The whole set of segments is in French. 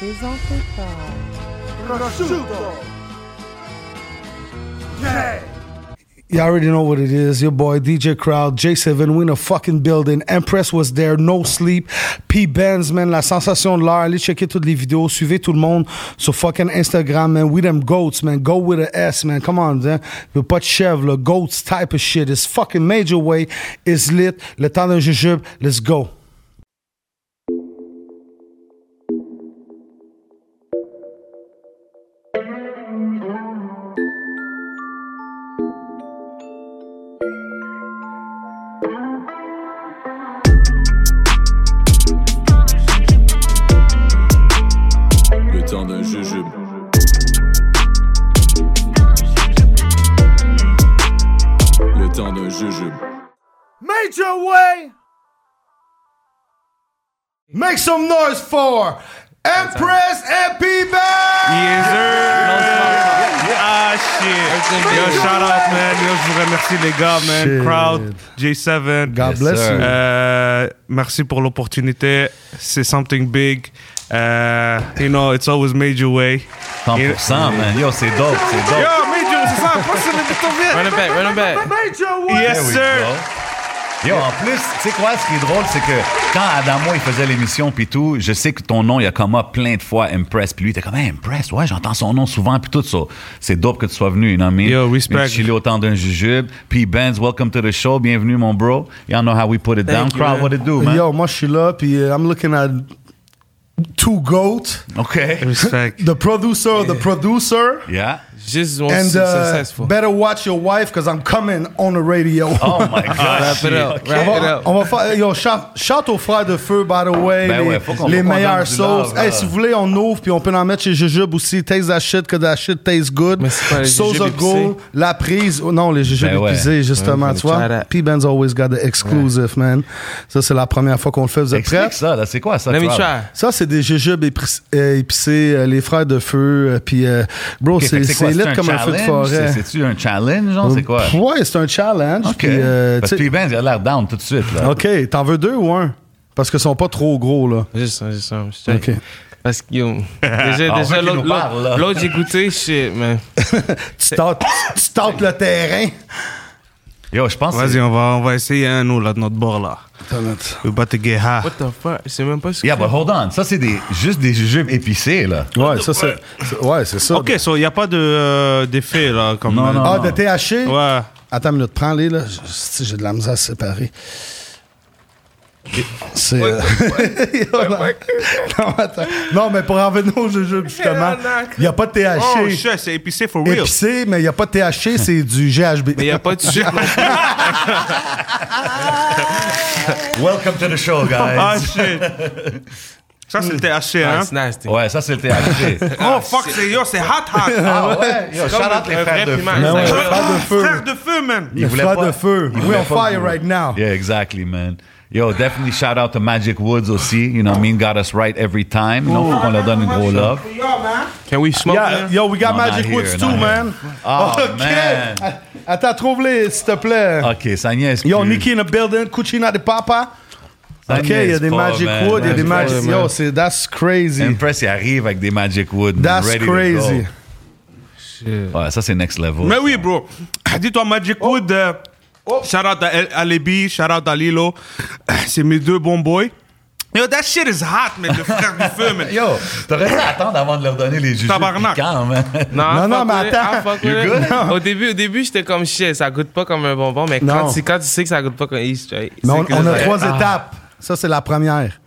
présenté par... Prosciutto! Yeah! You already know what it is. Your boy DJ Crowd, J7, we in a fucking building. Empress was there, no sleep. P Benz, man, la sensation de l'heure. Allez checker toutes les vidéos, suivez tout le monde sur fucking Instagram, man. We them goats, man. Go with a S, man. Come on, man. Le pas de chèvre, le goats type of shit. It's fucking major way. It's lit. Le temps d'un jujube. Let's go. Le temps d'un jujube. Le temps d'un jujube. Major way! Make some noise for Empress and P Benz! Yes, sir. Ah, shit. Yo, shout out, man. Yo, je vous remercie, les gars, man. Shit. Crowd, J7. God bless you. Euh, merci pour l'opportunité. C'est something big. Euh, you know, it's always made your way. 100%, man. Yo, c'est dope, c'est Yo, dope. made your, c'est ça. Passe sur le bouton vite. Run it back, run it back. Major way! Yes, There we sir. go. Yo, en plus, tu sais quoi, ce qui est drôle, c'est que quand Adamo, il faisait l'émission puis tout, je sais que ton nom, il a comme up plein de fois Impress. Puis lui, il était comme, hey, Impress, ouais, j'entends son nom souvent puis tout ça. C'est dope que tu sois venu, you know what I mean? Yo, respect. Même Chili au temps d'un jujube. Puis Benz, welcome to the show. Bienvenue, mon bro. Y'all know how we put it down. Thank you, Crowd, man. what it do, man? Yo, moi, je suis là, puis euh, I'm looking at two goats. OK. Respect. The producer, of the producer. Yeah. Just want And to uh, be successful. better watch your wife because I'm coming on the radio. Oh my God. Wrap it up. on Wrap it va, up. on va faire, yo, shout, shout aux frères de feu, by the way, Ben les, ouais, faut qu'on- les faut qu'on donne meilleures du sauces. love, Hey, là. si vous voulez, on ouvre, puis on peut en mettre chez Jujube aussi. Taste that shit, que that shit tastes good. Mais c'est pas les Sauce jujubes of gold, épicés. la prise. Oh, non, les Jujubes Ben ouais. épisés, justement, Ouais, tu faut try vois. that. P-Ben's always got the exclusive, man. Ça, c'est la première fois qu'on le fait. Vous êtes prêts? Explique ça, là. C'est quoi ça? Let me Crowd? try. Ça, c'est des jujubes épris- euh, épicés, euh, les frères de feu, euh, puis euh, bro, Ok, fait c'est que quoi, c'est lit un comme un feu de challenge? forêt. C'est- C'est-tu un challenge, genre? C'est quoi? Ouais, c'est un challenge. OK. puis, euh, Parce que tu sais- P. Benz, il a l'air down tout de suite, là. OK, t'en veux deux ou un? Parce qu'ils sont pas trop gros, là. Juste un, juste un. je check. Ok. Parce que yo, déjà, on veut déjà qu'il l'autre, nous parle, là. l'autre, l'autre, j'ai goûté, shit, man. Tu tentes, tu tentes le terrain. Yo, je pense que Vas-y, on va, on va essayer un, nous, là, de notre bord, là. We're about to get high. What the fuck? C'est même pas ce que Yeah, but hold on. Ça, c'est des, juste des jujubes épicés, là. Ouais, ça, c'est... c'est- Ouais, c'est ça. OK, so, il n'y a pas de, euh, d'effet, là, comme... Non, non. Ah, de THC? Ouais. Ah, Attends une minute, prends-les, là. Je- si, J'ai de la misère à se séparer. C'est... euh, non, attends. Non, mais pour en venir au jujube, justement, il n'y a pas de THC. Oh, shit, c'est épicé for real. épicé, mais il n'y a pas de THC, c'est du GHB. Mais y a pas de sucre. Welcome to the show, Ah, guys. shit. Ça, c'est le THC, hein? It's nasty. ouais, ça, c'est le THC. Oh, fuck, c'est yo, c'est hot, hot. ah ouais? Yo, shout Comme out les un vrai frères de primaire. feu. Ben ouais. Frère de feu. Frère de feu, man. Ils voulaient frères pas- de feu. ils We voulaient on pas fire que- right now. Yeah, exactly, man. Yo, definitely shout out to Magic Woods aussi. You know what I mean? Got us right every time. Non, faut qu'on leur donne une gros love. Can we smoke? Yeah, man? yo, we got No, Magic not here, Woods not too, here. man. Oh, OK. man. Ah, A- Attends, trouve-les, s'il te plaît. OK, ça niaise Yo, plus. Nicky in the building, Cucina de Papa. Ça OK, il y a niaise des pas, Magic man. Woods, il y a des Magic Magic... Wood, man. Yo, c'est... That's crazy. Impress, il arrive avec des Magic Woods. That's ready to crazy. go. Ouais, ça, c'est next level. Mais oui, bro. Dis-toi, Magic Oh. Wood, euh, shout out à El- à Lebi, shout out à Lilo. C'est mes deux bons boys. Yo, that shit is hot, man, le frère du feu, man. Yo, t'aurais dû attendre avant de leur donner les jujubes Tabarnak. piquants, man. Non, I non, fuck mais with it, attends. I fuck You with it. good? Au début, au début, j'étais comme shit, ça goûte pas comme un bonbon, mais Non. quand tu, quand tu sais que ça goûte pas comme East Straight. Mais on, c'est que on a c'est- trois étapes. Ça, c'est la première.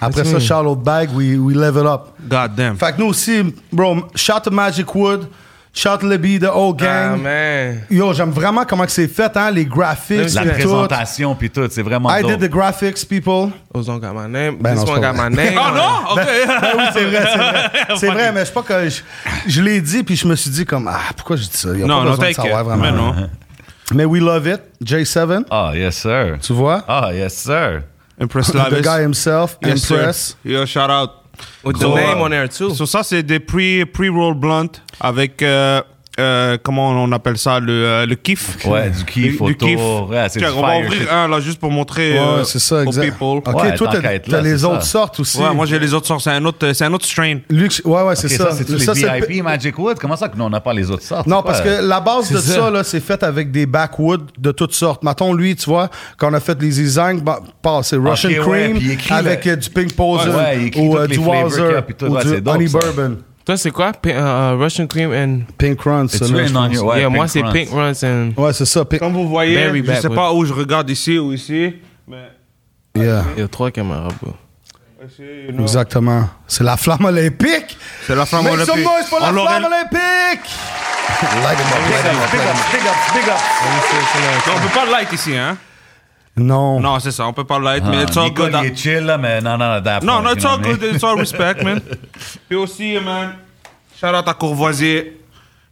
Après ça, Charlotte Bag, we, we level up. God damn. Fait que nous aussi, bro, shout to Magic Wood, shout to Libby, the old gang. Ah, man. Yo, j'aime vraiment comment que c'est fait, hein, les graphics, La puis tout. présentation, puis tout, c'est vraiment I did dope. the graphics, people. Those don't got my name. Ben, This one non, c'est pas got my name. Ah, Oh, non? OK. Ben oui, c'est vrai, c'est vrai. C'est vrai, mais je sais pas que je, je l'ai dit, puis je me suis dit comme, ah, pourquoi je dis ça? Il y a Non, pas non, besoin de t'inquiète. savoir vraiment. Mais non. Mais we love it, J7, Ah, yes, sir. tu vois? Ah, yes, sir. Impress The Lavis. guy himself, Yes, sir. Impress. Yo, shout out. With the So, name uh, on there too. So ça, c'est des pre- pre-roll blunt avec euh, euh, comment on appelle ça, le, euh, le kiff. Ouais, du kiff, Le- du photo. kiff. Ouais, c'est Tiens, du on va fire shit. ouvrir un là juste pour montrer Ouais, euh, c'est ça, aux exact. people. Ok, Ouais, toi, tant qu'à t'as être là, t'as les c'est autres ça. sortes aussi. Ouais, moi j'ai les autres sorts, c'est un autre, c'est un autre strain. Luxe- ouais, ouais, c'est Ok, ça. ça, c'est tous les Ça, c'est- VIP Magic Wood? Comment ça que nous, on n'a pas les autres sortes? Non, C'est quoi? parce que la base de C'est ça, ça. là, c'est faite avec des backwoods de toutes sortes. Mettons, lui, tu vois, quand on a fait les Zizang, bah, pas, c'est Russian ouais, Cream puis il écrit avec le- euh, du Pink Poison Ouais, ouais, il écrit ou euh, toutes les du flavors qu'il y Walzer a, puis tout, ou ouais, du c'est dope, Honey ça. Bourbon. Toi, c'est quoi? Pink- euh, Russian cream and. Pink Run, C'est ça, là, je un pense. onion- ouais, yeah, moi, Pink c'est Runs. pink runs and. Ouais, c'est ça. Pink- Comme vous voyez, Very je sais backward. pas où je regarde ici ou ici, mais Yeah, Il y a trois caméras, bro. exactement. C'est la flamme olympique. c'est la flamme Make some olympique. noise pour la On l'aurait- flamme olympique! Light 'em up, light 'em up, light 'em up. Non, on peut pas light ici, hein. Non. Non, c'est ça, on peut pas light, Ah, mais it's all Nico, good. hein. il est chill, là, mais non, non, non. Non, non, it's all good, it's all respect, man. Puis aussi, man, shout out à Courvoisier.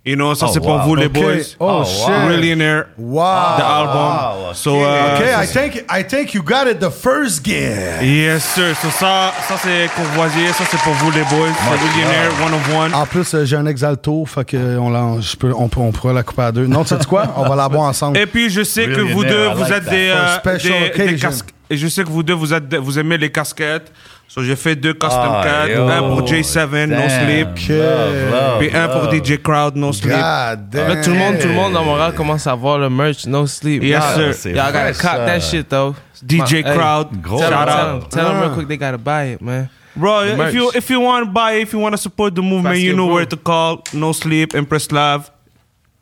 You know, ça Oh, c'est pour wow. vous les Ok. boys. Oh, Oh, shit. wow. Millionaire, the Wow. album. wow, So, ok. euh, Okay, I think, I think you got it the first game. Yes, sir. So, ça, ça c'est Courvoisier, ça c'est pour vous les boys. Moi, C'est Millionaire, one of one. En plus, euh, j'ai un exalto, fait que euh, on, l'a- je peux, on, peut- on pourra la couper à deux. Non, tu sais quoi? On va la boire ensemble. Et puis je sais que Millionaire, vous deux, I vous like êtes that. des, euh, For special des- des occasion. casques. Et je sais que vous deux, vous êtes, des- vous aimez les casquettes. So, j'ai fait deux custom Ah, cat, yo. un pour J7, no Damn. sleep. Puis un pour DJ Crowd, no sleep. God damn. Là, tout le monde, tout le monde dans Montréal commence à voir le merch, no sleep. Yes, Y'all- sir. C'est Y'all gotta vrai, cop ça. that shit, though. DJ Hey, Crowd, gros shout Tell Shout out. them, tell them Ah. real quick they gotta buy it, man. Bro, Merch. if you if you want to buy, if you want to support the movement, Basket you know bro. where to call. No sleep, Impress Love.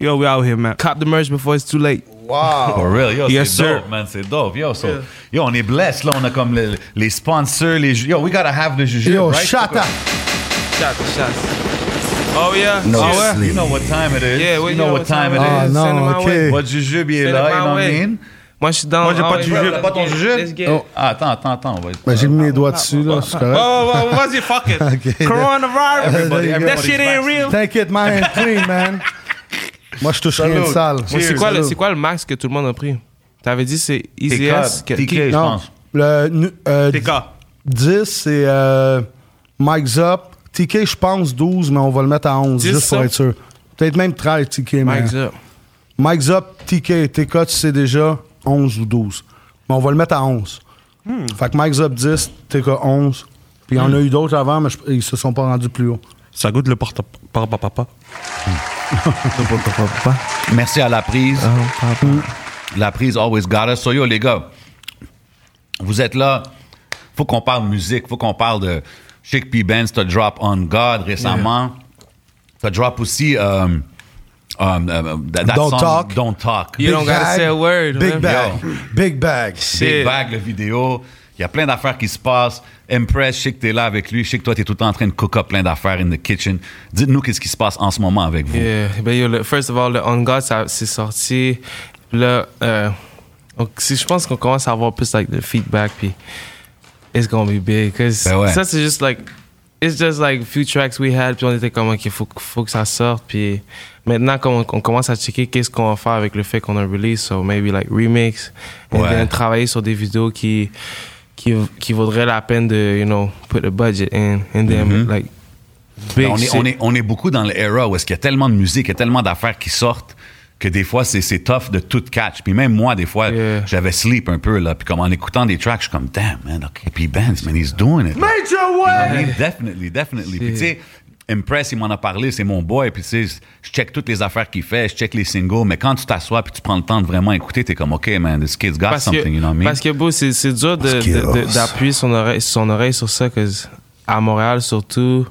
Yo, we out here, man. Cop the merch before it's too late. For real, yo, Yes, c'est sir. dope, man, c'est dope. Yo, so, yo, on est blessed, là, on a comme le- les sponsors, les... ju- Yo, we gotta have the jujube, Yo, right? shut up. Shots, shots. Oh yeah. No oh, yeah. sleep. You know what time it is. Yeah, we you know what time it it is. is. Ah, Send non, them my ok. way. Votre jujube, il est là, you know what I mean? Moi, je suis dans. Moi, j'ai pas de ouais, jujube. oh, let's T'as pas ton get- jujube? let's get- Oh, ah, attends, attends, attends, on va être... Ben, j'ai mis mes doigts dessus, là, c'est correct. Oh, oh, oh, vas-y, fuck it. Okay. Coronavirus. Everybody- that shit ain't real. T'inquiète, my hand clean, man. Moi, je touche rien de Salut. sale. Cheers. Moi, C'est quoi, le- Salut. c'est quoi le max que tout le monde a pris? T'avais dit c'est Easy S. que- TK, TK, je Non. pense. Le nu- euh, TK. 10, c'est euh, Mike's Up. TK, je pense 12, mais on va le mettre à 11, 10, juste pour ça? être sûr. Peut-être même 13, TK, mais- Mike's up. Mike's Up, TK, TK, tu sais déjà, 11 ou 12. Mais on va le mettre à 11. Hmm. Fait que Mike's Up 10, TK 11. Puis il y en a eu d'autres avant, mais je- ils se sont pas rendus plus haut. Ça goûte le porte papa papa. Merci à la prise. Ah, La prise always got us. So yo, les gars, vous êtes là. Faut qu'on parle musique. Faut qu'on parle de Chick P. Benz. T'as drop On God récemment. T'as drop aussi. euh, euh, euh, that- that Don't song, Talk. Don't Talk. You don't gotta bag, say a word. Big man. bag. Big bag. Big Bag, le vidéo. Il y a plein d'affaires qui se passent. Impress, je sais que t'es là avec lui. Je sais que toi, t'es tout le temps en train de cook up plein d'affaires in the kitchen. Dites-nous qu'est-ce qui se passe en ce moment avec vous. Yeah, ben yo, le- first of all, le On God, ça- c'est sorti. Là, euh, on- si je pense qu'on commence à avoir plus like le feedback, puis it's gonna be big. 'cause Ben ouais. Ça c'est juste like, it's just like few tracks we had, puis on était comme ok, faut, faut que ça sorte, puis maintenant comme on, on commence à checker qu'est-ce qu'on va faire avec le fait qu'on a release, so maybe like remix, and Ouais. then travailler sur des vidéos qui qui qui vaudraient la peine de you know put a budget in, and then like big. Mm-hmm. Ben, on, est, shit. on, est, on est beaucoup dans l'era où est-ce qu'il y a tellement de musique, il y a tellement d'affaires qui sortent que des fois, c'est, c'est tough de tout catch. Puis même moi, des fois, Yeah. j'avais sleep un peu, là. Puis comme en écoutant des tracks, je suis comme, damn, man, OK, puis Benz, man, he's doing it. Make your way. I mean, definitely, definitely. Puis tu sais, Impress, il m'en a parlé, c'est mon boy. Puis tu sais, je check toutes les affaires qu'il fait, je check les singles. Mais quand tu t'assois puis tu prends le temps de vraiment écouter, t'es comme, OK, man, this kid's got parce something, que, you know what I mean? oh, Parce que, bro, c'est, c'est dur de- Parce que- de- de- d'appuyer son oreille, son oreille sur ça, que à Montréal, surtout,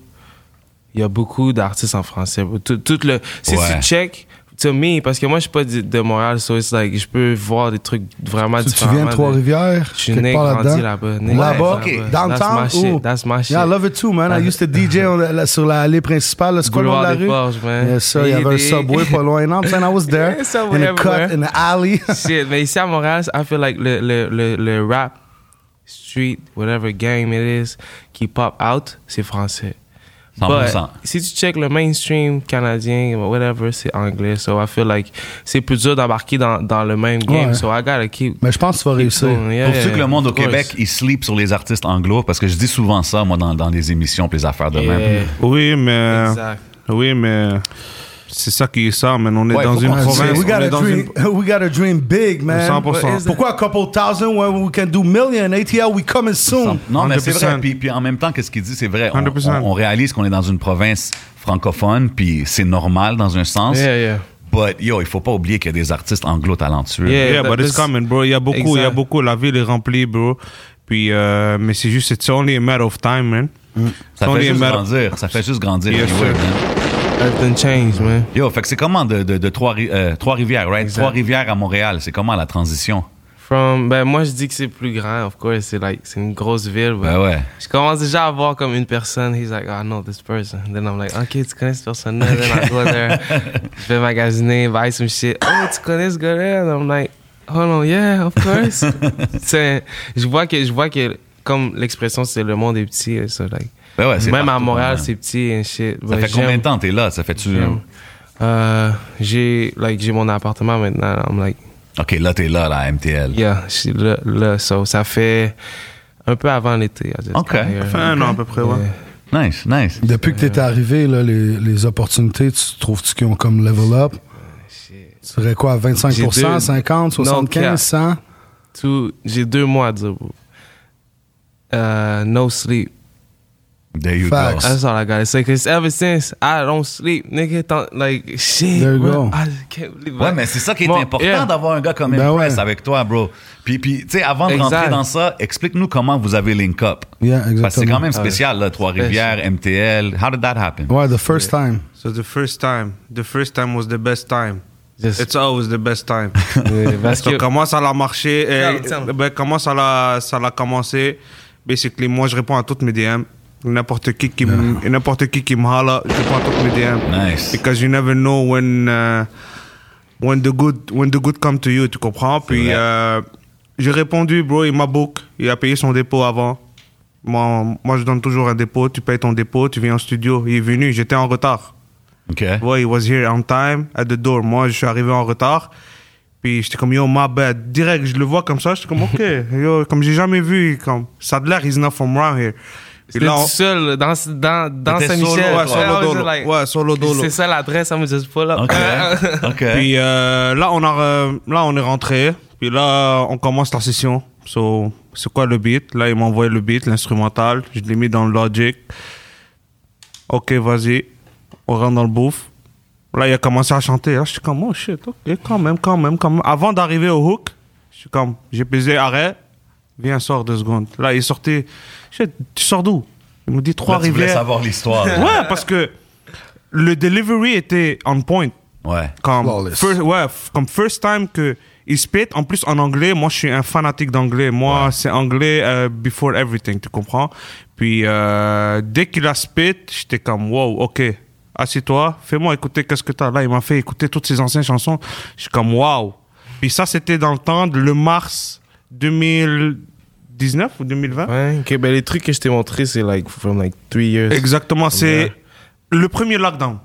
il y a beaucoup d'artistes en français. bro. Tout, tout le, si Ouais. tu check, to me, parce que moi, je suis pas de, de Montréal, so it's like, je peux voir des trucs vraiment Tu, tu différents. viens de de- Trois-Rivières? Je suis quelque né, part grandi là-dedans? là-bas. né, Là-bas? grandi Ok. là-bas. That's my Downtown? Ooh. shit. That's my shit. Yeah, I love it too, man. I used to DJ on the- la- sur l'allée principale. là, C'est quoi le nom de la Boulevard des rue? Forges, man. Yes, sir. Il y avait un Des- subway pas loin. Non, man, I was there. Yeah, subway in a cut, everywhere. in an alley. Shit, mais ici à Montréal, I feel like le, le, le, le rap, street, whatever game it is, qui pop out, c'est français. 100%. But si tu check le mainstream canadien, whatever, c'est anglais. So I feel like c'est plus dur d'embarquer dans, dans le même game. Ouais. So I gotta keep. Mais je pense que tu vas réussir. going. Yeah, Trouves-tu que le monde au of course. Québec, il sleep sur les artistes anglo? Parce que je dis souvent ça, moi, dans, dans les émissions, puis les affaires de même. Yeah, Oui, mais Exact. oui, mais c'est ça qui est ça, mais on est Ouais, dans faut une qu'on se- province. we on gotta est dans dream. We gotta dream big, man. 100%. Pourquoi a couple thousand when we can do million? ATL, we coming soon. Non, mais c'est vrai. 100%. Puis, puis en même temps, qu'est-ce qu'il dit, c'est vrai. On, 100%. on- on réalise qu'on est dans une province francophone, puis c'est normal dans un sens. Yeah, yeah. But yo, il faut pas oublier qu'il y a des artistes anglo-talentueux. Yeah. Yeah, that- but it's Eh, that's- coming, bro. Il y a beaucoup, il y a Exact. beaucoup. La ville est remplie, bro. Puis, euh, mais c'est juste, it's only a matter of time, man. Mm. Ça Only fait a juste matter- grandir. Ça fait juste grandir. Yes, anyway, sir. man. Everything changed, man. Yo, fait que c'est comment de, de, de Trois- euh, Trois-Rivières, right? Exact. Trois-Rivières à Montréal, c'est comment la transition? From, ben, moi, je dis que c'est plus grand, of course. C'est like, c'est une grosse ville. but Ben ouais. Je commence déjà à voir comme une personne. He's like, oh, I know this person. Then I'm like, OK, tu connais cette personne-là? Then I go there. je vais magasiner, buy some shit. Oh, tu connais ce gars-là? And I'm like, hold on, yeah, of course. C'est- je vois que, je vois que, comme l'expression, c'est le monde est petit. euh, so, like, Ben ouais, c'est même à partout, Montréal, man. c'est petit and shit. Ça fait combien de temps t'es là? Ça fait-tu. Euh, j'ai, like, j'ai mon appartement maintenant. I'm like, Ok, là, t'es là, là, à MTL. yeah, je suis là, là. So, ça fait un peu avant l'été. I just OK. got here. Fait un an à peu près, ouais. Yeah. Nice, nice. Depuis que t'es arrivé, là, les, les opportunités, tu trouves-tu qu'ils ont comme level up? Tu dirais quoi, 25 J'ai deux- 50, 75, 100? Tout- j'ai deux mois à dire, bro. Euh, no sleep. There you Facts. go. That's all I gotta say. Cause ever since I don't sleep, nigga, th- like shit. There you bro. go. I just can't believe Ouais, it. mais c'est ça qui est Bon, important yeah. d'avoir un gars comme Ben Impress ouais. avec toi, bro. Puis, puis tu sais, avant de Exact. rentrer dans ça, explique-nous comment vous avez link up. Yeah, Parce que c'est exactement. quand Ah même spécial, là, Trois-Rivières, MTL. How did that happen? Ouais, the first time. So the first time, the first time was the best time. Yes. It's always the best time. Yeah, parce So que comment ça l'a marché euh, Tiens, tiens. ben, Comment ça l'a, ça l'a commencé Basically, moi, je réponds à toutes mes DM. N'importe qui qui, me- n'importe qui qui me holla, je réponds à toutes mes DM. Nice. Because you never know when uh, when the good when the good come to you, tu comprends Puis vrai. euh, j'ai répondu, bro, il m'a book, il a payé son dépôt avant. Moi, moi, je donne toujours un dépôt, tu payes ton dépôt, tu viens en studio. Il est venu, j'étais en retard. OK. Ouais, he was here on time, at the door. Moi, je suis arrivé en retard. Puis j'étais comme, yo, my bad. Direct, je le vois comme ça, j'étais comme, ok, yo, comme j'ai jamais vu, comme, ça a l'air, he's not from around here. Puis j'étais là, on- tout seul dans, dans, dans T'étais solo, Saint-Michel. ouais, I solo was just dolo. Ouais, solo dolo. C'est ça l'adresse, I'm just pull up. OK. OK. Puis euh, là, on a, re- là, on est rentré. Puis là, on commence la session. So, c'est quoi le beat Là, il m'a envoyé le beat, l'instrumental. Je l'ai mis dans le Logic. Ok, vas-y. On rentre dans le bouffe. Là, il a commencé à chanter. Là, je suis comme, oh shit, ok, quand même, quand même, quand même. Avant d'arriver au hook, je suis comme, j'ai pesé arrêt. Viens, sors deux secondes. Là, il est sorti. Shit, tu sors d'où Il me dit Là, tu voulais Trois-Rivières. savoir l'histoire. Ouais, parce que le delivery était on point Ouais. comme Flawless. first, ouais, f- comme first time que il spit en plus en anglais moi je suis un fanatique d'anglais moi c'est anglais euh, before everything tu comprends puis euh, dès qu'il a spit j'étais comme wow ok assieds-toi fais-moi écouter qu'est-ce que t'as là il m'a fait écouter toutes ses anciennes chansons je suis comme wow puis ça c'était dans le temps de le mars 2019 ou 2020 Ouais, ok, ben les trucs que je t'ai montrés, c'est like from like three years. exactement c'est le premier lockdown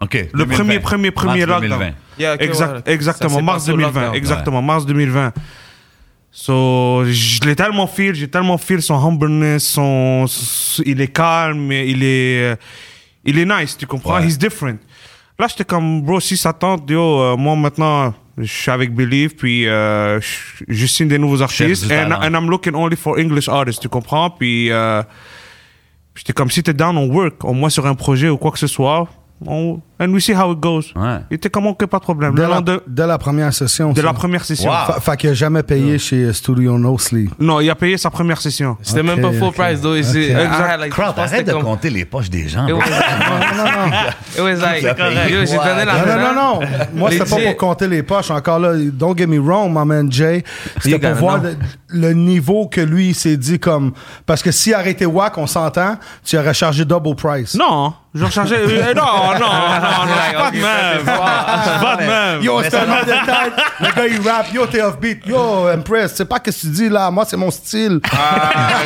OK. le 2020. premier, premier, premier Mars lockdown. 2020. Yeah, ok, Exact- ouais. Ça Exactement, s'est mars passé au 2020. lockdown. Exactement, mars 2020. So, je l'ai tellement feel, j'ai tellement feel son humbleness, son, son- il est calme, il est, euh, il est nice, tu comprends? Ouais. He's different. Là, j'étais comme, bro, si ça tente, yo, euh, moi maintenant, je suis avec Believe, puis euh, je je signe des nouveaux artistes, du and, talent. and I'm looking only for English artists, tu comprends? Puis, euh, J'étais comme si t'es down on work, au moins sur un projet ou quoi que ce soit. On, and we see how it goes. Ouais. Il était comme ok, pas de problème. Dès Le la, lendemain- de, dès la première session. ça. la première session. Wow. Fa- Fait qu'il a jamais payé chez euh, Studio No Sleep. Non, il a payé sa première session. C'était Ok, même pas full ok. price, though. It's- Ok. I had, Exact. like, je Crowd, pense que arrête c'était de comme- compter les poches des gens. It bro. was, Ah, Non, non, non. it was like, l'as payé. yo, j'ai donné Non, l'argent. non, non, non. Moi, c'était pas Legit. pour compter les poches. Encore là, don't get me wrong, my man Jay. C'était You pour gotta voir know. le, le niveau que lui, il s'est dit comme. Parce que si arrêté Wack, on s'entend, tu aurais chargé double price. Non, je rechargeais. euh, non, non, non, non, c'est pas de même. C'est pas de même. Yo, c'est tellement de tête. Le gars, il rap. Yo, t'es offbeat. Yo, Impress. C'est pas ce que tu dis là. Moi, c'est mon style. Ah,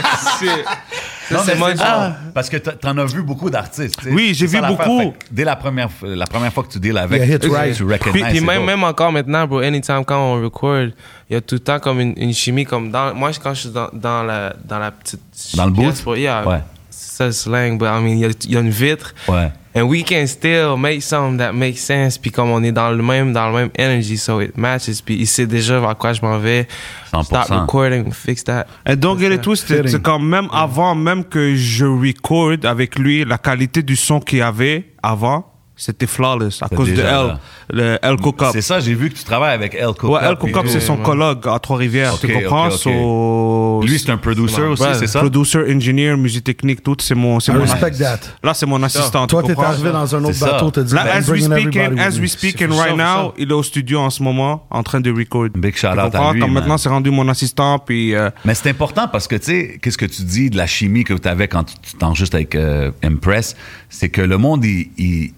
Non, c'est mais ah. moi, c'est genre. bon, Parce que t'a- t'en as vu beaucoup d'artistes. tu sais. Oui, j'ai C'est ça vu l'affaire, beaucoup. fait que Dès la première, f- la première fois que tu deals avec, Yeah, hit tu right. tu recognises. Puis, puis c'est même, dope. même encore maintenant, bro, anytime quand on record, il y a tout le temps comme une, une chimie. Comme dans, moi, je- quand je suis dans, dans la, dans la petite. Dans le pièce booth? pour- yeah, Ouais. ça le slang, but I mean, il y a- il y, a une vitre. Ouais. And we can still make something that makes sense. Puis comme on est dans le même, dans le même energy, so it matches. Puis il sait déjà vers quoi je m'en vais. 100%. Stop recording, fix that. Et donc, il est twisted. C'est quand même avant même que je record avec lui, la qualité du son qu'il y avait avant, c'était flawless à C'est cause de déjà L, là. le L Cook-Up. C'est ça, j'ai vu que tu travailles avec El Cook. Ouais, L Cook-Up, c'est son ouais. colloque à Trois-Rivières, Ok, tu ok, comprends? ok. So- Lui, c'est un producer aussi, brother. c'est ça? Producer, engineer, musique technique, tout, c'est mon, c'est I mon respect that. Là, c'est mon assistant. tu Toi, t'es comprends? arrivé dans un autre C'est ça. bateau, t'as dit, Là, I'm as we bringing speak, everybody and, with as me. we speak, C'est and for right sure, now, ça. il est au studio en ce moment, en train de record. Big Tu shout-out à comprends? lui, Comme man. maintenant, c'est rendu mon assistant, puis euh, Mais c'est important parce que, tu sais, qu'est-ce que tu dis de la chimie que tu avais quand tu- tu t'enregistres avec euh, Impress, c'est que le monde, il, il,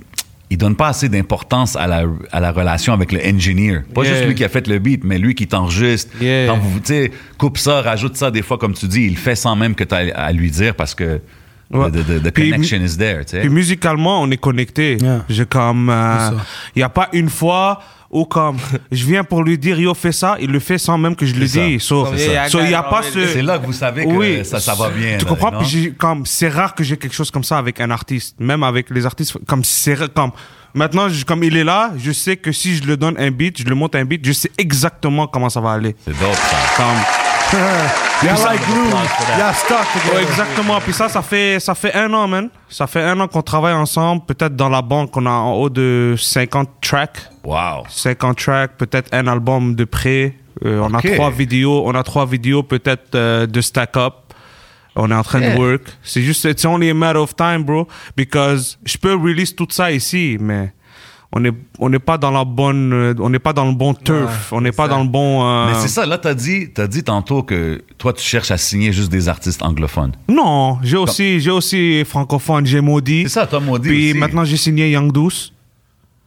il donne pas assez d'importance à la, à la relation avec le engineer. Pas Yeah. juste lui qui a fait le beat, mais lui qui t'enregistre. Yeah. Quand vous, tu sais, coupe ça, rajoute ça, des fois, comme tu dis, il le fait sans même que tu aies à lui dire parce que the- Ouais. the, the- the Puis- connection is there, tu sais. Puis musicalement, on est connecté. Yeah. J'ai comme, euh, C'est ça. il n'y a pas une fois où comme je viens pour lui dire yo fais ça, il le fait sans même que je le C'est ça. dise. So, Comme, so, yeah, il n'y a yeah, pas yeah, ce. yeah. C'est là que vous savez que Oui. euh, ça, ça va bien. Tu là, comprends non? Puis j'ai- comme c'est rare que j'ai quelque chose comme ça avec un artiste, même avec les artistes comme c'est ra- comme maintenant je- comme il est là, je sais que si je le donne un beat, je le monte un beat, je sais exactement comment ça va aller. C'est dope, ça. Comme- Y'all like glue. Y'all stuck Ouais, together. exactement. Puis ça, ça fait, ça fait un an, man. Ça fait un an qu'on travaille ensemble. Peut-être dans la banque, on a en haut de 50 tracks. Wow. 50 tracks, peut-être un album de près. Euh, on Ok. a trois vidéos, on a trois vidéos peut-être euh, de stack up. On est en train Yeah. de work. C'est juste, it's only a matter of time, bro. Because je peux release tout ça ici, mais on n'est on n'est pas dans la bonne, euh, on n'est pas dans le bon turf. on n'est pas dans le bon. euh, Mais c'est ça, là, t'as dit, t'as dit tantôt que toi, tu cherches à signer juste des artistes anglophones. Non, j'ai aussi, j'ai aussi francophone, j'ai maudit. C'est ça, Tom Maudit Puis aussi. maintenant, j'ai signé Young Douce.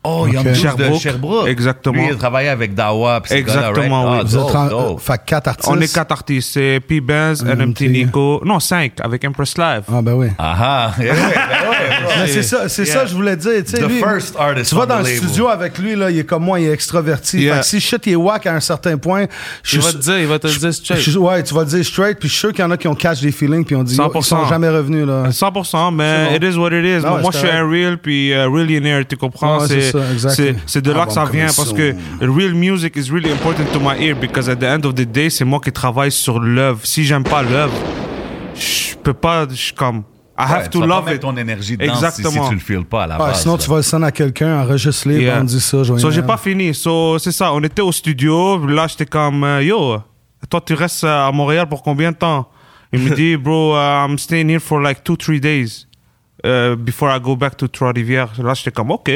Oh, il y en a Ok. douze de Sherbrooke. Sherbrooke. Exactement. Lui, il a travaillé avec Dawa. puis ces gars-là, right? Exactement, Ah, oui. Vous dope, êtes en- euh, dope. fait que quatre artistes. On est quatre artistes. C'est P-Benz, NMT. NMT Nico. Non, cinq, avec Empress Live. Ah, ben oui. Ah ah, eh oui, ben oui, Mais c'est ça, c'est Yeah. ça, je voulais dire. Tu sais, The lui, first artist tu vas on dans the le label. studio avec lui, là, il est comme moi, il est extraverti. Yeah. Fait que si shit, il est whack à un certain point, je Il suis va te dire, il va te le dire je straight. suis- ouais, tu vas le dire straight, puis je suis sûr qu'il y en a qui ont catch des feelings, puis on dit, oh, 100%. ils sont jamais revenus, Euh, là. 100%, mais C'est it bon. is what it is. Non, Moi, ouais, moi, je c'est suis un real, puis euh, millionaire, tu comprends? Ouais, c'est c'est, ça, Ah, exactly. c'est, c'est de là que ça Avant vient, parce que real music is really important to my ear, because at the end of the day, c'est moi qui travaille sur l'œuvre. Si j'aime pas l'œuvre, je peux pas, je suis comme, I Ouais, have tu to vas pas love mettre it. ton énergie dedans si- si, Exactement. tu le files pas à la Ah, base. sinon, là. tu vas le sonner à quelqu'un, enregistre-les, puis Yeah. on dit ça, je vais So, y j'ai aller. pas fini. So, c'est ça. On était au studio. Là, j'étais comme, euh, yo, toi, tu restes euh, à Montréal pour combien de temps? Il me dit, bro, uh, I'm staying here for like two, three days uh, before I go back to Trois-Rivières. Là, j'étais comme, OK.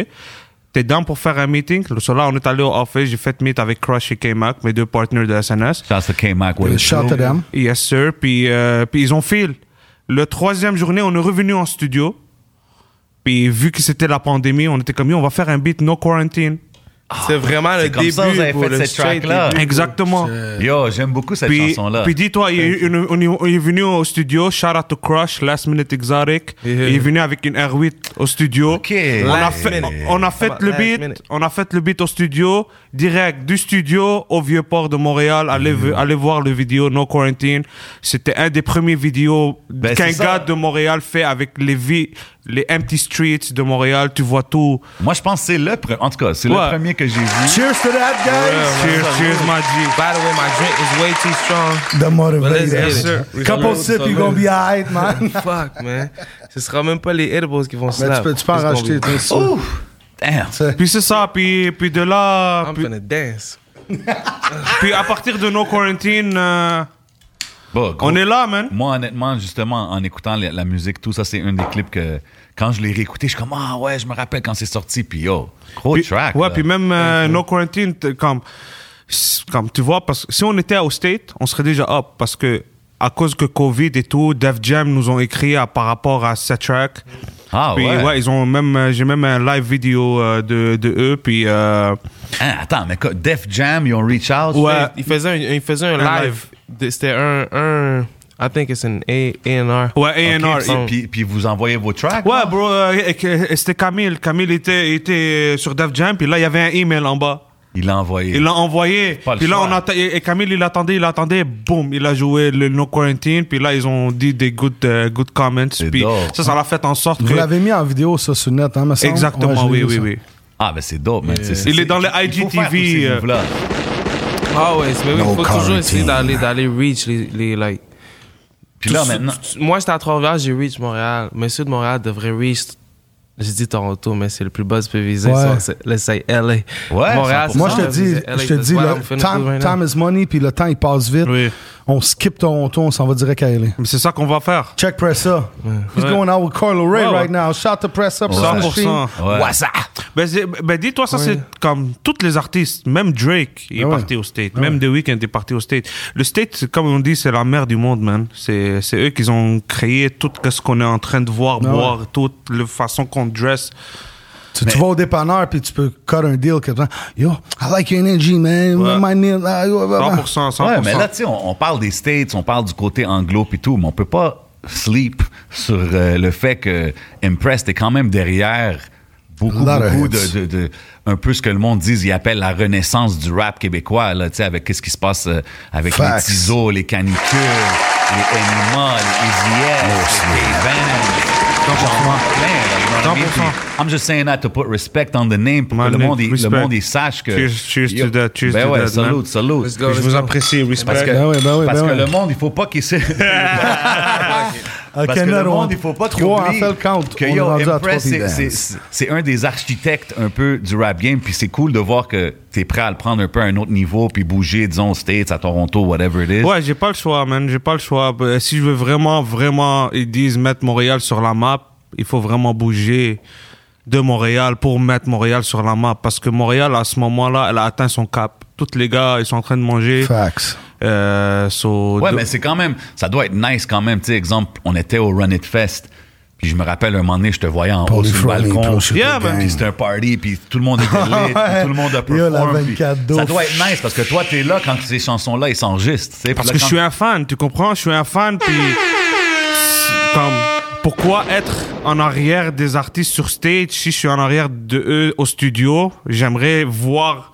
T'es down pour faire un meeting? So, là, on est allé au office. J'ai fait meet avec Crush et K-Mac, mes deux partenaires de SNS. Shout out to K-Mac. what Euh, it Shout do. to them. Yes, sir. Puis, euh, puis ils ont fil. Le troisième journée, on est revenu en studio. Puis vu que c'était la pandémie, on était comme, Yo, on va faire un beat no quarantine. C'est vraiment le Ah, c'est comme début. ça, vous avez bro, fait le cette straight track-là. début. Exactement. Euh, Yo, j'aime beaucoup cette Puis, chanson-là. puis dis-toi, il, est- une- on, est, on est venu au studio, shout out to Crush, Last Minute Exotic. Yeah. Il est venu avec une R8 au studio. OK. On, a Last fait, minute. on a fait Come on, le last beat, minute. on a fait le beat au studio, direct du studio au vieux port de Montréal. Allez, Mm. v- allez voir le vidéo No Quarantine. C'était un des premiers vidéos Ben, qu'un c'est ça. gars de Montréal fait avec les vies, les empty streets de Montréal. Tu vois tout. Moi, je pense que c'est le premier. En tout cas, c'est le Ouais. premier que j'ai vu. Cheers to that, guys! cheers, cheers, my G. By the way, my drink is way too strong. The Let's motivator. get it. sir. Couple sip, you're gonna be alright, man. Fuck, man. Ce sera même pas les edibles qui vont Mais slap. tu peux, tu peux en It's gonna racheter, be- t'es sûr. Ouf! Damn! Puis c'est ça, puis, puis de là, I'm puis, gonna dance. puis à partir de No Quarantine, euh, Bon, gros. on est là, man. Moi, honnêtement, justement, en écoutant la, la musique, tout ça, c'est un des clips que, quand je l'ai réécouté, je suis comme, ah ouais, je me rappelle quand c'est sorti, puis yo, gros Puis- track. Ouais, là. puis même euh, No Quarantine, t- comme, s- comme tu vois, parce que si on était au State, on serait déjà up parce que à cause que Covid et tout, Def Jam nous ont écrit à- par rapport à cette track. Ah puis ouais. ils ont même, euh, j'ai même un live vidéo euh, de, de eux, puis euh, Hein, attends, mais quoi, Def Jam, ils ont reach out. Ouais. Il faisait un, il faisait un, Un live. De- C'était un, un. I think it's an A, A&R. ouais, OK, puis- A&R. puis, puis vous envoyez vos tracks. Ouais, là? bro, euh, et que- et c'était Camille. Camille était, était sur Def Jam, puis là, il y avait un email en bas. Il l'a envoyé. Il l'a envoyé. pas le Puis là, choix. on atta- et et Camille, il attendait, il attendait. Boum, il a joué le No Quarantine. Puis là, ils ont dit des good, euh, good comments. Puis dope. ça, ça l'a fait en sorte Vous que. l'avez mis en vidéo, ça, sur net, hein, me semble? Ouais, Exactement, je l'ai vu, oui, oui, ça. oui. Ah, ben c'est dope, man. C'est- c'est- Il est dans le il faut faire tous IGTV, ces euh, moves-là. Ah ouais, mais oui, No il faut toujours essayer d'aller, quarantine. d'aller reach les, les like. Puis là, Tout- maintenant. tout- Moi, j'étais à Trois-Rivières, j'ai reach Montréal. Mais ceux de Montréal devraient reach. J'ai dit Toronto, mais c'est le plus bas que tu peux viser. So, Ouais. c'est- Let's say LA. Ouais, Montréal, 100%. c'est Moi, ça, je te mais dis, c'est LA, je te that's dis, what le I'm feeling good time, right now. time is money, puis le temps, il passe vite. Oui. On skip Toronto, on s'en va direct à LA. Mais c'est ça qu'on va faire. Check Press Up. Who's Ouais. going out with Carlo Ray Ouais, ouais. right now? Shout to Press Up. it's on the 100%. stream. Ouais. What's up? Ben, c'est- ben, dis-toi, ça, Ouais. c'est comme toutes les artistes. Même Drake il est Ah ouais. parti au State. Même The Weeknd est parti au State. Le State, c'est- comme on dit, c'est la mère du monde, man. C'est c'est eux qui ont créé tout ce qu'on est en train de voir, Ah ouais. boire, toute la façon qu'on dress. Tu, tu vas au dépanneur, puis tu peux cut un deal. Que, Yo, I like your energy, man. Ouais. My name, ah, yo, blah, blah. 100%, 100%. Ouais, mais là, tu sais, on, on parle des States, on parle du côté anglo puis tout, mais on peut pas sleep sur euh, le fait que Impressed est quand même derrière beaucoup, Lot of beaucoup hits. de, de- de- un peu ce que le monde dit, il appelle la renaissance du rap québécois, là, tu sais, avec qu'est-ce qui se passe euh, avec les Facts. ciseaux, les canicules, les Enima, les Oh, EZS, les Vans. J'en manque plein, là, you know what I mean? 100%. Puis, I'm just saying that to put respect on the name pour que le Man, monde, il- le respect. monde il sache que. Cheers- cheers to that, cheers ben to ouais, that, man. salute, salute. Let's go, Je let's vous go. apprécie, respect. Parce que, Ben ouais, ben ouais, parce ben que ouais. le monde, il faut pas qu'il se. Ok, Parce que le another monde, one. il faut pas trop Trois, oublier on fait le count. que On yo, est rendu à Impress, trois, puis c'est- c'est- dance. c'est c'est un des architectes un peu du rap game, puis c'est cool de voir que tu es prêt à le prendre un peu à un autre niveau, puis bouger, disons, aux States, à Toronto, whatever it is. Ouais, j'ai pas le choix, man. J'ai pas le choix. Euh, Si je veux vraiment, vraiment, ils disent mettre Montréal sur la map, il faut vraiment bouger de Montréal pour mettre Montréal sur la map. Parce que Montréal, à ce moment-là, elle a atteint son cap. Tous les gars, ils sont en train de manger. Facts. Euh, so- Ouais, de- mais c'est quand même, ça doit être nice quand même. Tu sais, exemple, on était au Run It Fest, puis je me rappelle un moment donné, je te voyais en haut Paulie sur le Fromy, balcon. Pro Shooter Yeah, man. Gang. Puis c'était un party, puis tout le monde était lit, puis tout le monde a Yo, la performé. puis 24 Ça d'eau. doit être nice parce que toi, t'es là quand ces chansons-là, ils s'enregistrent. tu sais. Puis Parce là, que je quand- suis un fan, tu comprends? Je suis un fan, puis... Comme, pourquoi être en arrière des artistes sur stage si je suis en arrière de eux au studio? J'aimerais voir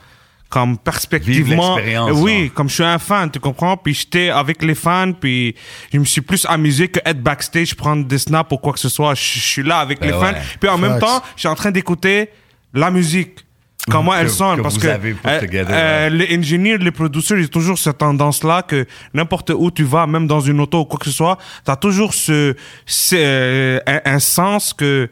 comme perspectivement... Vivre l'expérience, oui, ouais. comme je suis un fan, tu comprends? Puis j'étais avec les fans, puis je me suis plus amusé que être backstage, prendre des snaps ou quoi que ce soit. Je je suis là avec Ben les ouais. fans. Puis en même Facts. temps, je suis en train d'écouter la musique. Comment Que- elle sonne, que parce vous que avez put euh, together, euh, ouais. les ingénieurs, les producteurs, ils ont toujours cette tendance-là que n'importe où tu vas, même dans une auto ou quoi que ce soit, t'as toujours ce, ce- euh, un, un sens que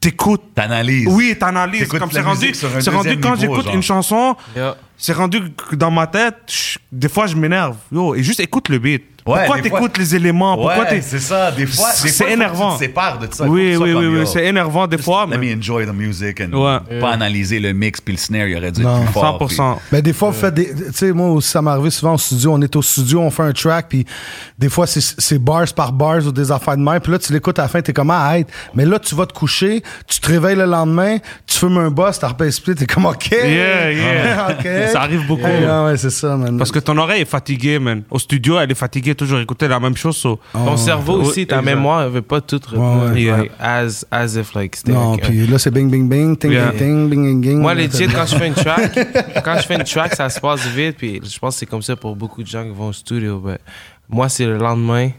t'écoutes. T'analyses. Oui, t'analyses. T'écoutes Comme la c'est rendu, musique sur un c'est rendu deuxième quand niveau, j'écoute genre. une chanson, Yeah. c'est rendu que dans ma tête, je- des fois je m'énerve. Yo, et juste écoute le beat. Ouais, pourquoi des fois- t'écoutes les éléments Pourquoi ouais, t'es c'est ça. Des fois, des fois, faut c'est que énervant. Tu te sépares de ça. Faut que Oui, tu sois oui, oui, comme, oui, yo, c'est énervant des just fois, Let mais me enjoy the music and Ouais. pas analyser le mix puis le snare, il aurait dû être Non. plus fort. 100%. Mais Ben, des fois, vous faites des. Tu sais, moi aussi, ça m'est arrivé souvent au studio. On est au studio, on fait un track, puis des fois, c'est- c'est bars par bars ou des affaires de mer. Puis là, tu l'écoutes à la fin, t'es comme, ah, hey. Mais là, tu vas te coucher, tu te réveilles le lendemain, tu fumes un boss, t'as repayé split, t'es comme, OK. Yeah, yeah. OK. Ça arrive beaucoup. Hey, ah ouais, ouais, c'est ça, man. Parce que ton oreille est fatiguée, man. Au studio, elle est fatiguée, toujours écouter la même chose. so- Oh. Ton Oh. cerveau Ouais, aussi, ta exact. mémoire, elle veut pas tout Ouais, retenir. ouais. like, As, as if, like, c'était. Non, like, un- puis là, c'est bing, bing, bing, ting, Yeah. ting, ting, bing, bing, bing. Moi, legit, quand je fais une track, quand je fais une track, ça se passe vite. Puis je pense que c'est comme ça pour beaucoup de gens qui vont au studio. mais moi, c'est le lendemain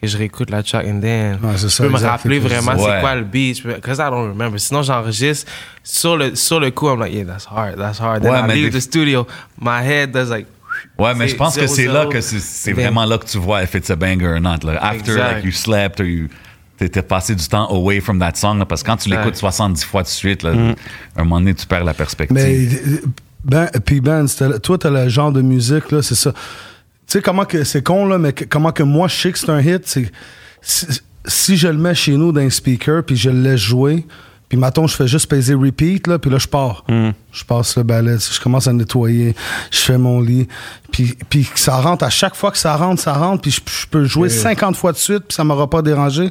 que je réécoute la track and then Ouais, c'est je ça, peux me exact, rappeler c'est vraiment ça. c'est Ouais. quoi le beat. Because I don't remember. Sinon, j'enregistre sur le, sur le coup. I'm like, yeah, that's hard, that's hard. Then Ouais, I mais leave des- the studio. My head does like. Ouais, mais C'est je pense que c'est zéro, là zéro. que c'est- c'est Ben. Damn. vraiment là que tu vois if it's a banger or not. là. After Exact. like you slept or you t'étais passé du temps away from that song là, parce que quand tu l'écoutes Exact. 70 fois de suite, là, Mm. à un moment donné, tu perds la perspective. Mais euh, ben, puis Ben, c'était- toi, t'as le genre de musique, là, c'est ça. Tu sais comment que c'est con, là, mais que- comment que moi, je sais que c'est un hit, c'est si, si je le mets chez nous dans un speaker, puis je le laisse jouer, puis maintenant je fais juste peser repeat, là, puis là, je pars. Mm. Je passe le balai, je commence à nettoyer, je fais mon lit, puis, puis que ça rentre, à chaque fois que ça rentre, ça rentre, puis je, je peux jouer 50 fois de suite, puis ça m'aura pas dérangé.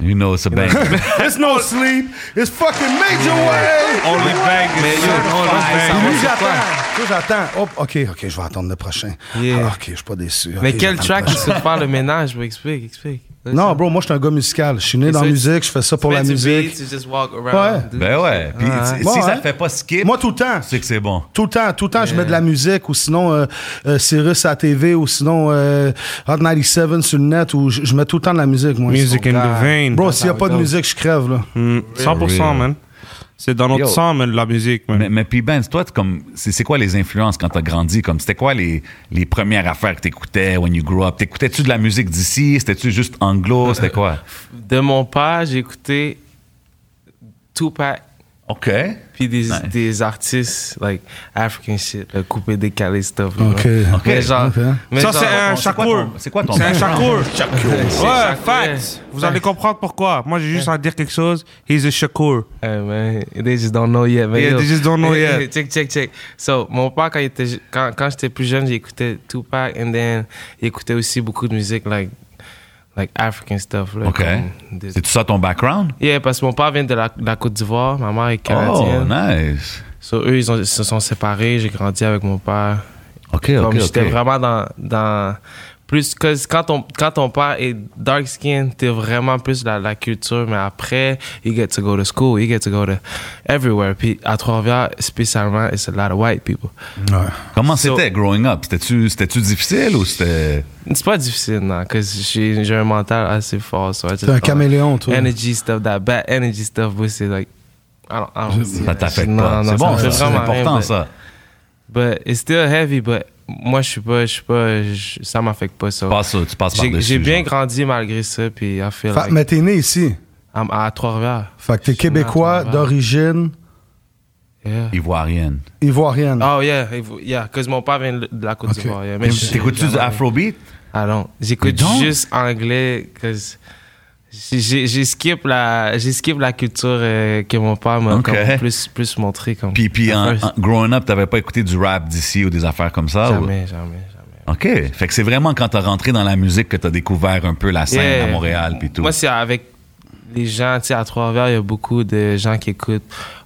You know it's a banger. It's no sleep, it's fucking major way! On les bang, Mais yo, non, on les là, bang. ça va, Lui, c'est j'attends. quoi? Ça, j'attends. Hop, OK, OK, je vais attendre le prochain. Yeah. Ah, OK, je suis pas déçu. OK, Mais quel j'attends le track qui prochain. se faire le ménage? bro? Explique, explique. Non, bro, moi, je suis un gars musical. Je suis né Et dans la ça, musique, je fais ça pour la musique. Ouais. Ben ouais. Puis Ah, ouais. si- si ça hein. Ouais. fait pas skip, Moi, tout le temps. c'est que c'est bon. Tout le temps, tout le temps, je mets de la musique, ou sinon euh, euh, Cyrus à la TV, ou sinon euh, Hot 97 sur le net, ou je je mets tout le temps de la musique, moi. Oh, Music in the vein. Bro, s'il n'y a pas de musique, je crève, là. Mm, 100%, man. C'est dans notre Yo. sang, man, la musique, man. Mais, mais puis Ben, toi, t'es comme, c'est c'est quoi les influences quand t'as grandi? Comme, c'était quoi les, les premières affaires que t'écoutais when you grew up? T'écoutais-tu de la musique d'ici? C'était-tu juste anglo? Euh, C'était quoi? De mon père, j'ai écouté Tupac OK. puis des, Nice. des artistes like African shit, le coupé décalé stuff. là. Ok. Ok. Mais genre, Ok. mais Ça, genre- c'est un c'est quoi Shakur. ton- c'est quoi ton C'est un Shakur. background? Ouais, Shakur. facts. Vous allez comprendre pourquoi. Moi, j'ai juste à dire quelque chose. He's a Shakur. Hey Eh, man, they just don't know yet, man. Yeah, Yo. they just don't know yet. check, check, check. So, mon père, quand, il était, je- quand, quand j'étais plus jeune, j'écoutais Tupac, and then, il écoutait aussi beaucoup de musique, like, like African stuff. Là, OK. comme des- C'est-tu ça ton background? Yeah, parce que mon père vient de la, de la Côte d'Ivoire, ma mère est Oh, canadienne. nice. So, eux, ils, ont- ils se sont séparés, j'ai grandi avec mon père. OK, Comme OK, j'étais OK. vraiment dans. dans plus que quand ton, quand ton père est dark skin, t'es vraiment plus la, la culture, mais après, you get to go to school, you get to go to everywhere. Puis à Trois-Rivières, spécialement, it's a lot of white people. Comment So- c'était growing up? C'était-tu c'était-tu difficile ou c'était... C'est pas difficile, non, parce que j'ai j'ai un mental assez fort. So I just T'es un don't- caméléon, toi. Energy stuff, that bad energy stuff, but c'est like. I don't, I don't see Ça that shit. t'affecte Non, pas. non, C'est bon, me fait ça, c'est vraiment rien, important, but- ça. But it's still heavy, but moi, je suis pas, je suis pas, je- ça m'affecte pas ça. Tu passes, tu passes J'ai par-dessus. j'ai bien genre. grandi malgré ça, puis I feel Fait- like mais t'es né ici. I'm à Trois-Rivières. Fait que t'es Je suis né à québécois Trois-Rivières. d'origine Yeah. Ivoirienne. ivoirienne. Oh yeah, if- yeah, cause mon père vient de la Côte Ok. d'Ivoire. yeah. Mais je- T'écoutes-tu du afrobeat? Ah non, Mais j'écoute donc? juste anglais, cause j'ai- j'ai j'ai skip la, j'ai skip la culture euh, que mon père m'a Ok. comme plus plus montré comme. Puis, puis en, ah First. en- growing up, t'avais pas écouté du rap d'ici ou des affaires comme ça? ou- jamais, jamais, jamais. OK. Fait que c'est vraiment quand t'as rentré dans la musique que t'as découvert un peu la scène Yeah. à Montréal puis tout. Moi, c'est avec les gens, tu sais, à Trois-Rivières, il y a beaucoup de gens qui écoutent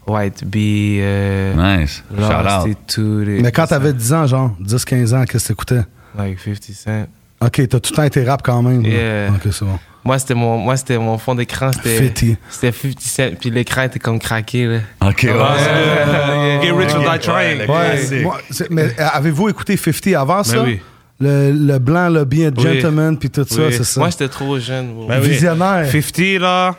White Bee, euh, nice. Lost Shout et out. tout. les- mais quand t'avais 10 ans, genre, 10-15 ans, qu'est-ce que t'écoutais? Like 50 Cent. OK, t'as tout le temps été rap quand même. là. Yeah. OK, c'est bon. Moi, c'était mon, moi, c'était mon fond d'écran, c'était... 50. C'était 50 Cent, puis l'écran était comme craqué, là. OK. ouais. euh, Get rich or die trying. Ouais, Ouais, Classique. moi, c'est- mais avez-vous écouté 50 avant ça? oui. Le, le blanc, le bien Oui. gentleman, puis tout ça, Oui. c'est ça. Moi, j'étais trop jeune. bro. Ben oui. Visionnaire. 50 là.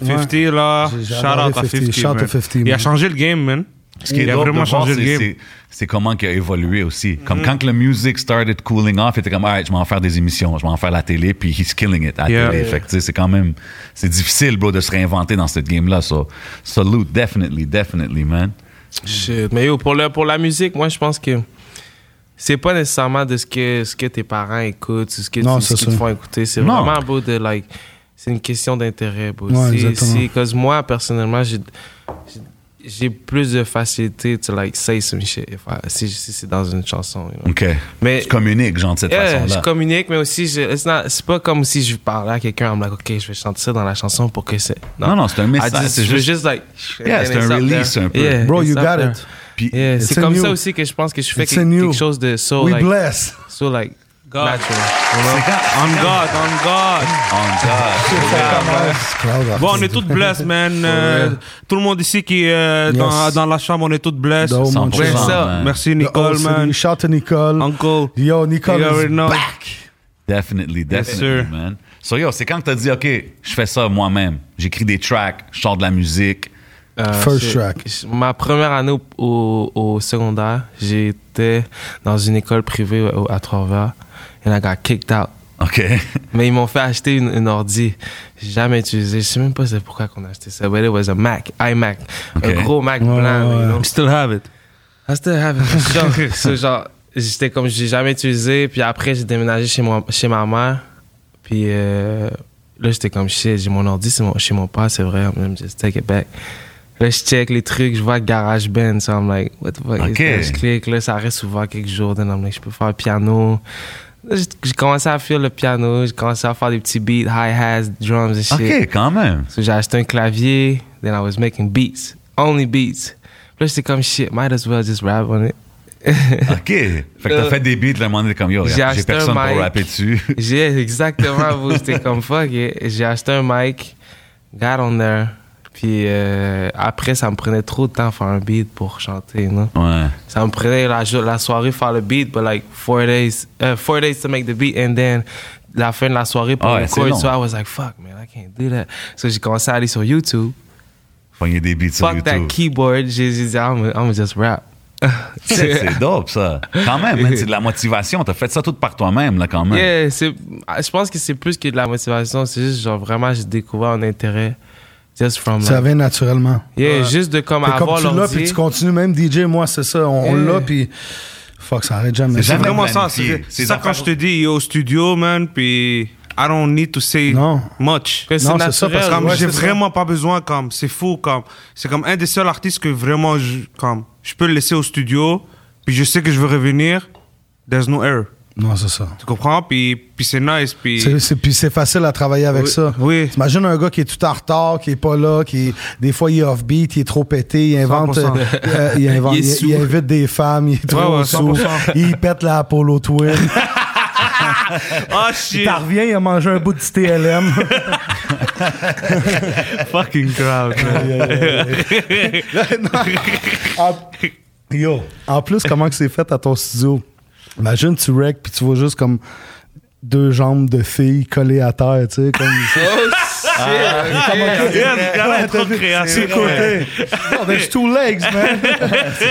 50 là. J'ai- j'ai Shout adoré out à 50, 50. shout out man. à 50, Il a man. changé le game, man. Ce qui est Il a drôle de vraiment voir, changé c'est- le game. c'est- C'est comment qu'il a évolué aussi. Comme quand que le music started cooling off, il était comme, alright, je vais en faire des émissions, je vais en faire la télé, puis he's killing it à la Yeah. télé. Fait que, tu sais, c'est quand même, c'est difficile, bro, de se réinventer dans cette game-là. So, salute, definitely, definitely, man. Shit. Mais yo, pour, le, pour la musique, moi, je pense que c'est pas nécessairement de ce que, ce que tes parents écoutent, ce que Non, tu- ce c'est qu'ils te ça. font écouter. C'est Non. vraiment beau de, like, c'est une question d'intérêt, bro. Ouais, Si- exactement. si- cause moi, personnellement, j'ai, j'ai- j'ai plus de facilité to, like, say some shit if I- si, si c'est dans une chanson. you know. OK. Mais- tu communiques, genre, de cette Yeah, je façon-là. communique, mais aussi, je- it's not- c'est pas comme si je parlais à quelqu'un en me disant, OK, je vais chanter ça dans la chanson pour que c'est. Non, non, c'est un message, I just- c'est je veux juste- juste, like. Yeah, c'est and it's un up release there. un peu. Yeah, Bro, it's you up got there. it. Puis, Yeah, It's c'est in comme you. ça aussi que je pense que je fais It's que- in you. quelque chose de so, We like, bless. so like natural. c'est quand- On God, on God. On oh God. Bon, on est toutes blessed, man. Euh, tout le monde ici qui est euh, dans, Yes. dans la chambre, on est toutes blessed. Dome, mon 100%, chum. ça. man. Merci, Nicole, man. Shout to Nicole. Uncle. Yo, Nicole is You already know. back. Definitely, definitely, sir. man. So yo, c'est quand que t'as dit, OK, je fais ça moi-même. J'écris des tracks, je sors de la musique. Euh, First c'est- track. c'est- Ma première année au, au- au secondaire, j'étais dans une école privée au- à Trois-Rivières. And I got kicked out. OK. Mais ils m'ont fait acheter une, une ordi. J'ai jamais utilisé. Je sais même pas c'est pourquoi qu'on a acheté ça. But it was a Mac, iMac. Ok. Un gros Mac Ouais, blanc. ouais, you know. We still have it. I still have it. Genre, so, genre, j'étais comme, j'ai jamais utilisé. Puis après, j'ai déménagé chez, moi, chez ma mère. Puis euh, là, j'étais comme, shit, j'ai mon ordi c'est mon, chez mon père, c'est vrai. I'm just take it back. Là, je check les trucs, je vois GarageBand. So I'm like, what the fuck Ok. is that? Je clique, là, ça reste ouvert quelques jours. Then I'm like, je peux faire piano. Là, J'ai j'ai commencé à faire le piano, j'ai commencé à faire des petits beats, hi-hats, drums et shit. OK, quand même. So, j'ai acheté un clavier, then I was making beats, only beats. Puis là, j'étais comme shit, might as well just rap on it. OK. Fait que t'as fait des beats, là, à un moment donné, comme yo, J'ai j'ai acheté personne un pour mic. rapper dessus. J'ai exactement vous, c'était comme fuck. yeah. J'ai acheté un mic, got on there. Puis euh, après, ça me prenait trop de temps à faire un beat pour chanter, non? Ouais. Ça me prenait la, jo- la soirée faire le beat, but like four days, uh, four days to make the beat, and then la fin de la soirée pour Ah ouais, le c'est record. long. So I was like, fuck man, I can't do that. So j'ai commencé à aller sur YouTube. Pogner des beats sur fuck that YouTube. keyboard. J'ai j'ai dit, I'm, I'm just rap. C'est c'est dope, ça. Quand même, man, c'est de la motivation. T'as fait ça tout par toi-même, là, quand même. Yeah, c'est, ah, je pense que c'est plus que de la motivation. C'est juste genre vraiment, j'ai découvert un intérêt. Just from Ça like, vient naturellement. Yeah, juste de comme Fait comme avoir tu l'as, l'ordi. puis tu continues même DJ, moi, c'est ça. On, on Yeah. l'a, puis fuck, ça arrête jamais. C'est C'est jamais vraiment ça. planifié. C'est C'est c'est ça d'affaires- quand je te dis, yo, studio, man, puis I don't need to say Non. much. Que c'est Non, c'est ça, naturel. parce que Comme ouais, j'ai c'est ça. vraiment pas besoin, comme c'est fou, comme c'est comme un des seuls artistes que vraiment, je, comme je peux le laisser au studio, puis je sais que je veux revenir. There's no error, Non, c'est ça. tu comprends? Puis, puis c'est nice, puis C'est- c'est- Puis c'est facile à travailler avec Oui, ça. oui. T'imagines un gars qui est tout en retard, qui est pas là, qui est- des fois il est off-beat, il est trop pété, il invente, 100%. euh, euh, il, invente- Il est il- sourd. il invite des femmes, il est trop ouais, sourd, 100%. il pète la Apollo Twin. oh Il shit, t'en revient, il a mangé un bout de TLM. fucking crowd. En- Ah, Yo, en plus, comment que c'est fait à ton studio? Imagine, tu wreck, puis tu vois juste comme deux jambes de filles collées à terre, tu sais, comme... Yeah, le gars est trop Ah, C'est créatif. côté. Oh, there's two legs, man.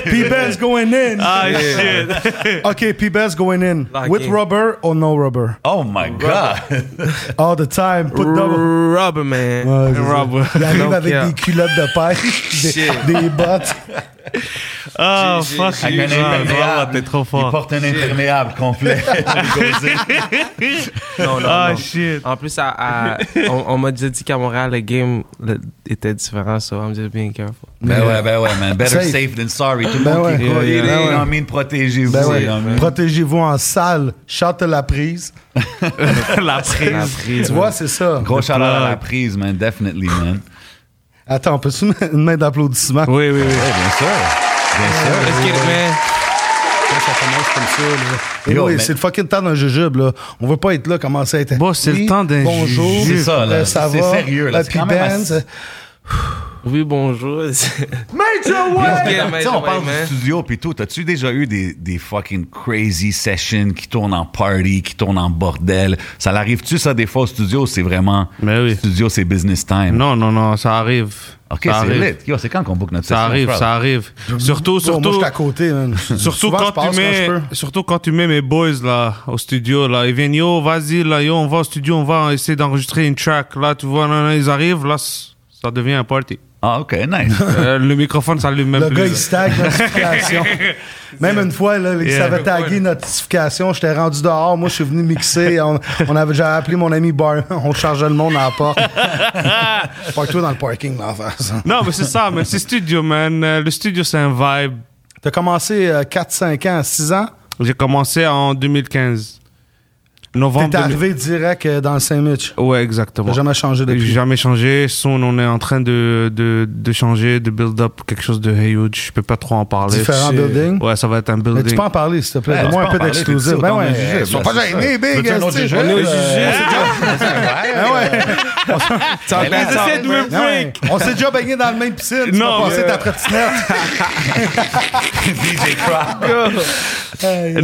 P-Ben's going in. Ah shit. OK, P-Ben's going in. Like With it. rubber or no rubber? Oh my God! All the time. Put double... Rubber man. Ouais, c'est ça. Rubber. Il arrive Donc, avec yeah. des culottes de paille, Shit. des, des bottes. Ben Oh J'ai- j'ai- fucking Avec un crowd. imperméable. Bravo, T'es trop Il fort. porte un imperméable complet. Gauzer. Non, non, Ah non. shit. En plus, à- à- on, on m'a déjà dit qu'à Montréal, le game le- était différent, so I'm just being careful. ben ouais, ben ouais, man. Better Safe. safe than sorry. Tout le Ben monde ouais. qui écoute, Yeah, yeah. il est en mine, protégez-vous. Ben you ouais. know what I mean? Protégez-vous en salle. Chante la prise. La prise. Tu vois, c'est ça. Gros chaleur à la prise, man. Definitely, man. Attends, on peut-tu mettre une main d'applaudissement? Oui, oui, oui. Ouais, bien sûr. Bien sûr. Let's get it, man. Ça commence comme ça, là. Yo, oui, mais- c'est le fucking temps d'un jujube, là. On veut pas être là, commencer à être. Bon, c'est le Oui, temps d'un Bonjour. jujube. C'est ça, là. Euh, ça C'est va. sérieux, là. Euh, C'est puis quand même Benz, assez- euh, Oui, bonjour. Major Let's way. get it, Tu sais, on parle man. du studio puis tout. T'as-tu déjà eu des, des fucking crazy sessions qui tournent en party, qui tournent en bordel? Ça l'arrive-tu, ça, des fois au studio? C'est vraiment. Ben Mais oui. Studio, c'est business time. Non, non, non, ça arrive. OK, ça c'est arrive. lit. Yo, c'est quand qu'on book notre Ça session, arrive, Crowd? ça arrive. Surtout, bon, moi, surtout, je suis à côté, man. surtout Souvent, je quand, passe tu mets, je peux. surtout quand tu mets mes boys là au studio là, ils viennent yo, vas-y là, yo, on va au studio, on va essayer d'enregistrer une track. Là, tu vois, là, là, ils arrivent, là, c- ça devient un party. Ah, OK, nice. Euh, le microphone s'allume même Le plus. gars, il se tag notification. Même une fois, là, il Yeah. s'avait tagué notification. J'étais rendu dehors. Moi, je suis venu mixer. On, on avait déjà appelé mon ami Bar. On chargeait le monde à la porte. Parque-toi dans le parking, là, en face. non, mais c'est ça, mais c'est studio, man. Euh, Le studio, c'est un vibe. T'as commencé euh, 4-5 ans, 6 ans. J'ai commencé en 2015. Novembre. T'es 2000. arrivé direct euh, dans le Saint-Mitch. Ouais, exactement. T'as jamais changé J'ai depuis. jamais changé. Son, on est en train de, de, de changer, de build up quelque chose de huge. Je peux pas trop en parler. Différents C'est- buildings. Ouais, ça va être un Mais tu building. peux en parler, s'il te plaît. Ouais, tu Donne-moi peux un peu en parler, d'exclusif. t'es Ben sûr, ouais. t'en es juge, Ils sont là, pas c'est gênés, ça. big. Veux-tu un autre esti. juge? Ouais, On est au ouais. Ben ouais. Mais là, essaie de me Ben ouais. On s'est déjà baigné dans la même piscine. Tu Non, vas passer euh, mais- ta trottinette. DJ Crowd.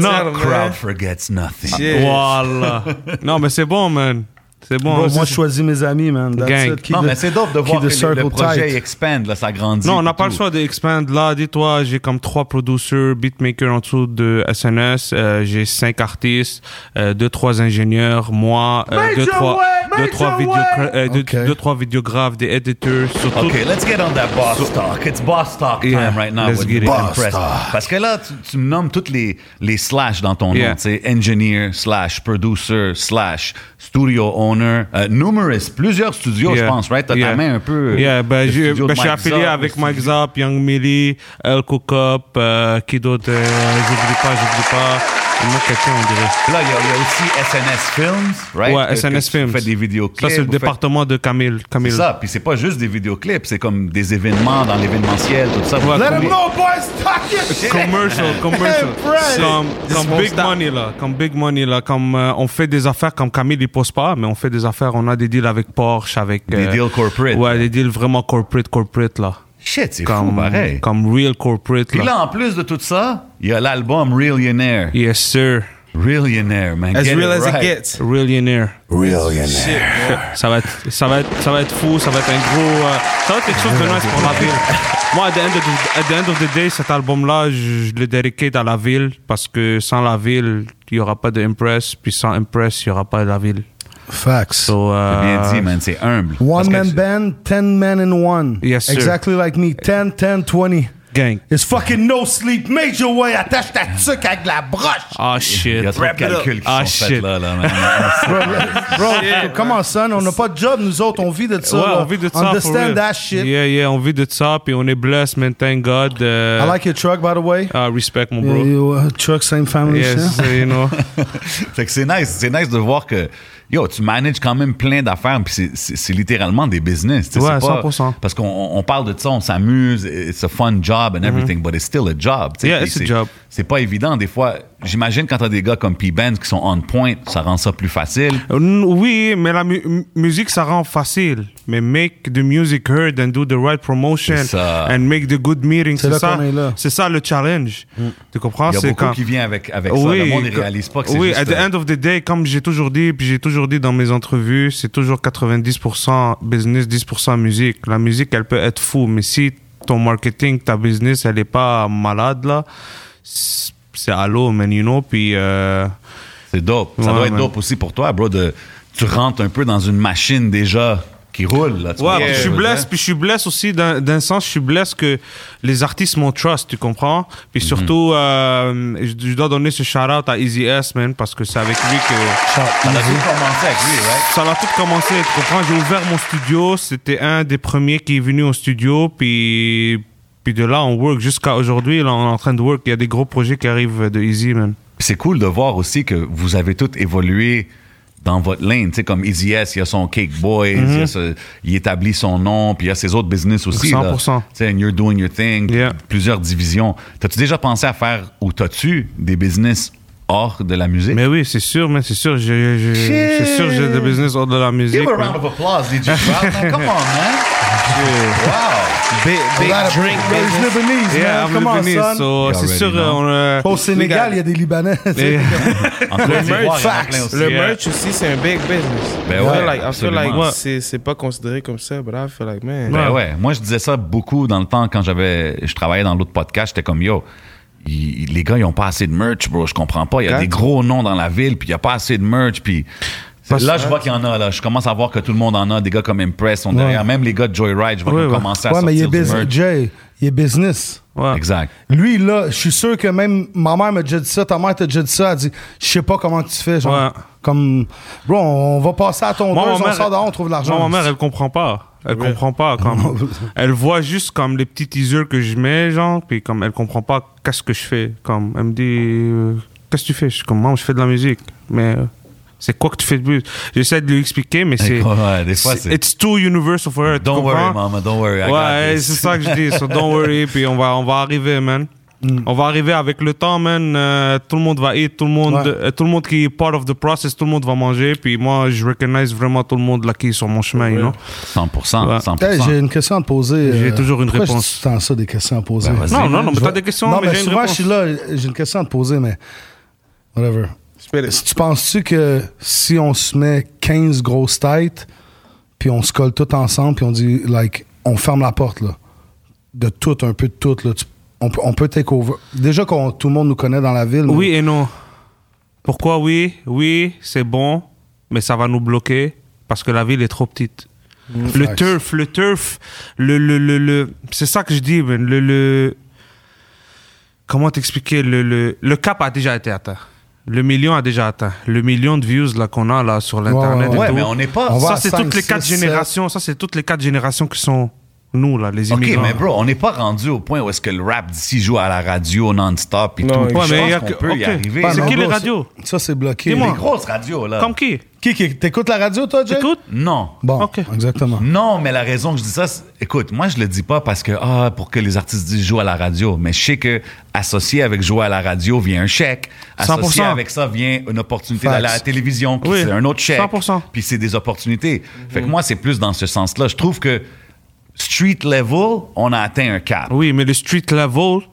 non, Crowd forgets nothing. Yeah. voilà. non, mais c'est bon, man. C'est bon. Bro, C'est- moi, je choisis mes amis, man. That's Gang. it. Keep Non, the- mais c'est dope de keep voir the que le, le circle projet il tight. expand, là, ça grandit. Non, on et n'a pas le tout. choix d'expand. Là, dis-toi, j'ai comme trois producers, beatmakers en dessous de SNS. euh, j'ai cinq artistes, euh, deux, trois ingénieurs, moi, euh, Major deux, trois, way, deux, trois, major vidéocra- way. euh, deux- Ok. deux, trois vidéographes, des editors, surtout. OK, let's get on that boss talk. It's boss talk time Yeah, right now. let's with get it. Boss Boss Press. talk. Parce que là, tu, tu me nommes toutes les, les slash dans ton nom. Yeah. Tu sais, engineer, slash, producer, slash, studio owner, euh, numerous, plusieurs studios, je Yeah. pense, right? T'as Yeah. ta main un peu. euh, Yeah, ben, le j'ai- studio ben, de je suis Mike affilié Zop, avec le Mike studio- Zap, Young Millie, El Cook Up, euh, qui d'autre, euh, j'oublie pas, j'oublie pas. Il manque quelqu'un, on dirait. Puis Là, il y, a il y a aussi SNS Films, right? Ouais, Que- que SNS tu Films. fais des Ça, vidéoclips. c'est le vous faites- département de Camille. Camille. C'est ça, puis c'est pas juste des vidéoclips, c'est comme des événements dans l'événementiel, tout ça. Ouais, Vous- Let combien- him No, boys, talk it! Commercial, commercial. comme comme big money là, comme big money là, comme euh, on fait des affaires comme Camille il pose pas, mais on fait des affaires, on a des deals avec Porsche, avec euh, Des deals corporate. ouais, des deals vraiment corporate, corporate là, Shit, c'est fou, comme pareil. comme real corporate Puis là. là, en plus de tout ça, il y a l'album Realionaire. Yes sir, Realionaire, man. As get real it as it right. gets. millionaire. Realionaire. Ça va être, ça va être, ça va être fou, ça va être un gros, euh, ça va être quelque chose de nice pour la ville. Moi, at the end of the, at the end of the day, cet album-là, je, je le dédicate à la ville parce que sans la ville, il y aura pas de Impress, puis sans Impress, il y aura pas de la ville. Facts. So, euh, Bien dit, man, c'est humble. One Parce man que- band, 10 men in one. Yes, sir. Exactly like me. 10, 10, 20. Gang. It's fucking no sleep. Make your way. Attache ta tuque avec la broche. Ah Il shit. y a trop de calculs qui Ah, sont faits shit. là, là, man. Bro, bro come on, son. On n'a pas de job, nous autres. On vit de ça. Ouais, là. on vit de ça. for real. Understand that shit. Yeah, yeah, on vit de ça, puis on est blessed, man. Thank God. euh, I like your truck, by the way. ah, respect, mon Yeah, bro. you, uh, truck, same family. Yes, shit. you know. Fait que c'est nice, c'est nice de voir que yo, tu manages quand même plein d'affaires puis c'est- c'est c'est littéralement des business. tu sais, Ouais, c'est pas- 100%. Parce qu'on on- on parle de ça, on s'amuse, it's a fun job and everything, but it's still a job. tu sais, Mm-hmm. Yeah, puis it's a c'est- job. C'est pas évident des fois. J'imagine quand t'as des gars comme P-Benz qui sont on point, ça rend ça plus facile. Mm, Oui, mais la mu- mu- musique, ça rend facile. Mais make the music heard and do the right promotion C'est ça. and make the good meeting. C'est C'est là ça, qu'on est là. Mm. c'est ça le challenge. Tu comprends? Il y a Ah, C'est beaucoup quand- qui viennent avec, avec ça. Le Oui, monde ne que- réalise pas que c'est Oui, juste, at the euh, end of the day, comme j'ai toujours dit, puis j'ai toujours dit dans mes entrevues, c'est toujours 90% business, 10% musique. La musique, elle peut être fou, mais si ton marketing, ta business, elle est pas malade, là, c'est c'est à l'eau, man, you know, puis... euh, C'est dope. Ça Ouais, doit être man. dope aussi pour toi, bro. De, tu rentres un peu dans une machine déjà qui roule. Là, tu Ouais, vois puis ce que je suis veux blesse, dire? puis je suis blesse aussi d'un d'un sens, je suis blesse que les artistes m'ont trust, tu comprends? Puis surtout, euh, je, je dois donner ce shout-out à Easy S, man, parce que c'est avec lui que Ça a tout commencé avec lui, right? ça a tout commencé, tu comprends? J'ai ouvert mon studio, c'était un des premiers qui est venu au studio, puis, puis de là, on work jusqu'à aujourd'hui, là, on est en train de work, il y a des gros projets qui arrivent de Easy, man. Puis C'est cool de voir aussi que vous avez tous évolué dans votre lane. Tu sais, comme Easy S, il y a son Cake Boys, il, y Mhm. a ce- il établit son nom, puis il y a ses autres business aussi. là. 100%. Tu sais, and you're doing your thing, Yeah. plusieurs divisions. T'as-tu déjà pensé à faire, ou t'as-tu, des business hors de la musique? Mais oui, c'est sûr, mais c'est sûr, j'ai- j'ai- Shit. c'est sûr, j'ai des business hors de la musique. Give a man. round of applause, DJ Crowd, man. Come on, man. Wow. Big, big drink, Bro, business. he's Lebanese, Yeah, man. I'm Come on, son. Lebanese, so, You c'est already sûr, know. euh, on, euh, Au Sénégal, il y a des Libanais. tu sais. les gars- En plein d'Ivoire, il y en a plein aussi. Le Yeah. merch aussi, c'est un big business. Ben I ouais, feel like, I feel like absolument. c'est, c'est pas considéré comme ça, but I feel like, man. Ben ouais. Moi, je disais ça beaucoup dans le temps quand j'avais, je travaillais dans l'autre podcast. J'étais comme, yo, y- les gars, ils ont pas assez de merch, bro. Je comprends pas. Il y a Quand- des gros noms dans la ville, puis il y a pas assez de merch, puis. Parce- Là, je vois qu'il y en a. Là. Je commence à voir que tout le monde en a. Des gars comme Impress sont derrière. Même les gars de Joyride, je vois Ouais, qu'ils ont ouais. commencé à Ouais, mais il est sortir du business. merch. Jay, il est business. Ouais. Exact. Lui, là, je suis sûr que même ma mère m'a déjà dit ça, ta mère t'a déjà dit ça, elle dit Je sais pas comment tu fais, genre. Ouais. Comme, bro, on va passer à ton Moi, deux, ma on mère- sort dehors, on trouve de l'argent. Moi, ma mère, elle comprend pas. Elle comprend pas. Comme, elle voit juste comme les petits teasers que je mets, genre, puis comme elle comprend pas qu'est-ce que je fais. Comme, elle me dit, euh, qu'est-ce que tu fais Je suis comme, maman, je fais de la musique. Mais euh, c'est quoi que tu fais de plus J'essaie de lui expliquer, mais c'est. Ouais, des fois, c'est- It's too universal for her. tu Don't worry, comprends? mama. Don't worry. I got Ouais, this. c'est ça que je dis. So don't worry, puis on va, on va arriver, man. On va arriver avec le temps, man. Euh, tout le monde va eat, tout le monde, Ouais. euh, tout le monde qui est part of the process, tout le monde va manger. Puis moi, je recognize vraiment tout le monde là qui est sur mon chemin, you know. 100%. Ouais. 100%. Hey, j'ai une question à te poser. J'ai euh, toujours une pourquoi réponse. j'ai tout le temps ça, des questions à poser. Ben, vas-y. Non, non, non, mais Je t'as vais- des questions, Non, mais, j'ai une souvent, je réponse. suis là, j'ai une question à te poser, mais. Whatever. Spit Si it. tu penses-tu que si on se met 15 grosses têtes, puis on se colle tout ensemble, puis on dit, like, on ferme la porte, là, de tout, un peu de tout, là, tu- on, peut- on peut take over. Déjà qu'on tout le monde nous connaît dans la ville. mais- Mm. Oui et non. Pourquoi oui Oui, c'est bon, mais ça va nous bloquer parce que la ville est trop petite. Mm. Le Facts. turf, le turf, le, le, le, le- c'est ça que je dis, man. le, le- comment t'expliquer, le, le, le cap a déjà été atteint. Le million a déjà atteint. Le million de views là qu'on a là sur l'internet. ouais, et Ouais, tout. mais on n'est pas. On va- Ça à c'est cinq, toutes les six, quatre sept. générations. Ça c'est toutes les quatre générations qui sont Nous, là, les OK, immigrants. mais bro, on n'est pas rendu au point où est-ce que le rap d'ici joue à la radio non-stop et Non, tout. Je ouais, pense mais y a qu'on que- peut y OK. arriver. Pas là. C'est qui Non, les bro, radios? ça- Ça, c'est bloqué. Les Dis-moi. grosses radios, là. Comme qui Qui, qui- t'écoutes la radio, toi, Jay? T'écoutes Non. Bon, Ok. exactement. Mm. Non, mais la raison que je dis ça, c'est- écoute, moi je le dis pas parce que ah pour que les artistes disent jouer à la radio, mais je sais que associé avec jouer à la radio vient un chèque, associé 100%. avec ça vient une opportunité Facts. d'aller à la télévision, qui Oui, c'est un autre chèque, 100%. puis c'est des opportunités. Fait que moi c'est plus dans ce sens-là. Je trouve que street level, on a atteint un cap. Oui, mais le street level,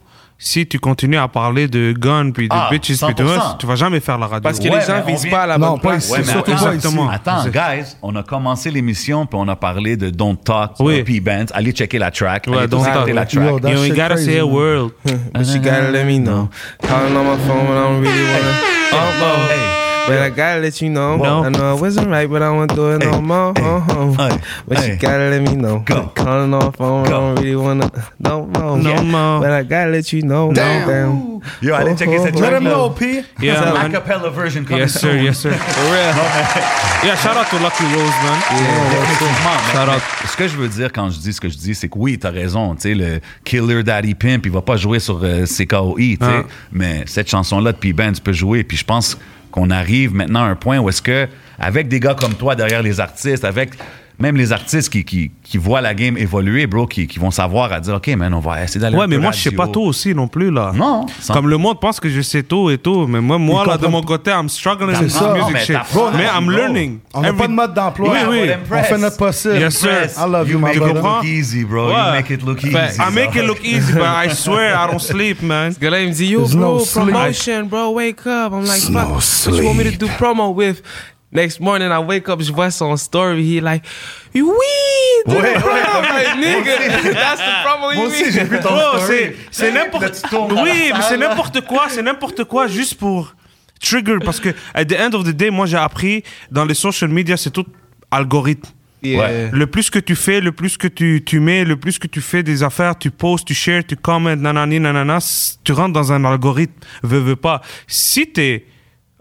si tu continues à parler de guns puis de Ah, bitches puis de 100%. us, tu vas jamais faire la radio. Parce que Ouais, les gens mais on visent vient- pas à la Non, bonne pas place. ici. mais surtout attends, pas ici. Attends, C'est- guys, on a commencé l'émission puis on a parlé de Don't Talk sur Oui. P-Bands. Allez checker la track. Ouais, allez Don't tous Talk. écouter la track. Yo, that You shit ain't gotta crazy, say a man. Oh, word. But you Euh, gotta let me know. Calling on my phone when I don't really wanna. Oh, Hey. oh. But I gotta let you know. No. I know I wasn't right, but I won't do it Hey. no more. Uh-huh. Hey. But Hey. you gotta let me know. Go. Calling on my phone when I don't really wanna. No more. No more. But I gotta let you know. Damn. No, damn. Yo, allez checker cette track. Let him know, P. Yeah, C'est man. un acapella version coming Yes, sir, soon. yes, sir. Yeah, shout out to Lucky Rose, man. Définitivement, mais- Shout mais out. Ce que je veux dire quand je dis ce que je dis, c'est que oui, t'as raison. Tu sais, le Killer Daddy Pimp, il va pas jouer sur euh, CKOI, tu sais. Ah. Mais cette chanson-là de P-Band, tu peux jouer. Puis je pense qu'on arrive maintenant à un point où est-ce que, avec des gars comme toi derrière les artistes, avec même les artistes qui, qui, qui voient la game évoluer, bro, qui, qui vont savoir à dire, OK, man, on va essayer d'aller un Ouais, mais peu moi, je sais radio. pas tout aussi non plus, là. Non, sans- Comme le monde pense que je sais tout et tout, mais moi, moi là, de mon côté, I'm struggling C'est with ça. music Non, mais shit. t'apprends, Mais I'm bro. learning. On n'a Every- pas de mode d'emploi. Oui, oui. On fait notre possible. Yes, sir. I love you, You my make it brother. comprends? look easy, bro. You Ouais. make it look Ben, easy. I make it look easy, but I swear I don't sleep, man. This guy me see you, There's bro, no sleep. promotion, bro, wake up. I'm like, There's no fuck, what you want me to sleep. do promo with? Next morning, I wake up, je vois son story, he like, you weed! Ouais, ouais. I'm like, nigga, that's the promo Moi you aussi, mean. j'ai vu ton Bro, story. Oh, c'est- c'est n'importe quoi. Oui, mais c'est n'importe quoi, c'est n'importe quoi juste pour trigger parce que at the end of the day, moi j'ai appris dans les social media, c'est tout algorithme. Yeah. Le plus que tu fais, le plus que tu, tu mets, le plus que tu fais des affaires, tu poses, tu shares, tu commentes, nanani, nanana, c- tu rentres dans un algorithme, veux, veux pas. Si t'es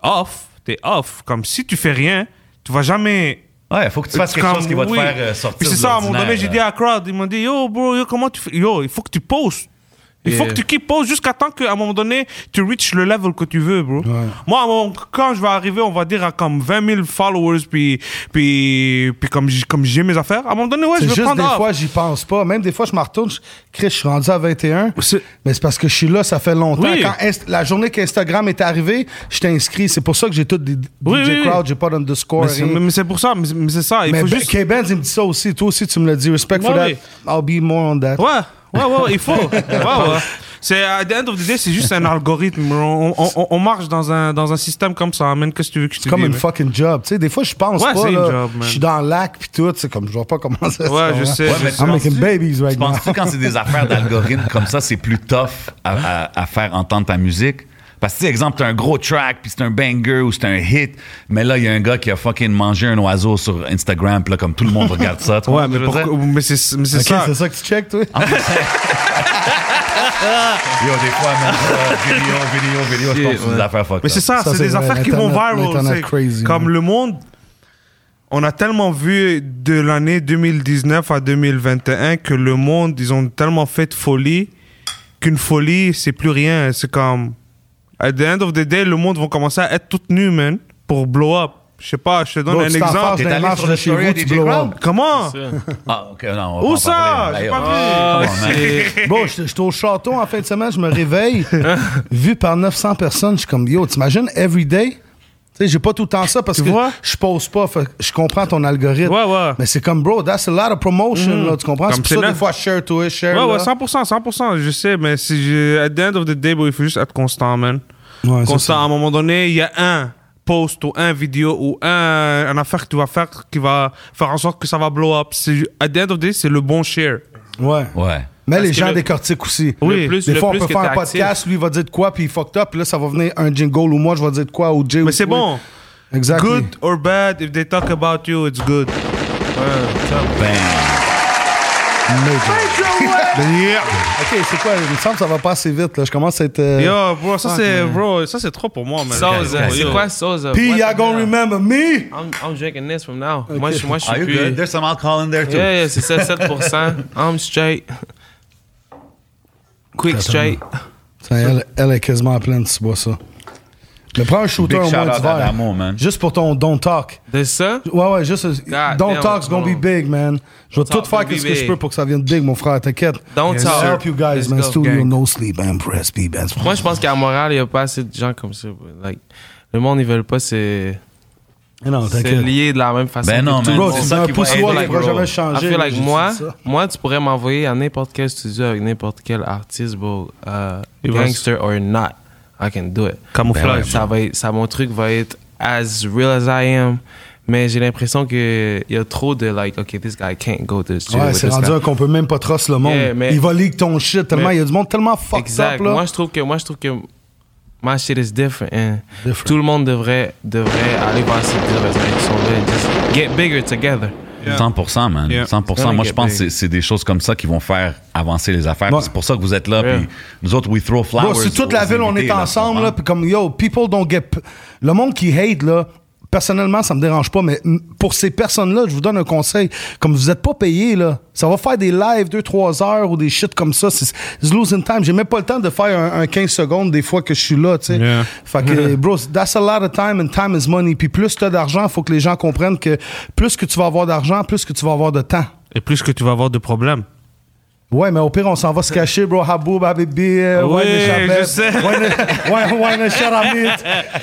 off, t'es off, comme si tu fais rien, tu vas jamais Ouais, faut que tu fasses quelque comme, chose qui va te oui. faire euh, sortir. Puis c'est de ça, à un moment l'ordinaire, donné, j'ai là. dit à la crowd, ils m'ont dit, yo, bro, yo, comment tu fais Yo, il faut que tu poses. Il faut Yeah. que tu keep poses jusqu'à temps qu'à un moment donné, tu reaches le level que tu veux, bro. Moi, à un moment- quand je vais arriver, on va dire à comme 20 000 followers, puis, puis, puis comme, j'ai- comme j'ai mes affaires, à un moment donné, ouais, je C'est vais juste des prendre off. fois, j'y pense pas. Même des fois, je me retourne, je, Chris, je suis rendu à 21, C'est- mais c'est parce que je suis là, ça fait longtemps. Oui. Quand Inst- la journée qu'Instagram est arrivée, j'étais inscrit. C'est pour ça que j'ai tout des DJ Oui, oui, oui. crowd, j'ai pas d'underscore. Mais c'est- rien. mais c'est pour ça, mais c'est- mais c'est ça. Il Mais faut Ben- juste... K-Benz, il me dit ça aussi. Toi aussi, tu me l'as dit. Respect for that. Ouais, I'll be more on that. Ouais, ouais, ouais, ouais, il faut. Ouais, ouais. C'est, à the end of the day, c'est juste un algorithme. On, on- on- on marche dans un, dans un système comme ça, man. Qu'est-ce que tu veux que je te C'est comme dise, une man? fucking job. Tu sais, des fois, je pense Ouais, pas. c'est une là. job, man. je suis dans le lac, puis tout. C'est comme, je vois pas comment ça se Ouais, fait, je hein. sais. Ouais, je mais sais. tu I'm penses-tu- making babies right tu now. penses-tu quand c'est des affaires d'algorithme comme ça, c'est plus tough à, à- à faire entendre ta musique? Parce que, tu sais, exemple, t'as un gros track, puis c'est un banger ou c'est un hit, mais là, il y a un gars qui a fucking mangé un oiseau sur Instagram, puis là, comme tout le monde regarde ça. tu vois ce Ouais, que mais, je veux dire? pourquoi- mais c'est, mais c'est Ok, ça. c'est ça que tu check, toi? Yo, des fois, même ça, vidéo, vidéo, vidéo, je Shit, pense que c'est des ouais. affaires fuck Mais c'est ça, Ça, c'est c'est des vrai, affaires qui vont l'Internet- viral. l'Internet tu sais. crazy, Comme ouais. le monde, on a tellement vu de l'année 2019 à 2021 que le monde, ils ont tellement fait de folie qu'une folie, c'est plus rien. C'est comme. At the end of the day, le monde va commencer à être tout nu, man, pour blow up. Je sais pas, je te donne L'autre, un tu t'en fasses exemple. dans T'es les allé marches sur le de chez story vous, à tu DJ blow Crowd? up. Comment Ah, OK, non, on va Où en ça parler. J'ai Hey, pas oh, vu. come on, man. Bon, j'étais j'étais au château en fin de semaine, je me réveille, vu par 900 personnes, je suis comme, yo, t'imagines, everyday? Tu sais, j'ai pas tout le temps ça parce Tu que vois? je pose pas, fait que je comprends ton algorithme. Ouais, ouais. Mm. Mais c'est comme, bro, that's a lot of promotion, là, tu comprends? Comme C'est pour c'est ça, là. des fois, share to it, share. Ouais, ouais, là. 100%, 100%, je sais, mais si j'ai- at the end of the day, bro, il faut juste être constant, man. Ouais, c'est constant. À un moment donné, il y a un post ou un vidéo ou un, un affaire que tu vas faire qui va faire en sorte que ça va blow up. C'est, at the end of the day, c'est le bon share. ça. Ouais. Ouais. Mais les que gens le- décortiquent aussi. Oui. Le plus, Des le fois, on plus peut que faire un t'es actif. podcast, lui, il va dire de quoi, puis il fucked up, puis là, ça va venir un jingle, ou moi, je vais dire de quoi, ou Jay. Mais c'est bon. Exactement. Good or bad, if they talk about you, it's good. Ben, Major. Yeah. Ok, c'est quoi? Il me semble que ça va pas assez vite. Là. Je commence à être. euh, Yo, bro, ça c'est, bro, ça c'est trop pour moi, man. Soza, Yo. c'est quoi Soza? P, What y'all the gonna hell? remember me? I'm, I'm drinking this from now. Moi, je, moi, je Are suis you plus... good? There's some alcohol in there too. Yeah, yeah, c'est ça, 7%. I'm straight. Quick straight. Ça, elle, elle est quasiment pleine si tu bois ça. Mais prends un shooter Big au moins shout-out du à verre. Damo, man. Juste pour ton don't talk. De ça? Ouais, ouais, juste. damn, don't talk's gonna come be on. big, man. Je Don't vais tout talk faire gonna be ce que je big. peux pour que ça vienne big, mon frère. T'inquiète. Don't I'll talk. help you guys, Let's man. go, Studio, gang. no sleep, I'm pressed, be bands. Moi, je pense qu'à Montréal, il n'y a pas assez de gens comme ça. bro. Like, le monde, ils veulent pas se Eh Non, se t'inquiète. lier de la même façon. Ben que non, tout le man. Bro, monde. tu C'est me ça un qui va pouce aider, loin, il pourra bro. jamais I changer. feel like j'ai dit moi, ça. moi, tu pourrais m'envoyer à n'importe quel studio avec n'importe quel artiste, bro, euh, gangster or not, I can do it. Camouflage. ça va être- ça, mon truc va être as real as I am, mais j'ai l'impression que il y a trop de like, okay, this guy can't go to the studio. Ouais, with c'est this rendu guy. un qu'on peut même pas trust le monde. Yeah, mais- il va leak ton shit tellement. Mais- Il y a du monde tellement fucked Exact. up, là. Moi, je trouve que moi, je trouve que my shit is different. and Different. Tout le monde devrait devrait aller vers ces directions-là. and Just get bigger together. 100 man. Yeah. 100 Moi, je pense que c'est- c'est des choses comme ça qui vont faire avancer les affaires. Ouais. Puis C'est pour ça que vous êtes là. Yeah. Puis nous autres, we throw flowers. Bro, si toute aux la ville, on invités, est là, tu ensemble, comprends? là, puis comme, yo, people don't get... p- Le monde qui hate, là, personnellement, ça me dérange pas, mais mm, pour ces personnes-là, je vous donne un conseil. Comme vous êtes pas payés, là, ça va faire des lives 2-3 heures ou des shit comme ça. C'est it's losing time. J'ai même pas le temps de faire un, un 15 secondes des fois que je suis là, tu sais. Yeah. Fait que, bro, that's a lot of time and time is money. Puis plus t'as d'argent, faut que les gens comprennent que plus que tu vas avoir d'argent, plus que tu vas avoir de temps. Et plus que tu vas avoir de problèmes. Ouais, mais au pire, on s'en va se cacher, bro. Haboub, Habibi, euh, Oui, Wayne Échappette, je sais. Wayne- Wayne- Wayne Sharamit.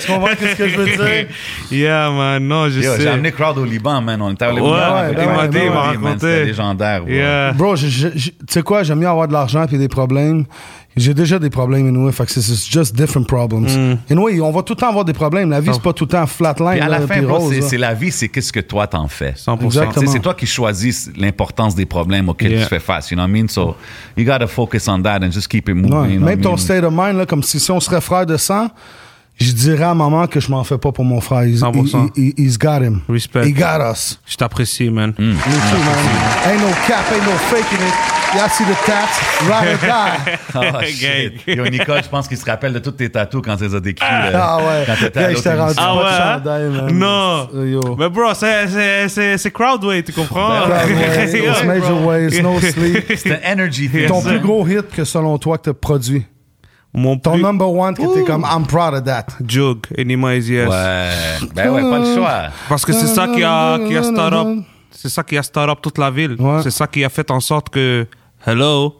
Tu comprends ce que je veux dire? Yeah, man, non, je Yo, sais. J'ai amené Crowd au Liban, man. On était au Liban. Ouais, ouais, C'était il m'a vraiment dit, il m'a cool, man. raconté. C'était légendaire. bro. Yeah. Bro, je- je- je- tu sais quoi, j'aime mieux avoir de l'argent puis des problèmes. J'ai déjà des problèmes, anyway. Fait que c'est c'est just different problems. Anyway, on va tout le temps avoir des problèmes. La vie, c'est pas tout le temps flatline. Mm. Oh. Puis à la là, fin, puis bro, rose, c'est là. c'est la vie, c'est qu'est-ce que toi t'en fais. 100%. Exactement. C'est c'est toi qui choisis l'importance des problèmes auxquels Yeah. tu fais face. You know what I mean? So, you gotta focus on that and just keep it moving. Ouais, you know Même what I ton mean? state of mind, là, comme si, si on serait frère de sang, je dirais à maman que je m'en fais pas pour mon frère. He's, 100%. he- he- he's got him. Respect. He got us. Je t'apprécie, man. Hmm. Me too, man. Ain't no cap, ain't no faking it. Y'all see the tats, ride or die. Ah, Gang. shit. Yo, Nicole, je pense qu'il se rappelle de tous tes tatous quand t'es des Ah ouais. Quand t'étais Gars, à je t'ai l'autre rendu émission. Pas Ah de ouais? chandail, hein? man. Non! Euh, yo. Mais bro, c'est- c'est c'est- c'est Crowdway, tu comprends? Broadway, Yo, It's Major Ways, No Sleep. C'est un energy thing. Ton ça. plus gros hit que selon toi que t'as produit. Mon Ton plus- number one que t'es comme I'm proud of that. Jug, Enima is Yes. Ouais. Ben ouais, pas le choix. Parce que c'est ça qui a, qui a start up. C'est ça qui a start up toute la ville. Ouais. C'est ça qui a fait en sorte que, hello,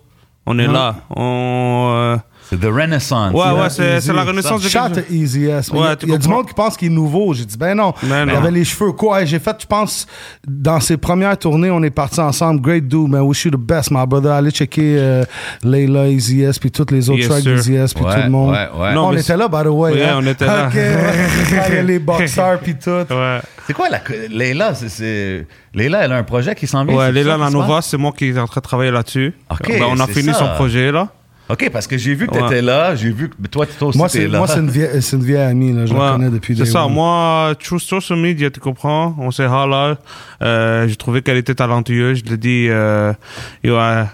on est là. On, C'est The Renaissance. euh, Ouais, ouais, Easy. c'est c'est la renaissance du Shout to Easy S. Ouais, Il y a- tu il y a du comprends. monde qui pense qu'il est nouveau. J'ai dit, ben non. Non, Il non. avait les cheveux courts. Hey, J'ai fait, je pense, dans ses premières tournées, on est partis ensemble. Great dude, man. Wish you the best, my brother. Allez checker euh, Layla, Easy S, puis toutes les autres Yes, tracks sir. d'Easy S, puis Ouais, tout le monde. ouais, ouais. Non, on mais était là, by the way. Ouais, hein. on était là. Ok, ouais. Ouais, il y a les boxeurs, puis tout. Ouais. C'est quoi la. Leila, c'est- c'est. Leila, elle a un projet qui s'en vient. Ouais, c'est Léla ça qui se Lanova, c'est moi qui est en train de travailler là-dessus. Ok, Ben, on a c'est fini ça. son projet, là. passe? OK, parce que j'ai vu que Ouais. t'étais là, j'ai vu que toi, toi aussi, Moi, t'es c'est là. moi, c'est une, vieille- c'est une vieille amie. Là. Je la Ouais. connais depuis C'est day ça, one. moi, True Social Media, tu comprends? On s'est halal. Euh, j'ai trouvé qu'elle était talentueuse. Je l'ai dit, euh, you are-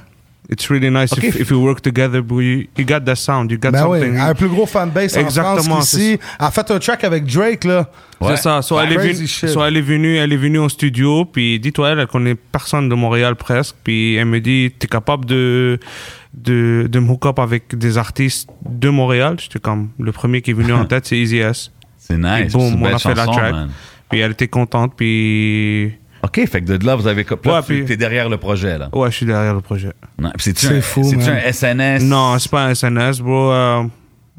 it's really nice Ok. if, if you work together, but you, you got that sound, you got Ben oui, something. elle a un plus gros fanbase en France Exactement, qu'ici. Elle a fait un track avec Drake, là. Ouais. C'est ça. Soit, elle est Crazy venue, shit. soit elle est venue, elle est venue au studio, puis dis-toi elle, elle connaît personne de Montréal presque, puis elle me dit, t'es capable de de de me hook up avec des artistes de Montréal. J'étais comme le premier qui est venu en tête, c'est Easy S. C'est Puis nice. c'est boum, une on belle a fait la chanson, track. man. Puis elle était contente, puis OK, fait que de là, vous avez. co- Ouais, Là, tu puis- t'es derrière le projet, là. ouais, je suis derrière le projet. Non, puis C'est-tu C'est un- fou, C'est-tu man. un SNS? Non, c'est pas un SNS, bro. Euh,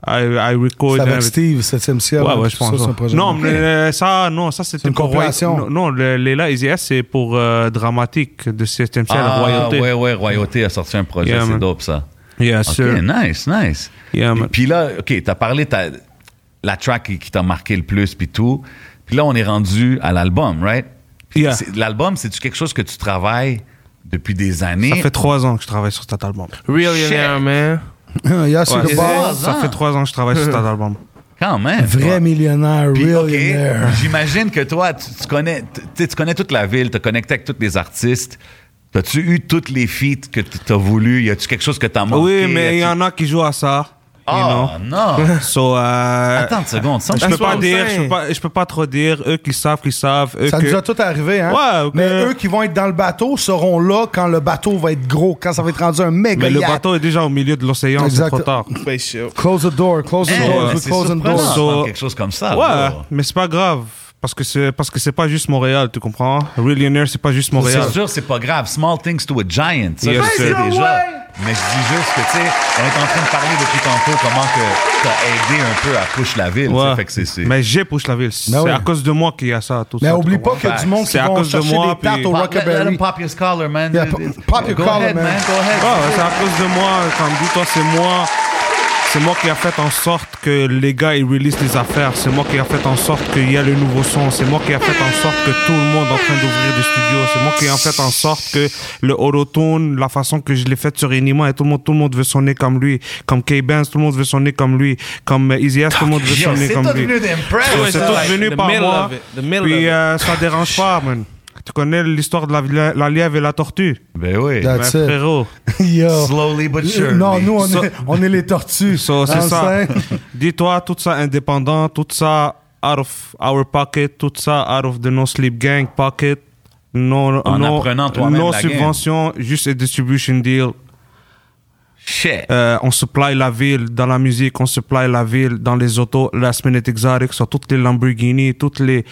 I, I record C'est avec everything. Steve, 7 ciel. Ouais, là, ouais, tout je pense. ça, c'est ouais. un projet. non, mais euh, ça, non, ça c'était une pour Roy- compilation. Non, non le- Léla Easy S, c'est pour euh, dramatique de System Cell, Ah, royauté. ouais, ouais, Royauté a sorti un projet, Yeah, c'est man. dope, ça. Yeah, OK, sure. nice, nice. Yeah, Puis- man. Puis là, OK, t'as parlé ta, la track qui, qui t'a marqué le plus, puis tout. Puis là, on est rendu à l'album, right? Puis Yeah. c'est- L'album, c'est-tu quelque chose que tu travailles depuis des années? Ça fait trois ans que je travaille sur cet album. Millionaire, man. Y'a sur Ouais, le c'est- bord. ça fait trois ans que je travaille sur cet album. Quand même. Vrai Ouais. millionnaire, Puis, real OK, millionnaire. J'imagine que toi, tu, tu connais, tu, tu sais, tu connais toute la ville, tu connecté avec tous les artistes. T'as-tu eu toutes les feats que t- t'as voulu? Y a-tu quelque chose que t'as manqué? Oui, mais il y en a qui jouent à ça. you Oh, know. non! So, euh, Attends une seconde. ça, je je peux That's what pas I'm dire, je saying. peux pas, je peux pas trop dire. Eux qui savent, qui savent. Eux Ça que- nous a tout arrivé, hein? Ouais, ok. Mais eux qui vont être dans le bateau seront là quand le bateau va être gros, quand ça va être rendu un méga Mais le yacht. bateau est déjà au milieu de l'océan, c'est Exact. trop tard. Close the door, close the Hey, door, mais we're c'est closing surprenant. doors. So- entendre quelque chose comme ça, Ouais, bro. mais c'est pas grave. Parce que c'est parce que c'est pas juste Montréal, tu comprends? Millionaire, c'est pas juste Montréal. C'est sûr, c'est pas grave. Small things to a giant. Ça, Yes, je le sir. sais déjà. Mais je dis juste que, tu sais, on est en train de parler depuis tantôt comment que t'as aidé un peu à push la ville. tu sais, Ouais. Fait que c'est- c'est... Mais j'ai poussé la ville. C'est oui. à cause de moi qu'il y a ça. Tout Ben Mais ça, tu oublie pas comprends? qu'il y a du monde qui C'est à vont cause de chercher moi, des tartes puis- au Pop- let- let him Rockabilly. pop your collar, man. Yeah, pop- pop your Go collar, ahead, man. Go ahead. Ouais, ouais, Ah, c'est à cause de moi. Quand dis toi, c'est moi. C'est moi qui a fait en sorte que les gars ils release les affaires. C'est moi qui a fait en sorte qu'il y a le nouveau son. C'est moi qui a fait en sorte que tout le monde est en train d'ouvrir des studios. C'est moi qui a fait en sorte que le Orotone, la façon que je l'ai fait sur Enima, et tout le monde, tout le monde veut sonner comme lui. Comme K-Benz, tout le monde veut sonner comme lui. Comme euh, Easy S, tout le monde veut Yo, sonner c'est comme tout lui. venu d'impress. Ouais, ça, c'est tout like- venu the par middle moi. of it, the middle Puis of it. euh, ça dérange pas, man. Tu connais l'histoire de la, la, la lièvre et la tortue? Ben oui. That's Ben, it. frérot. Yo. Euh, Slowly but surely. Non, nous, on So- est, on est les tortues. So, c'est Dans le ça. sein. Dis-toi, tout ça indépendant, tout ça out of our pocket, tout ça out of the No Sleep Gang pocket. Non, En non, apprenant toi-même non la game. subvention, juste a distribution deal. Shit. Euh, on supply la ville dans la musique, on supply la ville dans les autos Last Minute Exotic, sur toutes les Lamborghini, toutes les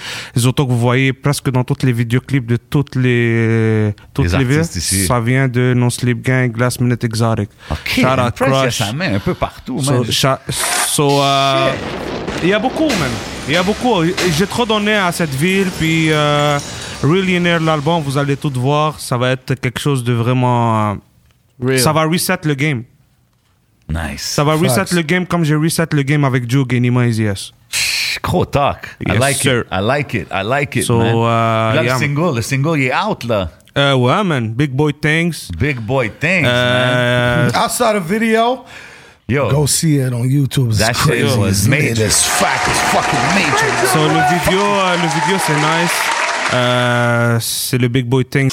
autos que vous voyez presque dans tous les vidéoclips de toutes les toutes Les les villes. artistes ici. Ça vient de Non Sleep Gang, Last Minute Exotic. OK, Shout out Impress, il y a Crush. sa main un peu partout, So, man. cha- so, euh, il y a beaucoup, man. Il y a beaucoup. J'ai trop donné à cette ville. Puis, euh, Millionaire, l'album, vous allez tout voir. Ça va être quelque chose de vraiment. euh, Ça va reset le game. Nice. Ça va Facts. reset le game comme j'ai reset le game avec Joe Ganima et ZS. Gros talk. I Yes, like sir. it. I like it. I like it, So, man. uh, là, le yeah. single, le single, il est out, là. Euh, ouais, man. Big Boy Things. Big boy things, man. Euh, Outside of video, Yo, go see it on YouTube. It's that shit crazy. was It major. is fact. It's fucking major. so, le vidéo, euh, le vidéo c'est nice. Euh, c'est le Big Boy Things.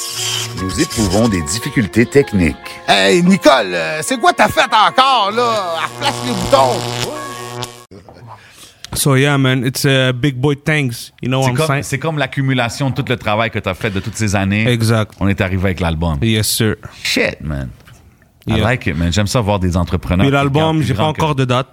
Nous éprouvons des difficultés techniques. Hey, Nicole, euh, c'est quoi ta fête encore, là? Elle flash les boutons. So, yeah, man. It's a Big Boy Things. You know C'est what I'm comme, saying? c'est comme l'accumulation de tout le travail que t'as fait de toutes ces années. Exact. On est arrivé avec l'album. Yes, sir. Shit, man. I Yeah. like it, man. J'aime ça voir des entrepreneurs. Puis qui regardent l'album, plus j'ai pas grand que- encore de date.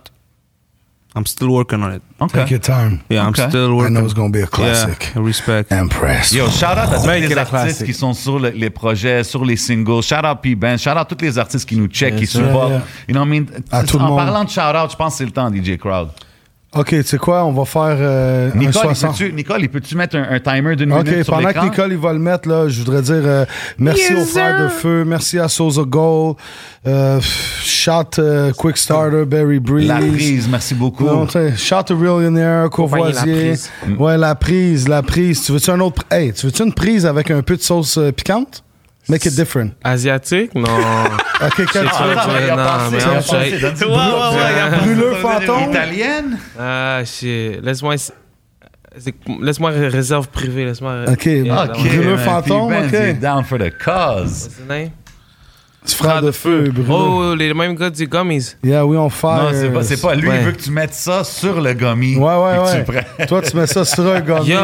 I'm still working on it. OK. Take your time. Yeah, Okay. I'm I still working. know it's gonna be a classic. Yeah, respect. Impressed. Yo, shout out à tous Make it les a artistes classic. qui sont sur le- les projets, sur les singles. Shout out P-Ben. Shout out tous les artistes qui nous check, qui sir. supportent. Yeah, You know what I mean? À tout le en monde. parlant de shout out, je pense que c'est le temps, DJ Crowd. OK, tu sais quoi? On va faire euh, un Nicole, il 60. peux-tu- Nicole, il peut-tu mettre un, un timer d'une OK, minute sur pendant que l'écran? Nicole il va le mettre, là, je voudrais dire euh, merci aux frères de feu, merci à Sosa Gold, euh, pff, Shot euh, Quick Starter, Barry Breeze. La prise, merci beaucoup. Mm. Non, tu sais, Shot to Millionaire, Courvoisier. prise. Ouais, la prise, la prise. Tu veux-tu un autre. pr- Hey, tu veux-tu une prise avec un peu de sauce euh, piquante? Make it different. Asiatique? Non. Ok, quel Ah, tu attends, veux? mais- Brûleur fantôme. Italienne? Ah, shit. Laisse-moi. ess- c'est- Laisse-moi ré- réserve privée. Laisse-moi. Ok, Ah, Yeah, ok. that one. Ah, Brûleur man, fantôme, P-Benz, ok. il est Ben, down for the cause. What's the name? Frère de feu, brûleur. Oh, les mêmes gars du Gummies. Yeah, we on fire. Non, c'est pas, c'est pas. Lui, Ouais. il veut que tu mettes ça sur le gummy. Ouais, ouais, Puis ouais. tu le prends. Toi, tu mets ça sur un gars. Yo.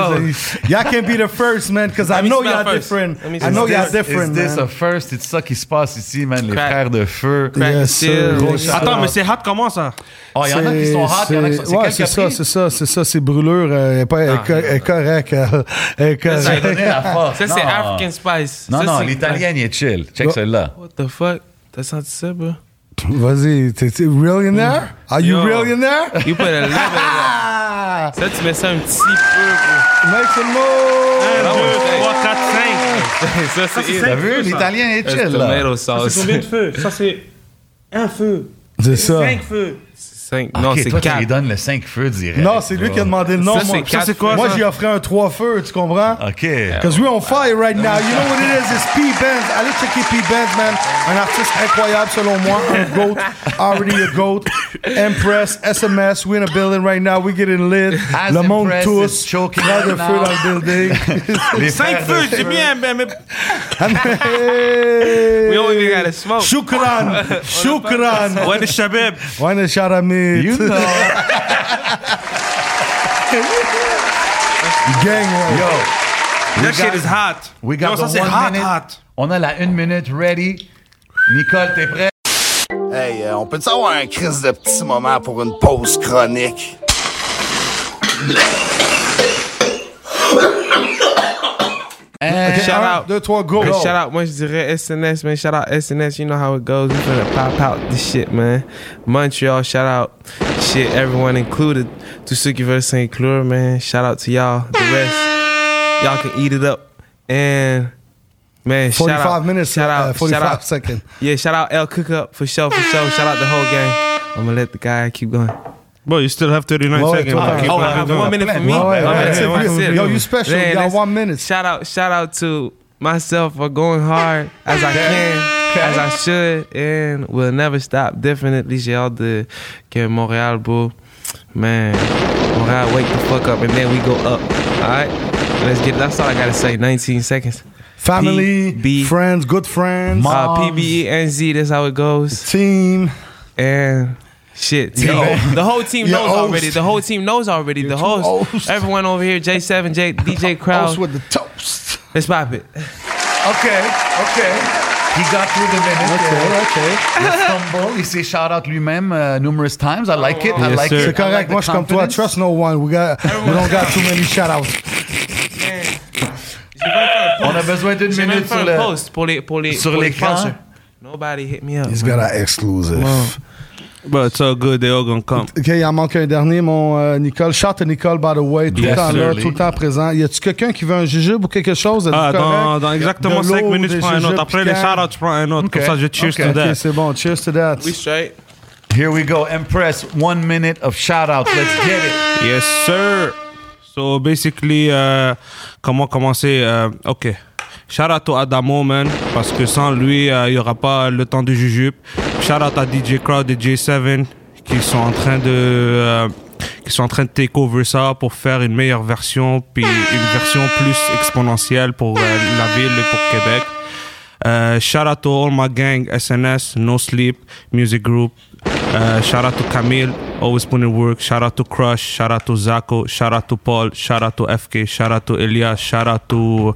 Y'all can be the first, man, because I Let me know smell y'all first. different. Let me I know smell y'all first. different, Is this a man. first? C'est ça qui se passe ici, man. Les Crack. frères de feu. Crack Yes, seal. sir. Gros Yes, Attends, sir. mais c'est hot comment ça? Oh, il y en a qui sont hot, il y en a qui sont. Ouais, C'est c'est quel ça, capri? c'est ça, c'est ça, c'est brûlure. euh, Elle est pas- elle est co- elle est correcte. elle- Elle est Ça a correcte. donné la force. Ça, c'est Non. African Spice. Non, Ça, non, c'est- l'italien, il est chill. Check celui-là. What the fuck? T'as senti ça, bro? Vas-y, t'es t'es millionaire? Are you Yo. millionaire? You put a level up. Ça, tu mets ça un petit peu, Make some noise! 1, 2, ouais. 3, 4, 5. bro. ça, c'est. T'as vu? L'italien est C'est chill, là. tomato sauce. C'est ça. C'est 5. Ok, non, c'est toi, tu 4. lui donnes le 5 feux direct. Non, c'est lui qui a demandé le nom. Ça, moi, c'est quatre quoi, moi ça? j'y offrais un 3 feux, tu comprends? OK. Because we're on fire right now. You know what it is? It's P-Benz. Allez checker P-Benz, man. Un artiste incroyable, selon moi. Un GOAT. Already a GOAT. Empress, SMS. We're in a building right now. We're getting lit. As le monde Empress tous. is choking Plein de right feu now. dans le building. Les 5 frères de- feux, c'est bien, mais. mais- We don't even gotta smoke. Shukran. Shukran. Ouais, les Shabab. Why not shout at me? You know. Gang, ouais. Yo. we That shit got- is hot. We got Yo, ça, the c'est one hot, minute. hot. On a la 1 minute ready. Nicole, t'es prêt? Hey, euh, on peut-tu avoir un crise de petit moment pour une pause chronique? Hein? Shout Un, out. deux, trois, go. Hey, shout out, moi je dirais SNS, man. Shout out SNS, you know how it goes. We're gonna pop out this shit, man. Montreal, shout out. Shit, everyone included. To Sukiverse St. Clair, man. Shout out to y'all. The rest, y'all can eat it up. And, man, shout 45 out. minutes. Shout out. uh, shout 45 out. seconds. Yeah, shout out L Cook Up for sure, for sure. Shout out the whole gang. I'm gonna let the guy keep going. Bro, you still have 39 Ouais, seconds. toi, bro. Keep oh, on ouais, going. ouais, One minute for me. Ouais, Oh, One ouais, minute, ouais, one ouais. minute. Yo, you special. You got let's- one minute. Shout out, shout out to myself for going hard as I can, as I should, and will never stop. Definitely, j'ai hâte de que Montréal, bro. Man, Montréal, wake the fuck up, and then we go up. All right, let's get. That's all I gotta say. 19 seconds. Family, B- friends, good friends, Uh, PBENZ, that's how it goes. team. and shit. team. The whole team You're knows old. already. The whole team knows already. the too host, old. everyone over here, J7, J, DJ House Crowd. with the toast. Let's pop it. OK, OK. He got through the minute. Okay, okay. Let's stumble. Il s'est shout out lui-même euh, numerous times. I like it. I Yes, like sir. it. C'est I like correct. the Moi, je suis comme toi. confidence. Trust no one. We, got, we don't got too many shout-outs. On a besoin d'une J'ai même minute fait sur un le. post pour les, pour les, sur pour les l'écran. hein. sponsors. Nobody hit me up. He's got an exclusive. Um, Bro, it's all good. They all gonna come. OK, il en manque un dernier, mon euh, Nicole. Shout à Nicole, by the way. Tout Yes, le temps là, surely. tout le temps présent. Y a-tu quelqu'un qui veut un jujube ou quelque chose? Êtes-vous Ah, dans, correct? dans De exactement l'eau, 5 minutes, des je prends un jujubes autre. Après les piquants. shout-outs, je prends un autre. Ok. Comme ça, je cheers Ok. to that. OK, c'est bon. Cheers to that. We straight. Here we go. Empress, one minute of shout out. Let's get it. Yes, sir. So basically, euh, comment commencer euh, Ok. Shout out to Adamo, man, parce que sans lui, euh, il n'y aura pas le temps du jujube. Shout out à DJ Crowd et J7 qui sont en train de. euh, qui sont en train de take over ça pour faire une meilleure version, puis une version plus exponentielle pour euh, la ville et pour Québec. Uh, shout out to all my gang, SNS, No Sleep, Music Group. Uh, shout out to Camille, always putting work. Shout out to Crush. Shout out to Zako. Shout out to Paul. Shout out to FK. Shout out to Elias. Shout out to.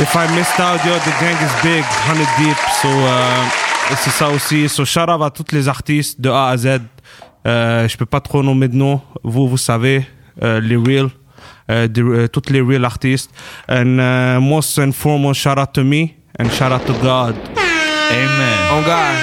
If I missed out, yo, the gang is big, 100 deep. So, uh, c'est ça aussi. So, shout out à tous les artistes de A à Z. Euh, je peux pas trop nommer de noms. Vous, vous savez, euh, les real uh, the, uh, toutes les real artists. And uh, most and foremost, shout out to me and shout out to God. Amen. On God.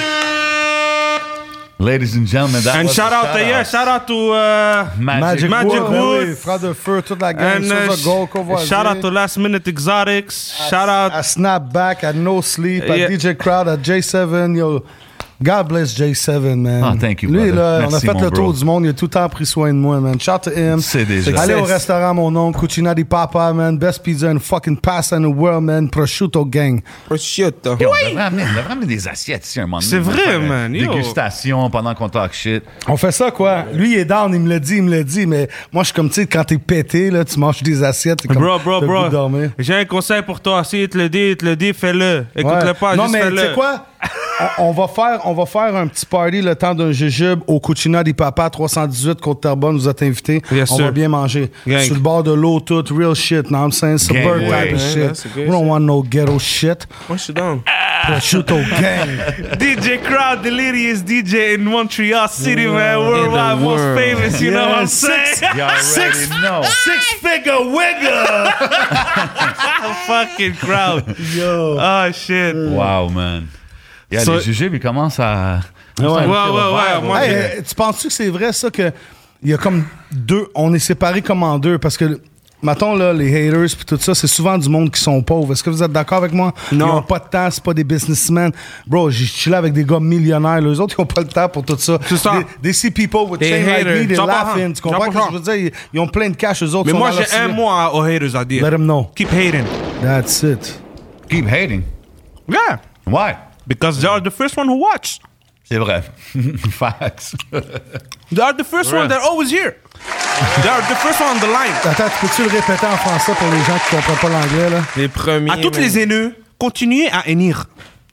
Ladies and gentlemen, that and was shout the out, to, yeah, shout out to uh, Magic. Magic Wood. Wood. Ben oui, Frère de feu, toute la gang. and Sous uh, le goal sh- shout out to Last Minute Exotics. shout out, à Snapback, à No Sleep, à Yeah. DJ Crowd, à J7. Yo, God bless J7, man. Ah, thank you, Lui, brother. là, on a Merci, fait mon le bro. tour du monde. Il a tout le temps pris soin de moi, man. Shout to him. C'est déjà. Allez au Success. restaurant, mon oncle. Cucina di Papa, man. Best pizza and fucking pasta in the world, man. Prosciutto gang. Prosciutto. Yo, On devrait amener, on devrait amener des assiettes ici un moment donné. C'est On devrait vrai, faire, euh, man, yo. Dégustation pendant qu'on talk shit. On fait ça, quoi. Lui, il est down. Il me l'a dit, il me l'a dit. Mais moi, je suis comme, tu sais, quand t'es pété, là, tu manges des assiettes. t'es comme, bro, bro, t'as le goût de bro. dormir. J'ai un conseil pour toi. Si il te le dit, il te le dit, fais-le. Écoute-le Ouais. pas, Non, juste mais tu fais-le. sais quoi? On, on va faire, on va faire un petit party le temps d'un jujube au Cucina des Papas 318 Côte-Terrebonne. Vous êtes invités. Yes, on sir. va bien manger. Gang. Sur le bord de l'eau, tout. Real shit. Non, I'm saying suburban Gang, type of ouais. shit. That's a We good don't shit. want no ghetto shit. oh, What you doing? Ah. Prosciutto gang. DJ Crowd, the ladiest DJ in Montreal City, man. Worldwide, most world. famous, you know what I'm Yes. saying? You already know. Six figure wigger. Fucking crowd. Yo. Oh shit. Wow, man. Yeah, So- les jujubes, ils commencent à. Ouais, ouais, ouais, moi, Hey, euh, tu penses-tu que c'est vrai, ça, que il y a comme deux. On est séparés comme en deux parce que Mettons, là, les haters puis tout ça, c'est souvent du monde qui sont pauvres. Est-ce que vous êtes d'accord avec moi? Non. Ils ont pas de temps, c'est pas des businessmen. Bro, j'ai chillé avec des gars millionnaires. Les autres, ils ont pas le temps pour tout ça. C'est ça. Des, des see people with Des chain like haters. me, they're 100%. laughing. Tu comprends ce que je veux dire? Ils, ils ont plein de cash, eux autres. Mais sont moi, dans leur j'ai un cible. mot à- aux haters à dire. Let them know. Keep hating. That's it. Keep hating. Yeah. Ouais. Because they are the first one who watch. C'est vrai. Facts. They are the first Ouais. one. They're always here. They are the first one on the line. Attends, peux-tu le répéter en français pour les gens qui comprennent pas l'anglais, là? Les premiers. À toutes man. les haineux, continuez à hainir.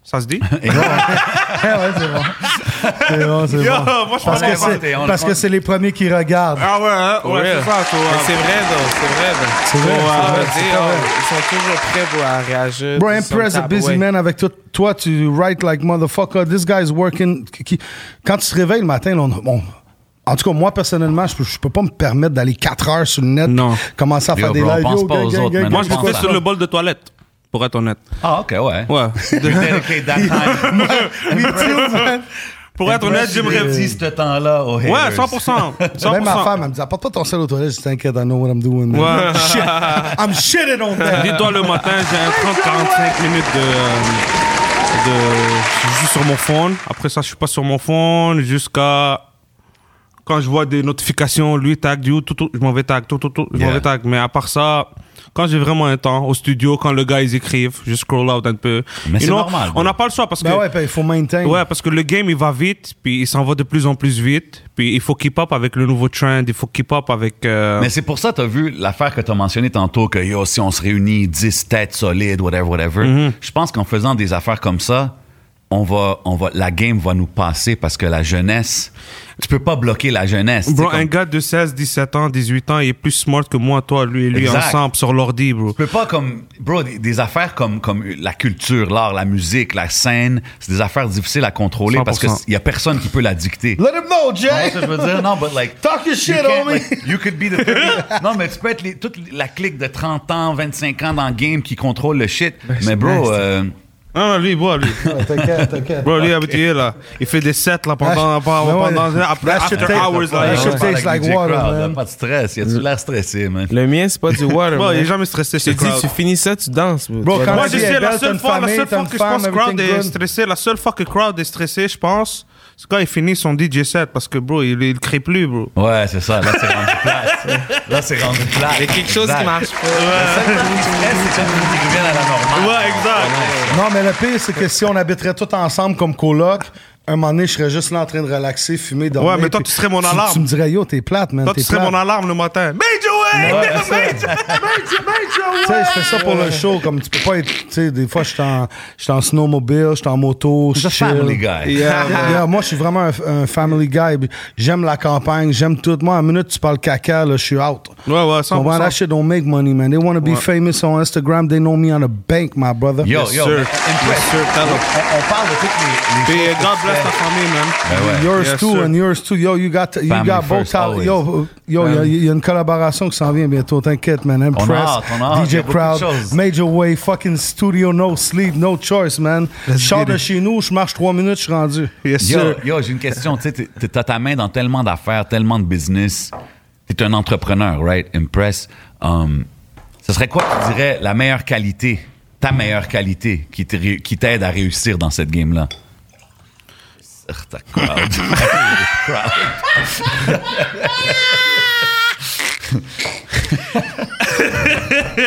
Ça se dit? Ah ouais, c'est bon. C'est bon, c'est Yo, bon. moi, Parce je pense que qu'on l'a inventé, on c'est- l'a Parce que inventé. c'est les premiers qui regardent. Ah ouais, hein? Ouais, ouais, c'est ça. Mais toi, hein. c'est vrai, though. C'est vrai, though. C'est vrai, Faut, euh, c'est vrai, dire, c'est vrai. oh, Ils sont toujours prêts pour euh, réagir. Bro, do impress some a type busy way. man avec tout. Toi, tu write like motherfucker. This guy's working. Qui- qui- Quand tu te réveilles le matin, là, on, on- en tout cas, moi, personnellement, je peux, je peux pas me permettre d'aller 4 heures sur le net. Non. puis Commencer à Yo, faire des bro, lives. pense Yo, pas gang, aux gang, autres, gang, man. Moi, gang, je gang, le fais gang. sur le bol de toilette, pour être honnête. Ah, OK, ouais. Ouais. Dedicate that time. pour être honnête, j'aimerais... Dédie ce temps-là oh, euh, aux haters. Ouais, 100%. 100%. Même ma femme, elle me dit apporte pas ton sel aux toilettes. Je dis, t'inquiète, I know what I'm doing. man. Ouais. Shit. I'm shitted on that. Dis-toi le matin, j'ai un 30-45 minutes de, euh, de. Je suis juste sur mon phone. Après ça, je suis pas sur mon phone jusqu'à. Quand je vois des notifications, lui tag, du tout, tout, je m'en vais tag, tout, tout, tout, je m'en Yeah. vais tag. Mais à part ça, quand j'ai vraiment un temps au studio, quand le gars ils écrivent, je scroll out un peu. Mais Et c'est non, normal, On bro. n'a pas le choix parce que. Ben ouais, ben, il faut maintain. Ouais, parce que le game, il va vite, puis il s'en va de plus en plus vite, puis il faut keep up avec le nouveau trend, il faut keep up avec. euh, Mais c'est pour ça, t'as vu l'affaire que t'as mentionnée tantôt, que yo, si on se réunit 10 têtes solides, whatever, whatever. Mm-hmm. Je pense qu'en faisant des affaires comme ça, on va, on va, la game va nous passer parce que la jeunesse, tu peux pas bloquer la jeunesse. Bro, tu sais, un comme- gars de 16, 17 ans, 18 ans, il est plus smart que moi, toi, lui et lui Exact. ensemble sur l'ordi, bro. Tu peux pas comme bro des, des affaires comme comme la culture, l'art, la musique, la scène, c'est des affaires difficiles à contrôler parce que 100%. il y a personne qui peut la dicter. Let him know, Tu comprends Jay. ce que je veux dire non, but like Talk your shit, you can't, homie. like, you could be the 30 Non, mais tu peux être les- toute la clique de 30 ans, 25 ans dans le game qui contrôle le shit. Ben, mais bro, euh, Non, non, lui, bro, lui. T'inquiète, t'inquiète. Bro, lui, habitué, là. Il fait des sets, là, Ah, pendant, mais pendant, ouais. pendant- après, That shit after take- hours, that là. shit il- on tastes parle avec like water, crowd, man. là, Pas de stress, y a-tu l'air stressé, man? Le mien, c'est pas du water. Bro, il man. est jamais stressé, Je te c'est dis, crowd. tu finis ça, tu danses. bro. Bro, Tu vas quand Moi, danser. je tu es sais, la belle, seule t'as fois, une la famille, seule t'as fois que une je pense femme, crowd everything est good. stressé, la seule fois que crowd est stressé, je pense, c'est quand il finit son DJ set, parce que, bro, il, il crée plus, bro. Ouais, c'est ça. Là, c'est rendu plate. Là, c'est rendu plate. Il y a quelque chose qui marche pas. Le seul truc qui stresse, c'est quand ils reviennent à la normale. Ouais, exact. Non, mais le pire, c'est que si on habiterait tous ensemble comme coloc, un moment donné, je serais juste là en train de relaxer, fumer, dormir. Ouais, mais toi, puis tu serais mon alarme. Tu me dirais, yo, t'es plate, man. Toi, tu t'es serais plate. mon alarme le matin. Major Wayne! Tu sais, je fais ça pour le show, comme tu peux pas être. Tu sais, des fois, je suis en, je suis en snowmobile, je suis en moto, je The chill. family guy. Yeah, yeah, moi, je suis vraiment un, un family guy. puis J'aime la campagne, j'aime tout. Moi, à une minute, tu parles caca, là, je suis out. Ouais, ouais, So, man, that 100%. shit don't make money, man. They want to be famous on Instagram. They know me on a bank, my brother. Yo, yo, sir. mais impress. Yes, sir, tell on, 'em. on parle de toutes les, Puis, les euh, choses que God tu bless fais. ta famille, man. Ben ouais. Yours Yes, too sir. and yours too. Yo, you got you Family got both first, out. always. Yo, yo, yo, il y a une collaboration qui s'en vient bientôt. T'inquiète, man. Impress, On a hâte, on a hâte. Il y DJ a beaucoup de Crowd, choses. Major Way, fucking studio, no sleep, no choice, man. Je sors de chez nous, je marche trois minutes, je suis rendu. Yes, Yo, sir. yo, j'ai une question. Tu sais, t'es- t'es- t'as ta main dans tellement d'affaires, tellement de business. T'es un entrepreneur, right? Impress. Um, ce serait quoi, tu dirais, la meilleure qualité, ta meilleure qualité qui te ré- qui t'aide à réussir dans cette game-là? Ugh, ta crowd.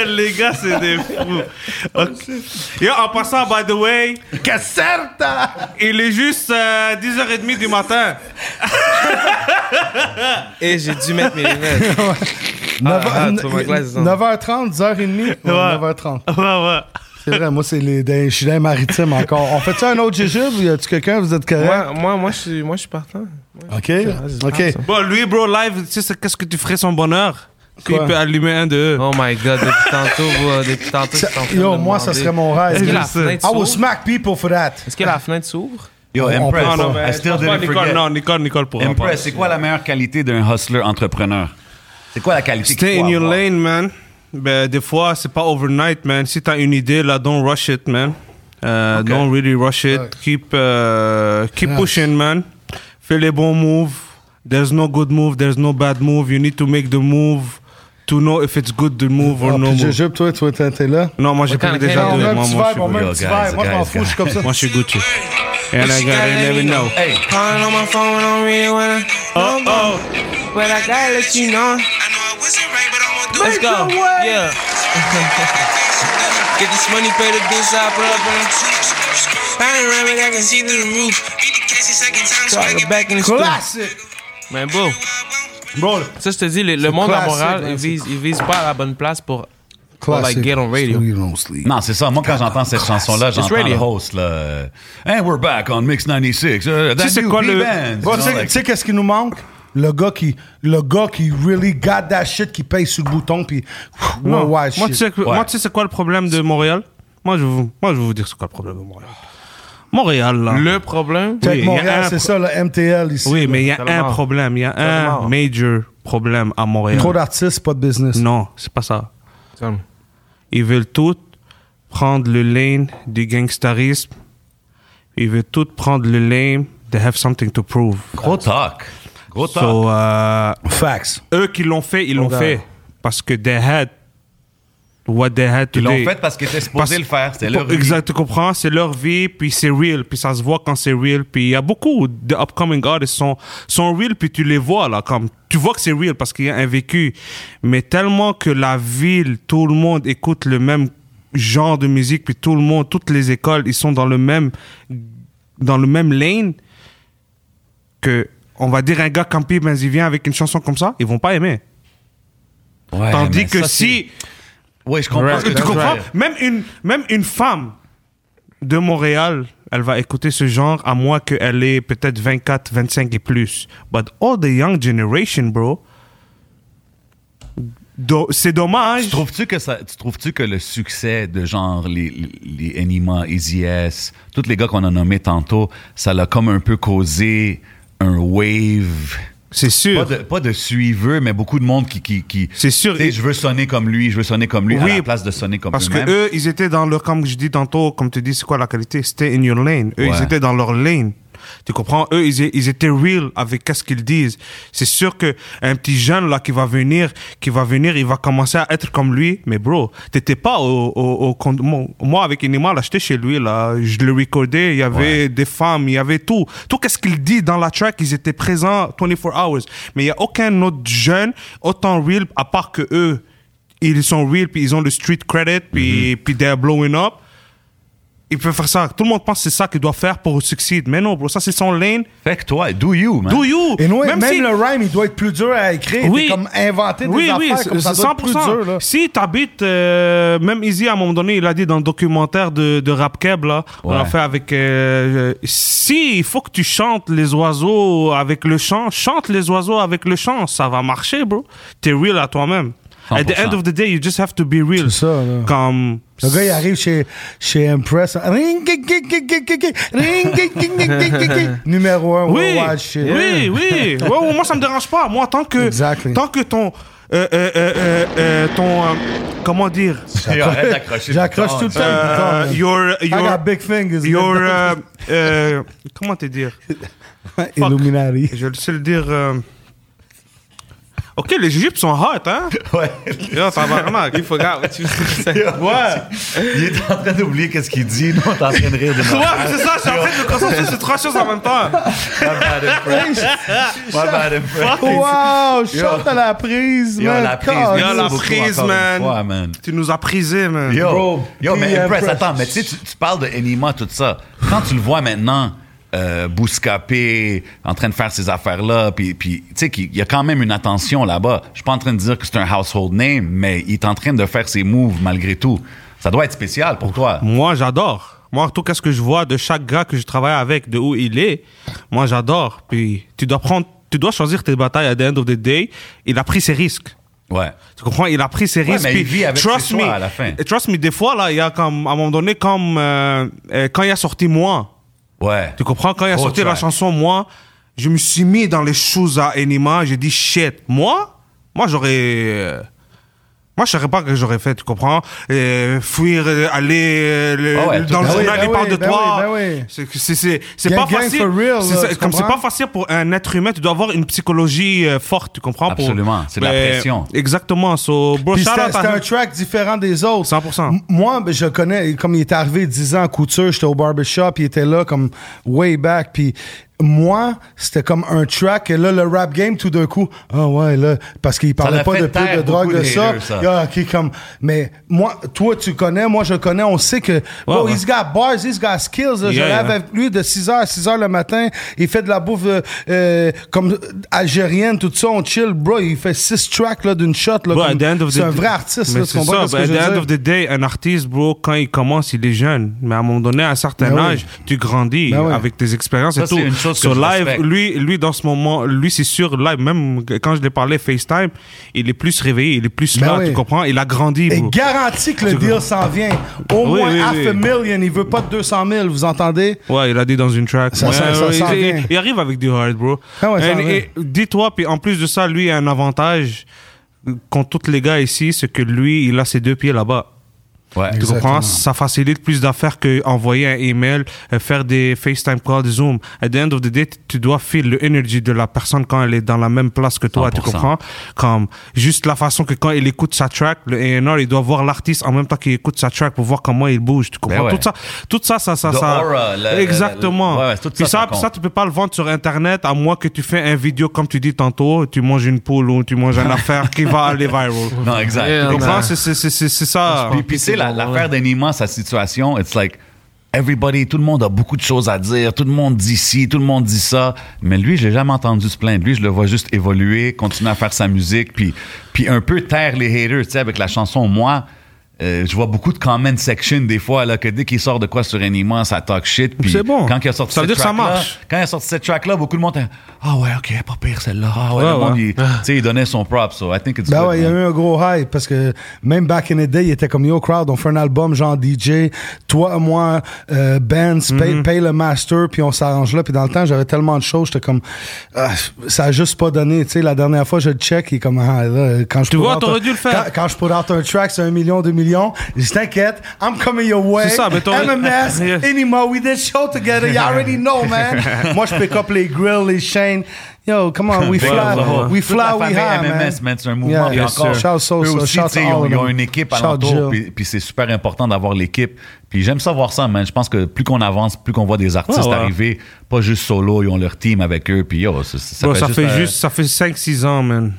Les gars, c'est des fous. Ok. Yo, en passant, by the way, Que certa! il est juste euh, 10h30 du matin. Et j'ai dû mettre mes lunettes. 9 ah, tu vois, glace, disons. 9h30, 10h30. Ouais, 9h30. Ouais, ouais. C'est vrai, moi, c'est les, des- je suis dans les maritimes encore. On fait ça un autre jujube ou y a-tu quelqu'un? Vous êtes correct? Moi, moi, moi, je suis, moi, je suis partant. OK. c'est OK. grave, ça. Bon, lui, bro, live, tu sais, c'est- qu'est-ce que tu ferais son bonheur? Qu'il Quoi? peut allumer un de eux. Oh my god, depuis tantôt, bro, depuis tantôt, je Ça- suis en train de Yo, me moi, ça demander, serait mon Est-ce que rêve. la fenêtre I will s'ouvre? smack people for that. Est-ce que la fenêtre s'ouvre? Yo, On- on Impress. peut- Ah, non, mais I still je pense pas, didn't Nicole, forget. non, Nicole, Nicole, pour Impress, c'est quoi la meilleure qualité d'un hustler entrepreneur? C'est quoi la qualité qu'il Stay faut in your avoir? lane, man. Ben, des fois, c'est pas overnight, man. Si t'as une idée, là, don't rush it, man. Euh, Don't really rush it. Keep, euh, keep pushing, man. Fais les bons moves. There's no good move, there's no bad move. You need to make the move to know if it's good to move or Ah, Oh, no puis move. Jujube, toi, toi, t'es t'es là. Non, moi j'ai What kind pris of déjà hater? on met deux. Moi, un moi, petit je vibe, suis- on met un Yo, petit guys, vibe. Moi, je m'en guys, fous, je suis comme ça. moi, je suis Gucci. And I got it, never know. Hey, Calling on my phone when I'm real when I oh, oh. But I gotta let you know. Let's go. Yeah. Get this money, pay the bills, I put up on the panoramic. I can see through the roof. So I get back in the stool. Man, bro. Bro, Ça, je te dis, le, le monde à classique, Montréal, man, il c'est vise, il vise pas à la bonne place pour, pour classic. like, get on radio. So you don't sleep. Non, c'est ça. Moi, Ah, quand j'entends cette chanson-là, j'entends le radio. host, là. euh, And we're back on Mix 96. Uh, that Tu sais new quoi, le- P-Bands. Bro, You tu know, sais- like- tu sais qu'est-ce qui nous manque? Le gars qui, le gars qui really got that shit, qui paye sur le bouton, puis Non. worldwide Moi, tu shit. sais, que- Ouais. moi, tu sais c'est quoi le problème de Montréal Moi, je vais vous, moi, je vais vous dire c'est quoi le problème de Montréal. Montréal, là. Le problème, Fait Oui, que il y a Montréal, un c'est pro- ça, le MTL ici. Oui, mais il y a Tellement. un problème. Il y a un Tellement. major problème à Montréal. Trop d'artistes, pas de business. euh, Non, c'est pas ça. Ils veulent tout prendre le lane du gangsterisme. Ils veulent tout prendre le lane they have something to prove. Gros talk. Gros talk. So, euh, Facts. eux qui l'ont fait, ils l'ont gars. fait parce que they had what they had to Ils l'ont fait parce qu'ils étaient supposés le faire. C'était leur vie. Exact, tu comprends? C'est leur vie, puis c'est real, puis ça se voit quand c'est real. Puis il y a beaucoup de upcoming artists sont, sont real, puis tu les vois là, comme tu vois que c'est real parce qu'il y a un vécu. Mais tellement que la ville, tout le monde écoute le même genre de musique, puis tout le monde, toutes les écoles, ils sont dans le même, dans le même lane que, on va dire, un gars comme Pete Benz, il vient avec une chanson comme ça, ils vont pas aimer. Ouais, Tandis Eh, mais que ça, si. c'est- Ouais, je comprends. Parce ce que que tu comprends, dis. même une, même une femme de Montréal, elle va écouter ce genre à moins qu'elle ait peut-être 24, 25 et plus. But all the young generation, bro, do- c'est dommage. Tu Trouves-tu que, ça, tu trouves-tu que le succès de genre les, les, les Enima, Easy S, tous les gars qu'on a nommés tantôt, ça l'a comme un peu causé un wave. C'est Pas sûr. de, pas de suiveux, mais beaucoup de monde qui. qui, qui C'est sûr. Tu sais, je veux sonner comme lui, je veux sonner comme lui, à la place de sonner comme Parce lui-même. que eux, ils étaient dans leur, comme je dis tantôt, comme tu dis, c'est quoi la qualité? Stay in your lane. Eux, Ouais. ils étaient dans leur lane. Tu comprends? Eux, ils, é- ils étaient real avec qu'est-ce qu'ils disent. C'est sûr que un petit jeune, là, qui va venir, qui va venir, il va commencer à être comme lui. Mais bro, t'étais pas au, au, au con- mon- moi, avec Enima, là, j'étais chez lui, là. Je le recordais. Il y avait des femmes, il y avait tout. Tout qu'est-ce qu'il dit dans la track, ils étaient présents 24 hours. Mais il y a aucun autre jeune autant real à part que eux ils sont real, puis ils ont le street credit, puis, puis they're blowing up. Il peut faire ça. Tout le monde pense que c'est ça qu'il doit faire pour succéder. Mais non, bro, ça c'est son lane. Fait que toi, do you, man. Do you? Et nous, même, si- le rhyme, il doit être plus dur à écrire. Oui. T'es comme inventer des oui, affaires oui, comme ça c'est doit être plus 100%. dur, là. Si t'habites, euh, même Izzy, à un moment donné, il a dit dans le documentaire de, de Rap Keb, là, on Ouais. l'a fait avec. euh, euh, si il faut que tu chantes les oiseaux avec le chant, chante les oiseaux avec le chant, ça va marcher, bro. T'es real à toi-même. At the 100%. end of the day, you just have to be real. C'est ça, là. Comme. Le gars, il arrive chez, chez Impress. Ring, gig, gig, gig, gig, gig, ring, gig, gig, gig, gig, gig, gig. Numéro un, Oui, worldwide Oh, shit. oui, oui. Ouais, ouais, moi, ça me dérange pas. Moi, tant que, Exactly. tant que ton, euh, euh, euh, euh, euh, ton, euh, comment dire, Hey, arrête d'accrocher. J'accroche tout le temps. euh, putain, man. your, I your, got big fingers. your, euh, euh, comment te dire, Illuminati. je sais le dire. euh, Ok, les Égyptes sont hot, hein? Ouais. Yo, tabarnak. you forgot what you said. Ouais. Il est en train d'oublier qu'est-ce qu'il dit. Nous, on est en train de rire de Ouais, notre- mais c'est ça, je suis en train de me concentrer sur trois choses en même temps. My bad impress. My bad impress. Wow, shot à la prise, Yo, man. la prise. God. yo, la beaucoup, prise, encore une man. fois, man. Tu nous as prisés, man. Yo, Bro, yo mais puis Impress, Impress. attends, mais tu sais, tu, tu parles de Enima, tout ça. Quand tu le vois maintenant, euh, bouscapé, en train de faire ces affaires-là, puis, puis tu sais qu'il y a quand même une attention là-bas. Je suis pas en train de dire que c'est un household name, mais il est en train de faire ses moves malgré tout. Ça doit être spécial pour toi. Moi, j'adore. Moi, tout qu'est-ce que je vois de chaque gars que je travaille avec, de où il est, moi, j'adore. Puis, tu dois prendre, tu dois choisir tes batailles à the end of the day. Il a pris ses risques. Ouais. Tu comprends? Il a pris ses risques. mais il puis vit avec ses choix me, à la fin. Trust me, des fois, là, il y a comme, à un moment donné, comme, euh, euh, quand il a sorti moi, Ouais. tu comprends? Quand il a Oh, sorti tu la vois. chanson moi, je me suis mis dans les choses à Enima, j'ai dit shit. Moi, moi, j'aurais, euh, moi, Moi, je saurais pas que j'aurais fait, tu comprends Euh, Fuir, euh, aller euh, le- Ah ouais, le- tout- dans le ben oui, journal, ben il parle oui, de ben toi. oui, ben oui. C'est- c'est- C'est c'est Gang, pas gang facile. for real, C'est là, ça- tu comme c'est comprends? pas facile pour un être humain, tu dois avoir une psychologie euh, forte, tu comprends pour- Absolument, c'est de la Ben, pression. Exactement. So, bro, Puis shout c'était out à c'était him. un track différent des autres. 100%. M- Moi, ben, je le connais, comme il est arrivé 10 ans en couture, j'étais au barbershop, il était là comme way back. Puis moi, c'était comme un track, et là, le rap game, tout d'un coup, ah ouais, là, parce qu'il parlait l'a pas fait de peu taire de drogue, beaucoup de les ça. haters, ça. Yeah, ok, comme, mais moi, toi, tu connais, moi, je connais, on sait que, oh, ouais. he's got bars, he's got skills. là. je Yeah, rêve yeah. avec lui de 6h à 6h le matin, il fait de la bouffe euh, euh, comme algérienne, tout ça, on chill, bro, il fait 6 tracks là, d'une shot. là, Bro, comme- at Bah, the end of the c'est un day- vrai artiste, Mais là, tu c'est comprends ça, ce que but je at veux the end dire? of the day, un artiste, bro, quand il commence, il est jeune. Mais à un moment donné, à un certain Ben oui. âge, tu grandis Ben oui. avec tes expériences Ça, et tout. c'est une chose que So, je live, respecte. lui, lui, dans ce moment, lui, c'est sûr, live, même quand je l'ai parlé FaceTime, il est plus réveillé, il est plus Ben là, oui. tu comprends? Il a grandi, Et bro. garanti que le deal s'en vient. Au Oui, moins oui, half oui. a million. Il veut pas de 200 000, vous entendez? Ouais, il a dit dans une track. Ça Ouais, sent- ça ouais, sent il, bien. il arrive avec du hard, bro. Ah ouais, ça And- va. et Dis-toi, puis en plus de ça, lui a un avantage euh, contre tous les gars ici, c'est que lui, il a ses deux pieds là-bas. Ouais. Tu comprends? Ça facilite plus d'affaires que envoyer un email, euh, faire des FaceTime calls, Zoom. At the end of the day, t- tu dois feel l'énergie de la personne quand elle est dans la même place que toi, tu 100%. comprends? Comme, juste la façon que quand il écoute sa track, le A&R, il doit voir l'artiste en même temps qu'il écoute sa track pour voir comment il bouge, tu comprends? Ben ouais. Tout ça, tout ça, ça, ça, The ça. aura, le- exactement. le- le- ouais, ouais, tout Puis ça, ça ça, compte. ça, tu peux pas le vendre sur Internet à moins que tu fais un vidéo, comme tu dis tantôt, tu manges une poule ou tu manges une affaire qui va aller viral. Non, exact. Yeah, Tu non. comprends? C'est- C'est c'est- c'est- c'est ça. Puis, puis tu sais, la- l'affaire d'Anima, sa situation, it's like, everybody, tout le monde a beaucoup de choses à dire, tout le monde dit ci, tout le monde dit ça, mais lui, je l'ai jamais entendu se plaindre. Lui, je le vois juste évoluer, continuer à faire sa musique, puis, puis un peu taire les haters, tu sais, avec la chanson « Moi », euh, je vois beaucoup de comment section des fois là, que dès qu'il sort de quoi sur Anima, ça talk shit. puis C'est bon. Quand il a sorti Ça veut cette dire que ça track-là- marche. Quand il a sorti cette track là, beaucoup de monde. a- Ah ouais, ok, pas pire celle-là. Ah ouais, Ouais, le monde, ouais. il- tu sais, il donnait son prop. So I think it's Ben good, ouais, il y a man. eu un gros hype parce que même back in the day, il était comme Yo Crowd, on fait un album genre DJ, toi, moi, euh, Benz, paye, Mm-hmm. paye le master, puis on s'arrange là. Puis dans le temps, j'avais tellement de choses, j'étais comme Ah, ça a juste pas donné. Tu sais, la dernière fois, je le check, il est comme ah, là, quand je Tu put vois, out t'aurais un- dû le faire. Quand, quand je put out un track, c'est un million, deux millions. Je dis, t'inquiète, I'm coming your way. C'est ça, mais t'aurais- MMS, Yes. Anima, we did show together, you already know, man. moi, je pick up les grills, les chaînes. Yo, come on, we Ben, fly, ouais. we Toute la fly, we famille high, man. MMS, man, c'est un mouvement. puis yes, encore, sir. Shout Sosa, eux aussi, shout tu sais, all ils ont, of ils ont them. une équipe Shout alentour, Jill. puis, puis c'est super important d'avoir l'équipe. Puis j'aime ça voir ça, man. Je pense que plus qu'on avance, plus qu'on voit des artistes Ouais, ouais. arriver, pas juste solo, ils ont leur team avec eux, puis yo, ça, ça- ça Bro, ça fait euh, juste, ça fait 5-6 ans, man.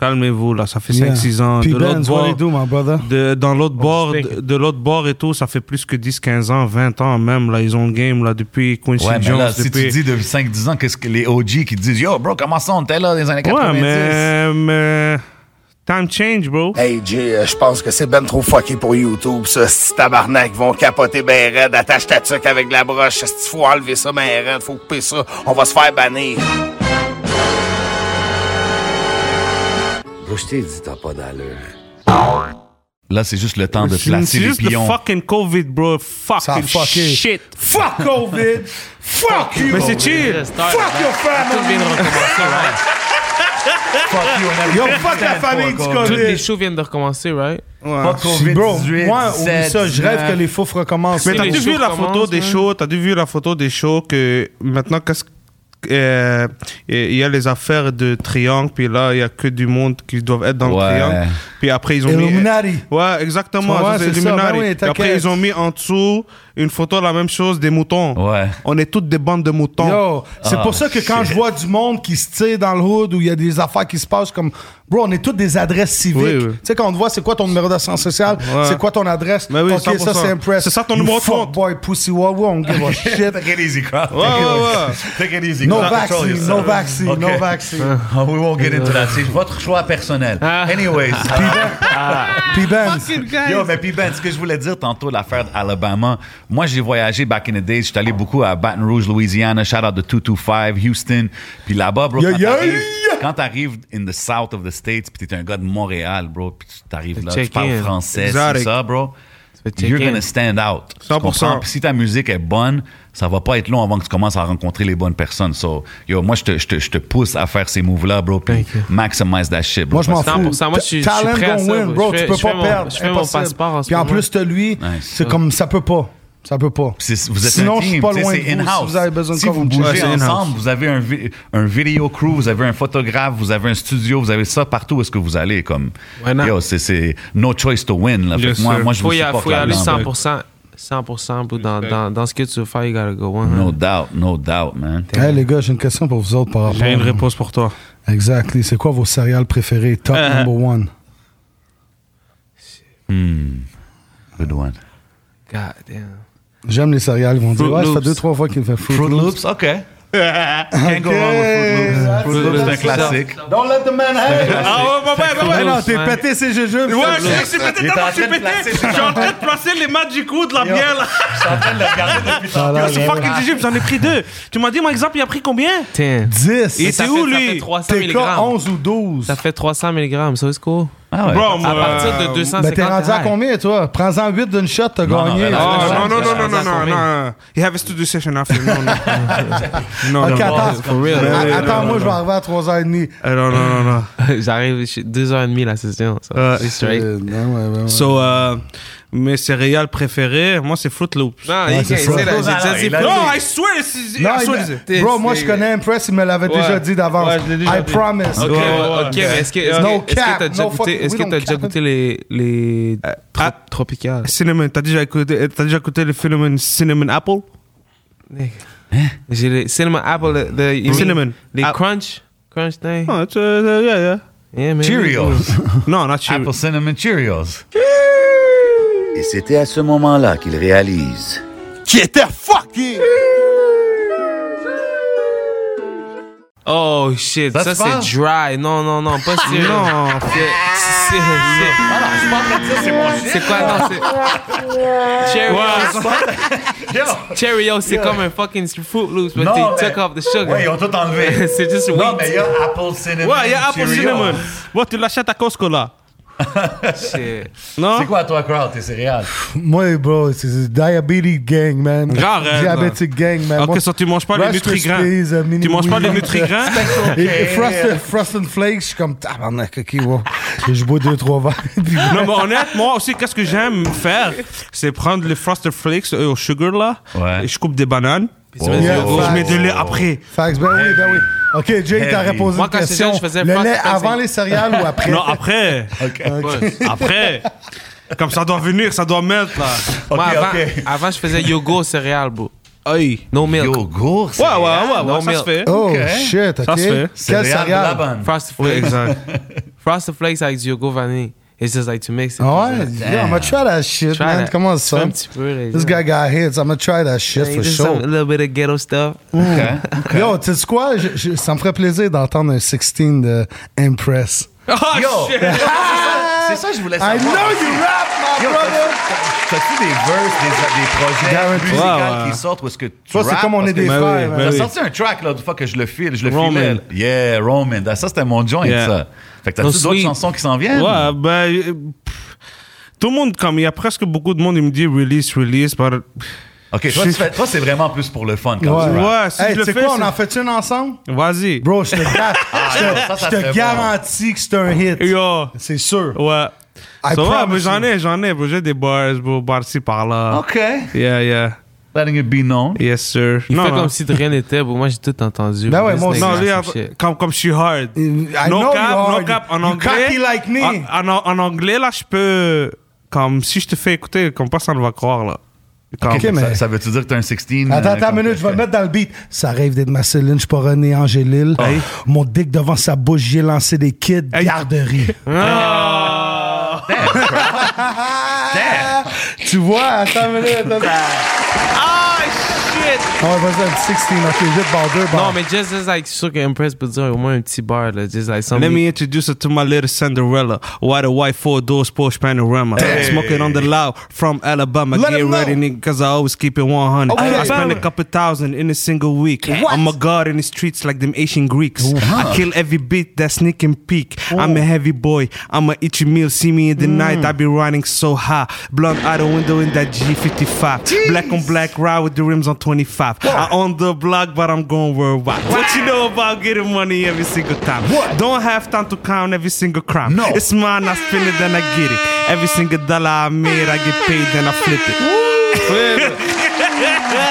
Calmez-vous là, ça fait Yeah. 5-6 ans. Puis Ben, De l'autre Benz, what do you bord, do, my brother? de- dans l'autre bord, stick. de, de l'autre bord et tout, ça fait plus que 10-15 ans, 20 ans même là, ils ont le game là depuis Quincy Ouais, mais Jones. là, si tu depuis... dis de 5-10 ans, qu'est-ce que les OG qui disent, yo, bro, comment ça, on était là dans les années 90? ouais, mais, mais time change, bro. Hey Jay, euh, je pense que c'est ben trop fucké pour YouTube, ça. C'ti tabarnak, ils vont capoter ben raide. Attache ta tuque avec la broche. C'ti faut enlever ça ben raide. Faut couper ça. On va se faire bannir. Je t'ai dit, t'as pas d'allure. Là, c'est juste le temps de C'est placer c'est les juste le pions. fucking COVID, bro. Ça a Fucking fucké. shit. Fuck COVID! Fuck you! Mais c'est chill. Fuck Fuck your Tout vient de family! recommencer, right? Fuck you, on a- Yo, fuck la famille du Toutes les COVID! shows viennent de recommencer, right? Pas COVID, Bro, 18, moi, oublie 17, ça, je rêve 19. que les fous recommencent. Mais Si t'as les dû shows vu la photo commencent, des ouais. shows, t'as dû vu la photo des shows que maintenant qu'est-ce que- euh, il y a les affaires de triangle puis là il y a que du monde qui doivent être dans Ouais. le triangle puis après ils ont Illuminati. mis ouais exactement Tu vois, ça, c'est c'est ça. Illuminati Ben oui, Puis après t'inquiète. ils ont mis en dessous une photo la même chose des moutons Ouais. on est toutes des bandes de moutons Yo, c'est Ah, pour ça que quand shit. je vois du monde qui se tire dans le hood où il y a des affaires qui se passent comme bro, on est toutes des adresses civiques. Oui, oui. Tu sais quand on te voit c'est quoi ton numéro d'assurance sociale, Ouais. c'est quoi ton adresse. Mais oui, ok, ça 100%. c'est impress. C'est ça ton You numéro de fuck compte. boy pussy wawa, on give a shit. Take it easy, crowd. Ouais, ouais, ouais. Take it easy. No crowd. Control vaccine, yourself. no vaccine, Okay. no vaccine. Oh, we won't get into that. C'est votre choix personnel. Anyways. Puis Ben, Yo, mais puis Ben, ce que je voulais dire tantôt, l'affaire d'Alabama, moi j'ai voyagé back in the days, je suis allé beaucoup à Baton Rouge, Louisiana, shout out de 225, Houston, puis là-bas, bro, Yeah, quand yeah, t'arrives- yeah. quand t'arrives in the south of the States, puis t'es un gars de Montréal, bro, puis tu t'arrives là, tu Check parles in. français, c'est Exotic. ça, bro. vas checker. You're gonna stand out. Tu 100%. comprends? Puis Si ta musique est bonne, ça va pas être long avant que tu commences à rencontrer les bonnes personnes. So, yo, moi, je te, je te, je te pousse à faire ces moves-là, bro. Puis Thank you. maximize that shit, bro. Moi, je m'en Parce- fous. 100%, moi, je suis- je suis Talent prêt à gonna ça, win, bro. bro. Je tu fais- peux je pas fais mon- perdre. je fais mon Impossible. passeport en ce Puis en moment. plus, t'as lui. Nice. C'est comme ça peut pas. Ça peut pas. C'est- vous êtes Sinon, un je suis team, pas tu sais, loin de c'est vous. in-house. Si vous avez besoin de Si quoi, vous vous me checkez. bougez checkez. ensemble, vous avez un, vi- un video crew, vous avez un photographe, vous avez un studio, vous avez ça partout où est-ce que vous allez. Comme, Ouais, non. yo, c'est- c'est no choice to win. Là. Fait Yes, que moi, sir. moi, je faut vous y, supporte faut y aller là-dedans. 100%. 100% bro, dans, dans, dans ce que tu veux faire, you gotta go. hein. No doubt, no doubt, man. Hey, les gars, j'ai une question pour vous autres par rapport. J'ai une réponse pour toi. Exactly. C'est quoi vos céréales préférées? Top Euh. number one. Good one. God damn. J'aime les céréales. Ils vont dire, Fruit ouais, ça fait Loops. deux, trois fois qu'il fait Fruit, Fruit Loops. Loops, OK. Can't go wrong with Fruit Loops. Fruit Loops, c'est un classique. Don't let the man have it. Ah ouais, ouais, ouais, Mais non, t'es Ouais. pété, c'est jujubes. Ouais, je sais que c'est pété, Il est en tellement train je suis de pété. placer, Je suis en train de placer les mains du coude, la bière là. Ah, là, C'est là, là. fucking jujube, j'en ai pris deux. Tu m'as dit, mon exemple, il a pris combien 10. Et Ça c'est fait- où ça lui fait 300 T'es quoi, milligrammes. 11 ou 12? Ça fait 300 mg, so it's cool. Ah ouais. Bro, À moi, partir euh, de 250 Mais t'es rendu à high. combien, toi? Prends-en 8 d'une shot, t'as Non, non, gagné. relax. Oh, Ah, non, non, non, non, non, ça, ça, non, non. You have a studio session after. Non, non. Non, non, Ok, non. attends. For real. Ah, Attends, moi, je vais arriver à 3h30. Eh, Non, non, non, non. J'arrive, je suis 2h30 la session. so Ouais. it's straight. Euh, non, ouais, ouais, ouais. So, euh, mes céréales préférées, moi, c'est Fruit Loops. Non, Ouais, il c'est c'est ça. là, Non, Ah, non, j'ai il déjà a- dit. Non, I swear, c'est- I Non, swear, il- c'est- bro, moi je connais Impress, il me l'avait déjà dit d'avance. Ouais, je l'ai déjà I dit. promise. Ok, Ouais, ouais, ouais, ok, mais est-ce que est-ce No que- est-ce que cap, t'as déjà no goûté, fucking- est-ce we que don't t'as déjà cap. goûté les les tro- ah. tropicales? Cinnamon, t'as déjà écouté, t'as déjà écouté le phénomène Cinnamon Apple? Nigga. J'ai les cinnamon apple, the, the you mean Cinnamon. les Ah. crunch, crunch thing. Oh, it's, uh, yeah, yeah. Yeah, man. Cheerios. Non, not Cheerios. Apple Cinnamon Cheerios. Et c'était à ce moment-là qu'il réalise. Qui était fucké! Oh shit, Ça ça, se parle? c'est dry. Non, non, non, pas sérieux. Non, C'est- c'est- c'est- c'est quoi non c'est Cheerios. Cheerios, c'est comme un fucking Fruit Loops, but Non, they mais- took off the sugar. Ouais, ils ont tout enlevé. c'est juste Non, wheat. mais il y a Apple Cinnamon Ouais, il y a Apple Cheerios. Cinnamon. Ouais, tu l'achètes à Costco là. Shit. Non? C'est quoi, toi, crowd, tes céréales? Moi, bro, c'est- c'est Diabetic Gang, man. J'arrête, Diabetic Gang, man. euh, Ok, Moi, ça, tu manges pas les Rush Nutri-Grains. Krispies, euh, mini Tu manges pas les Wheaties. Nutri-Grains? Et- et Frosted, Frosted Flakes, je suis comme tabarnak, ok, wow. Et Je bois deux, trois verres. puis- Non, Ah, mais honnête, moi aussi, qu'est-ce que j'aime faire? C'est prendre les Frosted Flakes euh, au sugar là. Ouais. Et je coupe des bananes. Oh. Yeah, Oh, je facts. mets du lait après. Facts, ben oui, ben oui. Ok, Jay, t'aurais Heavy. posé Moi, une quand j'étais question. jeune, je faisais Le Frosted lait Flakes. avant les céréales ou après? Non, après. Après. Comme ça doit venir, ça doit mettre là. Moi, Ok, avant, ok. avant, je faisais yogourt céréales, bro. Aïe. No milk. Yogourt, Ouais, ouais, ouais, ouais, Non, ça mais- se fait. Oh, Ok. shit, ok. Ça se fait. Quelle Céréales de la céréale? bonne. Frosted Oui, Flakes. exact. Frosted Flakes avec du yogourt vanille. It's just like to mix it. Ah ouais, yeah, I'm gonna try that shit, Try man. that. Comment Fais ça? un petit peu, là, This guy got hits. I'm gonna try that shit Hey, for just sure. some- little bit of ghetto stuff. Ok. Yo, tu sais quoi? Je- je- ça me ferait plaisir d'entendre un 16 de Impress. Oh, Yo! shit. C'est ça, je voulais savoir. I know you rap, my Yo, brother! t'as- T'as-tu des verses, des, des projets Guarantee. musicaux Ouais, ouais. qui sortent ou est-ce que tu Ça, c'est rappes? comme on Parce est que des Mais oui, frères. hein. mais man. T'as oui. sorti un track l'autre fois que je le file, je le Roman. filais. Yeah, Roman. Ah, Ça, c'était mon joint, Yeah. ça. Fait que No t'as-tu d'autres sweet. chansons qui s'en viennent? Ouais, ben. euh, pff, Tout le monde, comme il y a presque beaucoup de monde, il me dit release, release. but- OK, toi, tu fais- toi, c'est vraiment plus pour le fun quand tu Ouais. rappes. si hey, je le tu sais fais, quoi, on c'est- Ah, en fait une ensemble? Vas-y. Bro, je te, gar- je te- ça, ça je te serait bon. garantis que c'est un hit. Yo. C'est sûr. Ouais. I Ça va, promise mais j'en you. ai, j'en ai, bro. J'ai des bars, bro, par-ci, par-là. OK. Yeah, yeah. Letting it be known. Yes, sir. Il non, fait non. comme si de rien n'était, bro. Moi, j'ai tout entendu. Ben bro. ouais, This moi aussi. nigga Non, lui, some elle- shit. comme, comme je suis hard. I no know cap, you are. no cap, en You anglais. cocky like me. En, en- en anglais, là, je peux. Comme si je te fais écouter, comme pas, ça ne va croire, là. Comme- Ok, mais- Ça, ça veut-tu dire que t'es un Ah, 16? Attends, euh, attends une comme minute, que- je vais me mettre dans le beat. Ça rêve d'être ma Céline, je suis pas René Angélil. Mon dick devant sa bouche, j'ai lancé des kids. Hey. Garderie. Ah. Ah! tu vois, attends une minute. attends- Ah, shit! shit! Ah ouais, vas-y, un petit 16, ok, 8 bars, 2 bars. Non, mais just, just like, je suis sûr qu'Impress peut dire au moins un petit bar, là. Just like, Let something. me introduce it to my little Cinderella. White a white four doors Porsche Panorama. Smoking on the loud from Alabama. Let Get him ready, know. nigga, cause I always keep it 100. Okay. I spend a couple thousand in a single week. I'm a god in the streets like them ancient Greeks. I kill every beat that sneak and peek. I'm Oh. a heavy boy. I'ma eat your meal. See me in the Mm. night. I be riding so high. Blonde out the window in that G55. Black on black ride with the rims on 25. I own the block, but I'm going worldwide. What you know about getting money every single time? What? Don't have time to count every single crime. No. It's mine, I spend it, then I get it. Every single dollar I made, I get paid, then I flip it.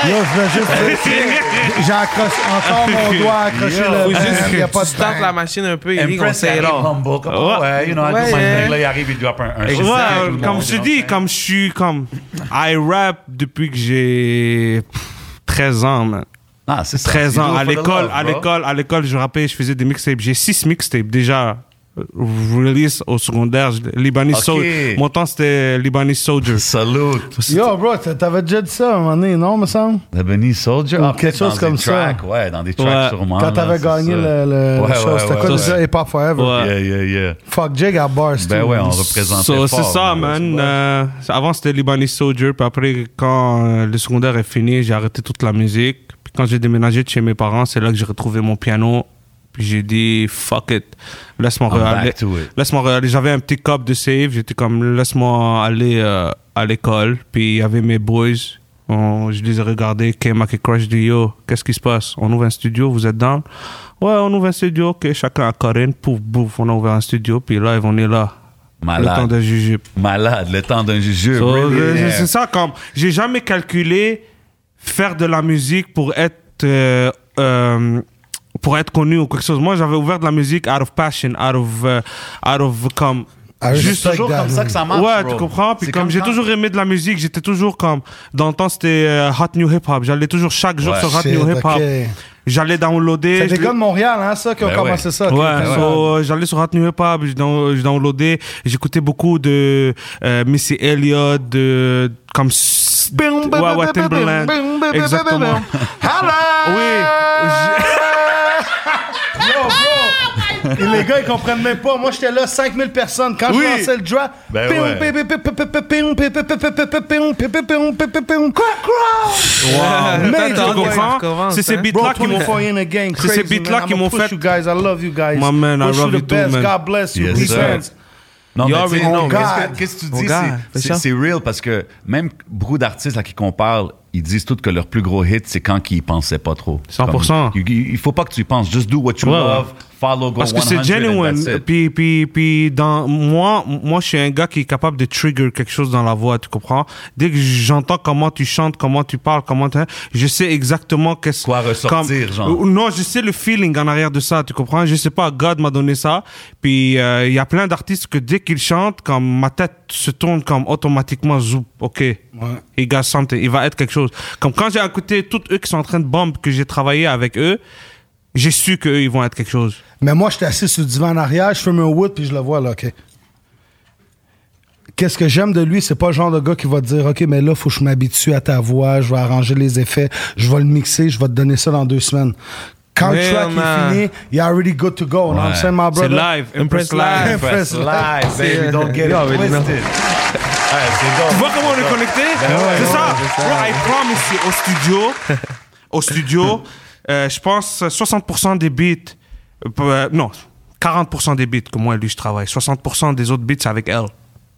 Yo, je veux juste dire, j'accroche encore mon doigt, accroché le Juste Il n'y a pas de tu tapes temps. la machine un peu, il dit qu'on Impress, il sait arrive là. humble, comme, oh, ouais, you know, I do Ouais, my hein. yeah. thing. Là, il arrive, il drop un, un shit à tout le Ouais, monde, comme je you te know dis, what I'm comme je suis, comme. I rap depuis que j'ai pff, 13 ans, man. saying? Ah, c'est ça. 13 You do ans. it À for the l'école, love, à bro. l'école, à l'école, je rappais, je faisais des mixtapes. J'ai 6 mixtapes déjà. euh, Release au secondaire, je- Libanese Ok. Soldier. Mon temps c'était Libanese Soldier. Salute. Yo, bro, t'a- t'avais déjà dit ça à un moment donné, non, me semble? Ebony Soldier. Ou Ah, quelque dans chose des comme ça. tracks, Ouais, dans des tracks Ouais. sûrement. Quand là, t'avais c'est gagné ça. le, le, Ouais, le show, ouais, c'était ouais, quoi ouais. déjà Hip Hop Forever? Ouais. Yeah, yeah, yeah. Fuck Jig à bars, Ben too. ouais, on représentait So, fort, c'est ça, nous, man. ouais. Euh, avant, c'était Libanese Soldier. Puis après, quand euh, le secondaire est fini, j'ai arrêté toute la musique. Puis quand j'ai déménagé de chez mes parents, c'est là que j'ai retrouvé mon piano. Puis j'ai dit, fuck it. Laisse-moi I'm aller. back to it. Laisse-moi aller. J'avais un petit cop de save. J'étais comme, laisse-moi aller euh, à l'école. Puis il y avait mes boys. On- je les ai regardés. K-Mac et Crush dit, yo, qu'est-ce qui se passe? On ouvre un studio, vous êtes down? Ouais, on ouvre un studio. Ok, chacun à Corinne. Pouf, bouf, on a ouvert un studio. Puis live, on est là. Le Malade. temps de juger. Malade, le temps d'un jeu. So, really, euh, yeah. C'est ça, comme j'ai jamais calculé faire de la musique pour être euh, euh, pour être connu ou quelque chose. Moi, j'avais ouvert de la musique out of passion, out of euh, out of comme I juste respect toujours that, comme Ah, ça que ça marche. Ouais, bro. tu comprends. Puis C'est comme, j'ai ça. toujours aimé de la musique, j'étais toujours comme dans le temps c'était euh, hot new hip hop. J'allais toujours chaque jour Ouais. sur hot Shit, new hip hop. ok. J'allais downloader. C'est je des l'ai- gars de Montréal, hein, ça, qui ont Ben commencé ouais. ça. Ouais, ok, ben so, euh, j'allais sur Hot New Hip Hop, je, down- euh, je downloadais, j'écoutais beaucoup de euh, Missy Elliott, de comme s- ouais, ouais, Timberland, exactement. Ah. Oui, Et les gars, ils comprennent même pas. Moi, j'étais là, 5000 personnes. Quand Oui. je lançais le draft, Ben ouais. j'ai- Major Attends, tu way. comprends? Commence, C'est ces hein. beats là qui m'ont fait. C'est ces beats-là qui m'ont fait. You guys, I love you guys. My man, I Wish love the you too, best. man. God bless you. Yes, Peace, sir. friends. Non, You mais already tu sais, know. qu'est-ce que- qu'est-ce que tu Oh dis? God, c'est- c'est C'est ça. c'est real parce que même beaucoup d'artistes à qui qu'on parle, ils disent tous que leur plus gros hit, c'est quand ils y pensaient pas trop. 100%. Comme, il, il faut pas que tu y penses. Just do what you Ouais. love, follow, go Parce 100 que c'est genuine. and that's it. Puis, puis, puis dans, moi, moi, je suis un gars qui est capable de trigger quelque chose dans la voix, tu comprends? Dès que j'entends comment tu chantes, comment tu parles, comment tu- je sais exactement qu'est-ce Quoi ressortir, comme- genre. Euh, Non, je sais le feeling en arrière de ça, tu comprends? Je sais pas, God m'a donné ça. Puis, euh, il y a plein d'artistes que dès qu'ils chantent, comme ma tête se tourne comme automatiquement, zoup, ok. Il got something, il va être quelque chose. Comme quand j'ai écouté toutes eux qui sont en train de bomber, que j'ai travaillé avec eux, j'ai su qu'eux, ils vont être quelque chose. Mais moi, j'étais assis sur le divan en arrière, je fume un wood, puis je le vois, là, OK. Qu'est-ce que j'aime de lui, c'est pas le genre de gars qui va te dire, OK, mais là, faut que je m'habitue à ta voix, je vais arranger les effets, je vais le mixer, je vais te donner ça dans deux semaines. Quand le Real track man. est fini, you're already good to go. Ouais. I'm saying, my C'est brother. live, Ah, Impress Impress Live. live. Press live, baby, don't get it Yo, mais twisted. non. Ouais, c'est bon. Tu vois comment on est connecté C'est ça. Ouais, I promise you, au studio, au studio, euh, je pense 60% des beats, euh, non, 40% des beats que moi et lui je travaille. 60% des autres beats c'est avec elle.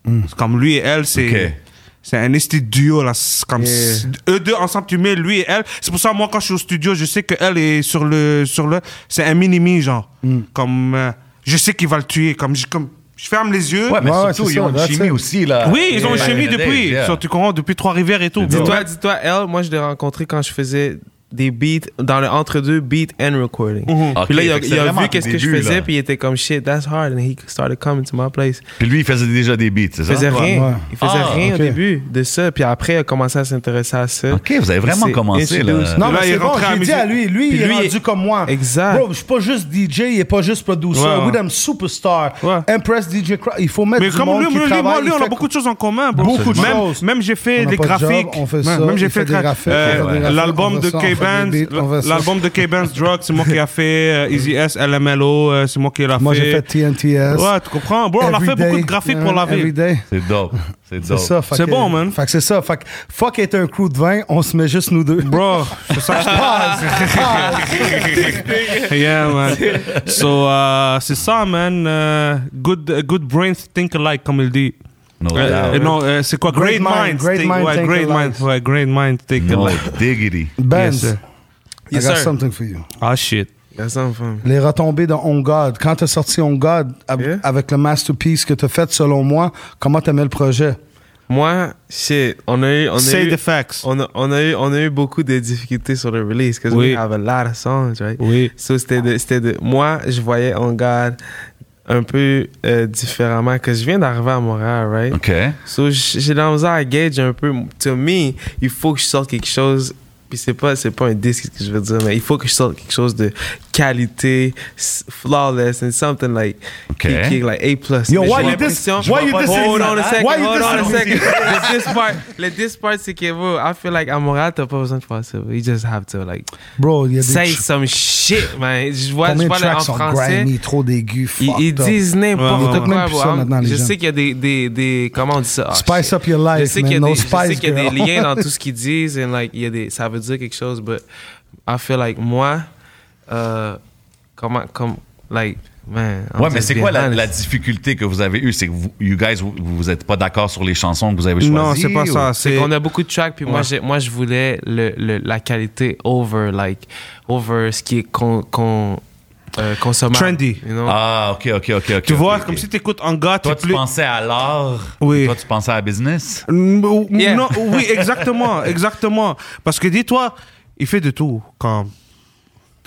C'est Comme lui et elle, c'est Ok. c'est un esti de duo là. c'est Comme c'est- eux deux ensemble, tu mets lui et elle. C'est pour ça moi quand je suis au studio, je sais que elle est sur le sur le, c'est un mini mi genre. Comme euh, je sais qu'il va le tuer. Comme je comme je ferme les yeux. Ouais, mais Ouais, surtout, c'est ils ça, ont une that's chimie it. aussi, Ah, là. Oui, ils ont une Yeah. chemise Yeah. depuis. Yeah. Sur, tu comprends, depuis Trois-Rivières et tout. Dis-toi, dis-toi, elle, moi je l'ai rencontrée quand je faisais des beats dans le entre-deux beat and recording. Ok, Puis là, il a, fait que c'était il a vraiment vu tes qu'est-ce que je débuts, faisais, là. puis il était comme shit, that's hard, and he started coming to my place. Puis lui, il faisait déjà des beats, c'est Il faisait ça? rien. Ouais. Il faisait Ah, rien ok. au début de ça, puis après, il a commencé à s'intéresser à ça. OK, vous avez vraiment C'est commencé, là. introduce- Non, Euh, Là, mais il c'est est bon, rentré à j'ai la dit musique. à lui, lui, Puis il est lui, rendu il- comme moi. Exact. Bro, je suis pas juste DJ, il est pas juste producer. Ouais, ouais. We them superstar. Ouais. Impress DJ Crowd. Il faut mettre Mais du comme monde lui, qui lui, lui, travaille. moi, lui, il on a fait- beaucoup de choses en commun. bro. Beaucoup de même, choses. Même j'ai fait On a des pas de job, graphiques. on fait Même- ça, même j'ai il fait, fait des le gra- graphiques, euh, on fait des graphiques, on l'album fait ça, on fait des de beats, on fait K-Bands. ça. L'album de K-Bands Drug, c'est moi qui a fait. euh, Easy S, LMLO, euh, c'est moi qui l'a fait. Moi, j'ai fait TNTS. Ouais, tu comprends? Bro, on a fait Everyday, beaucoup de graphiques pour la man, ville. everyday. C'est dope. C'est C'est dope. ça. fait C'est que- bon, man. Fait que c'est ça. Fait que fuck est un crew de vin, on se met juste nous deux. Bro, c'est ça que je Yeah, man. So, euh, c'est ça, man. Euh, good, good brains think alike, comme il dit. No Euh, doubt. non, euh, c'est quoi? Great, Great mind, minds. great think- mind ouais, think great alike. minds. Ouais, great minds think No alike. diggity. Benz, Yes, sir. I Yes, got sir. something for you. Ah, shit. That's something for me. Les retombées de On God. Quand t'as sorti On God av- Yeah. avec le masterpiece que t'as fait, selon moi, comment t'aimais le projet? Moi, shit, on a eu, on a Say eu, the facts. on a, on a eu, on a eu beaucoup de difficultés sur le release, because Oui. we have a lot of songs, right? Oui. So, c'était de, c'était de, moi, je voyais On God un peu euh, différemment, que je viens d'arriver à Montréal, right? OK. So, j- j'ai de la misère à gauge un peu. To me, il faut que je sorte quelque chose. Puis c'est pas, c'est pas un disque ce que je veux dire, mais il faut que je sorte quelque chose de qualité, s- flawless, and something like, Ok. qui- qui est like A+. Yo, Mais j'ai why you dis- l'impression- why you dissing Hold on a that? second, Why you hold on a dissing second. Le this part, le this part, c'est que, bro, I feel like à Montréal, t'as pas besoin de faire ça. You just have to, like, Bro, il y a des say tr- some shit, man. Je vois, je combien de vois le- en tracks sont français. grimy, trop d'aigus, Ils, fucked ils up. disent Ouais, ouais, n'importe ouais. quoi, Même plus bro. hein? ça, maintenant, les Je gens. sais qu'il y a des, des, des. Comment on dit ça? Ah, Spice shit. up your life, Je sais man. qu'il y a No des, je spice, sais qu'il y a des girl. liens dans tout ce qu'ils disent. And like, il y a des, ça veut dire quelque chose, but I feel like moi, euh, comment, comme, like, man. Hein, I'm Ouais, mais just c'est being quoi la, honest. la difficulté que vous avez eue? C'est que vous, you guys, vous, vous êtes pas d'accord sur les chansons que vous avez choisies? Non, c'est pas ou- ça. C'est C'est qu'on a beaucoup de tracks, puis moi, Ouais. j'ai- moi, je voulais le, le, la qualité over, like, over ce qui est con, con, euh, consommable. Trendy. You know? Ah, OK, OK, OK, OK. Tu vois, ok, comme ok. si t'écoutes un gars, Toi, t'es tu plus. pensais à l'art. Oui. Toi, tu pensais à business. Mm, ou- Yeah. non, oui, exactement, exactement. Parce que dis-toi, il fait de tout. Comme,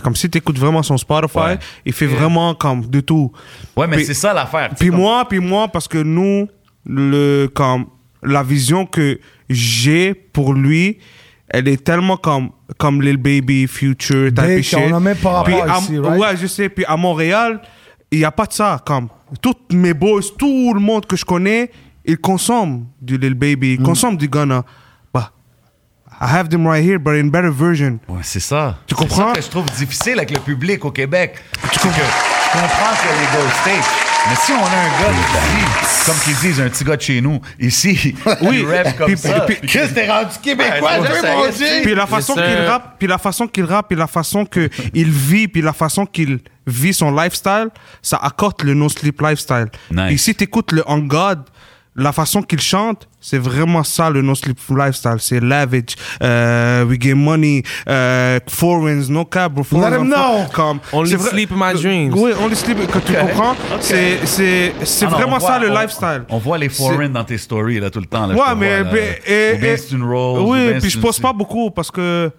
comme si t'écoutes vraiment son Spotify, Ouais. il fait vraiment comme de tout. Ouais, mais Puis- c'est ça l'affaire. tu sais, Puis comme- moi, puis moi, parce que nous, le, comme, la vision que j'ai pour lui, elle est tellement comme, comme Lil Baby, Future, type Big, of shit. on a même pas Puis rapport à- ici, right? Ouais, je sais. Puis à Montréal, il n'y a pas de ça. Comme, toutes mes boys, tout le monde que je connais, ils consomment du Lil Baby, ils Mm. consomment du Ghana. Bah, I have them right here, but in better version. Ouais, c'est ça. Tu C'est comprends? ça que je trouve difficile avec le public au Québec. Tu comprends? je comprends qu'il y a les gars aux States. Mais si on a un gars ici, comme qu'ils disent, un petit gars de chez nous, ici, Oui. il rappe comme Puis- ça. puis- Puis Chris, t'es rendu Ouais, québécois, je veux sais, mon yes, Dieu! Puis la façon Yes, qu'il sir. rappe, puis la façon qu'il rappe, puis la façon que il vit, puis la façon qu'il vit son lifestyle, ça accorde le no sleep lifestyle. Nice. Et si t'écoutes le On God, la façon qu'il chante, c'est vraiment ça le no sleep lifestyle. C'est lavish, euh, we get money, euh, foreigns, no cab, bro, foreigns Let 'em on fo- know. Comme, Only c'est vrai- sleep my dreams. Oui, only sleep. Que tu comprends? C'est, c'est, c'est Ah non, vraiment on voit- ça le on- lifestyle. On voit les foreign dans tes stories là, tout le temps. Là, je Ouais, te mais. vois, là. ben, et- Ou bien et- c'est une rose. ou Oui, bien puis c'est je une- pose pas beaucoup parce que.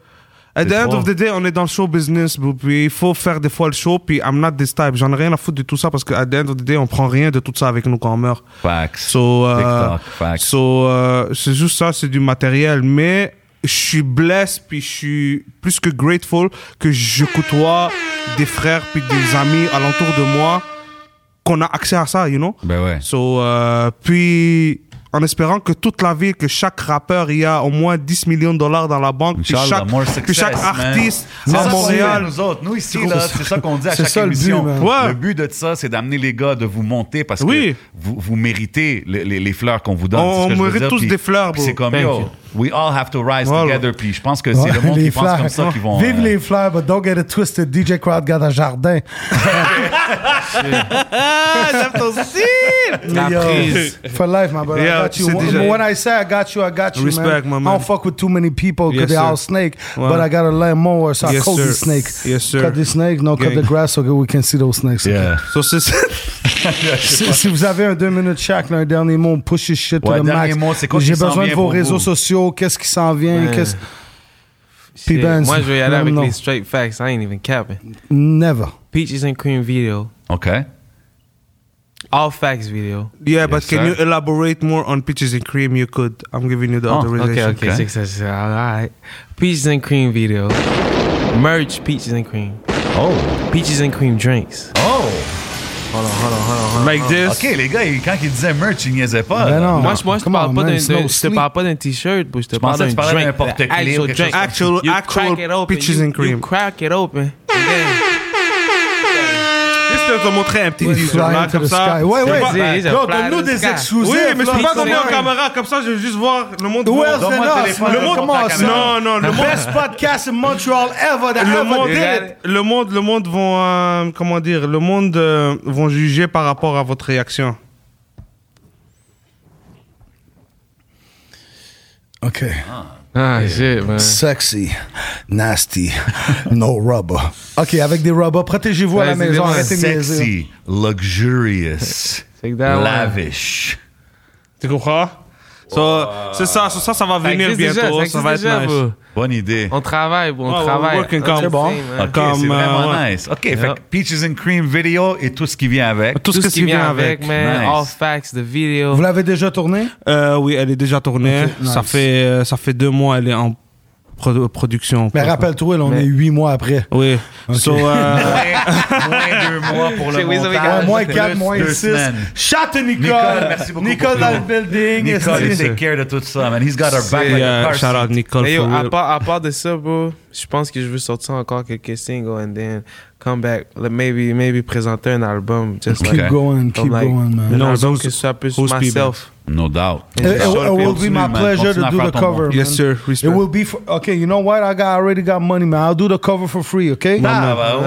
At the C'est end fort. of the day, on est dans le show business, bro, puis il faut faire des fois le show, puis I'm not this type. J'en ai rien à foutre de tout ça parce que at the end of the day, on prend rien de tout ça avec nous quand on meurt. Facts. So, euh, TikTok, facts. so, euh, c'est juste ça, c'est du matériel. Mais je suis blessé, puis je suis plus que grateful que je côtoie des frères, puis des amis alentour de moi, qu'on a accès à ça, you know? Ben ouais. So, euh, puis, en espérant que toute la vie, que chaque rappeur, il y a au moins 10 millions de dollars dans la banque, puis Inch'Allah, chaque, more success, puis chaque man. artiste C'est ça à qu'on dit Montréal. nous autres. Nous, ici, là, c'est ça qu'on dit à C'est chaque ça, le but, émission. man. Ouais. Le but de ça, c'est d'amener les gars, de vous monter parce Oui. que vous, vous méritez le- les, les fleurs qu'on vous donne. C'est On- ce que on je veux mérite dire. tous Puis- des fleurs, puis bro. C'est comme, Thank yo, you. we all have to rise Voilà. together. Puis je pense que c'est le monde Les qui pense fleurs. comme ça qui vont... Vive euh, les fleurs, but don't get it twisted. DJ Crowd got un jardin. La Yo, prise. For life, my brother. Yeah, I got you. c'est déjà- When I say I got you, I got you, Respect, man. my I man. don't fuck with too many people because Yes, they sir. all snake. Ouais. But I got a lawnmower, so I Yes, cut sir. the snake. Yes, sir. Cut the snake, no, cut Gang. the grass so that we can see those snakes. Yeah. So, c'est- Si, si vous avez un deux minutes chaque, là, un dernier mot, push your shit Ouais, to the dernier max. mot, c'est quoi J'ai qui s'en besoin vient de vos pour réseaux vous? sociaux, qu'est-ce qui s'en vient, Ouais. qu'est-ce P. Shit, Benz, Moi, je vais y aller let 'em avec know. les straight facts. I ain't even capping. Never. Peaches and cream video. OK. All facts video. Yeah, but can sir. you elaborate more on peaches and cream? You could. I'm giving you the Oh, authorization. Okay, okay, Okay. six, six, six. All right. Peaches and cream video. Merch peaches and cream. Oh. Peaches and cream drinks. Oh. Like this. OK, les gars, ils- quand ils disaient merch, ils niaisaient pas. Ben là. non. Moi, je, moi, je, Come parle on, pas man, d'un- snow d'un- je te sleep. parle pas d'un t-shirt, bro. Je te parle pensais que d'un tu parlais drink. d'un porte-clés the ou actual quelque drink. chose. Actual- You actual crack it open, peaches you- and cream. You crack it open. and then- Juste te montrer un petit Ouais, visuel fly là, into comme the ça. sky. Ouais, C'est ouais. pas- Vas-y, vas-y, Yo, fly donne-nous to the des sky. exclusives. Oui, mais c'est là. pas Peaches donné en and cream. caméra comme ça. Je veux juste voir le monde. The voir. world's Donne-moi in le us, téléphone, man. le monde Come monte on, la son. caméra. Non, non, le The monde- best podcast in Montreal ever that Le ever monde, did it. le monde, le monde vont, euh, comment dire, le monde euh, vont juger par rapport à votre réaction. OK. Ah, shit, man. Sexy, nasty, no rubber. OK, avec des rubbers, protégez-vous à la Ouais, c'est maison, des- arrêtez de niaiser. Sexy, luxurious, Take that one. lavish. Tu comprends? So, C'est ça, so ça, ça va Ça venir existe déjà, bientôt. ça Ça, existe va être déjà, nice. bro. Bonne idée. On travaille, bro, on Ouais, Oh, we're travaille. working That's C'est the bon. thing, man. Ok. OK, Comme, c'est vraiment euh, ouais. nice. OK, fait que Peaches and Cream vidéo et tout ce qui vient avec. Tout ce que tu viens avec. man. Nice. All facts, the video. Vous l'avez déjà tourné? Euh, oui, elle est déjà tournée. Ok, Ça nice. fait, euh, ça fait deux mois, elle est en produ- production. Uh-huh. Mais rappelle-toi, là, on Mais- est huit mois après. Oui. So, euh, Moins- moins deux mois pour le C'est oui, ça fait montage. quatre- moins Plus 4, moins deux 6. semaines. Chatte Nicole! Nicole, merci beaucoup Nicole pour dans tout. le building. Nicole, il est-ce que- take care de tout ça, man. He's got our back C'est, like a yeah, car euh, shout out seat. Nicole. Mais yo, for à real. part, à part de ça, bro, je pense que je veux sortir encore quelques singles and then come back, like, maybe, maybe présenter un album. Just Ok. like, Keep going, comme keep like, going, man. Un No, album those- que ça plus those people. myself. No doubt. It, it, it will be my Continue, man. pleasure Continue to à do faire the ton cover. monde. Yes, man. sir. It Respect. will be for, okay. You know what? I got I already got money, man. I'll do the cover for free, okay? Ah, bah Ah,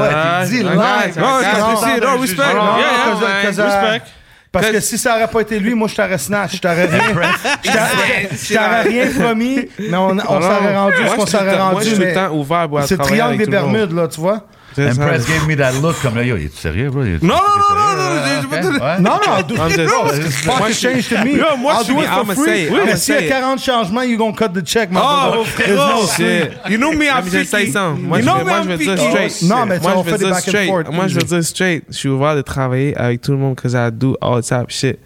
ouais, tu dis ah, live. guys, ah, guys, Non, you see it, non, oh, respect. non, Non, Yeah, cause- yeah, cause, man. euh, Respect. Parce que Cause- si ça aurait pas été lui, moi, je t'aurais snatch, je t'aurais rien, je t'aurais- je t'aurais rien promis, mais on, on Non, s'aurait non. rendu Moi, je ce qu'on suis tout le s'aurait temps- Moi, je rendu. suis tout le mais temps ouvert, bro, à C'est le travailler triangle avec des tout le monde. Bermudes, là, tu vois? C'est ça. Impress gave me that look comme là, yo, es sérieux, bro? Non, non, non, non, non, je vais te le- Hein? Non, non, do- I'm just- bro, fuck change to me. Yo, moi, I'll je suis- do it for I'ma say free. it, I'ma Mais s'il y a say it. 40 changements, you gonna cut the check, my brother. Oh, frérot, Shit. You know me, Let I'm me just say picky. something. Moi, You je know vais- me, moi, I'm je vais picky. dire straight. Non, mais moi, on je vais fait des dire back and straight. forth. Moi, je veux dire straight. Je suis ouvert de travailler avec tout le monde parce que I do all type of shit.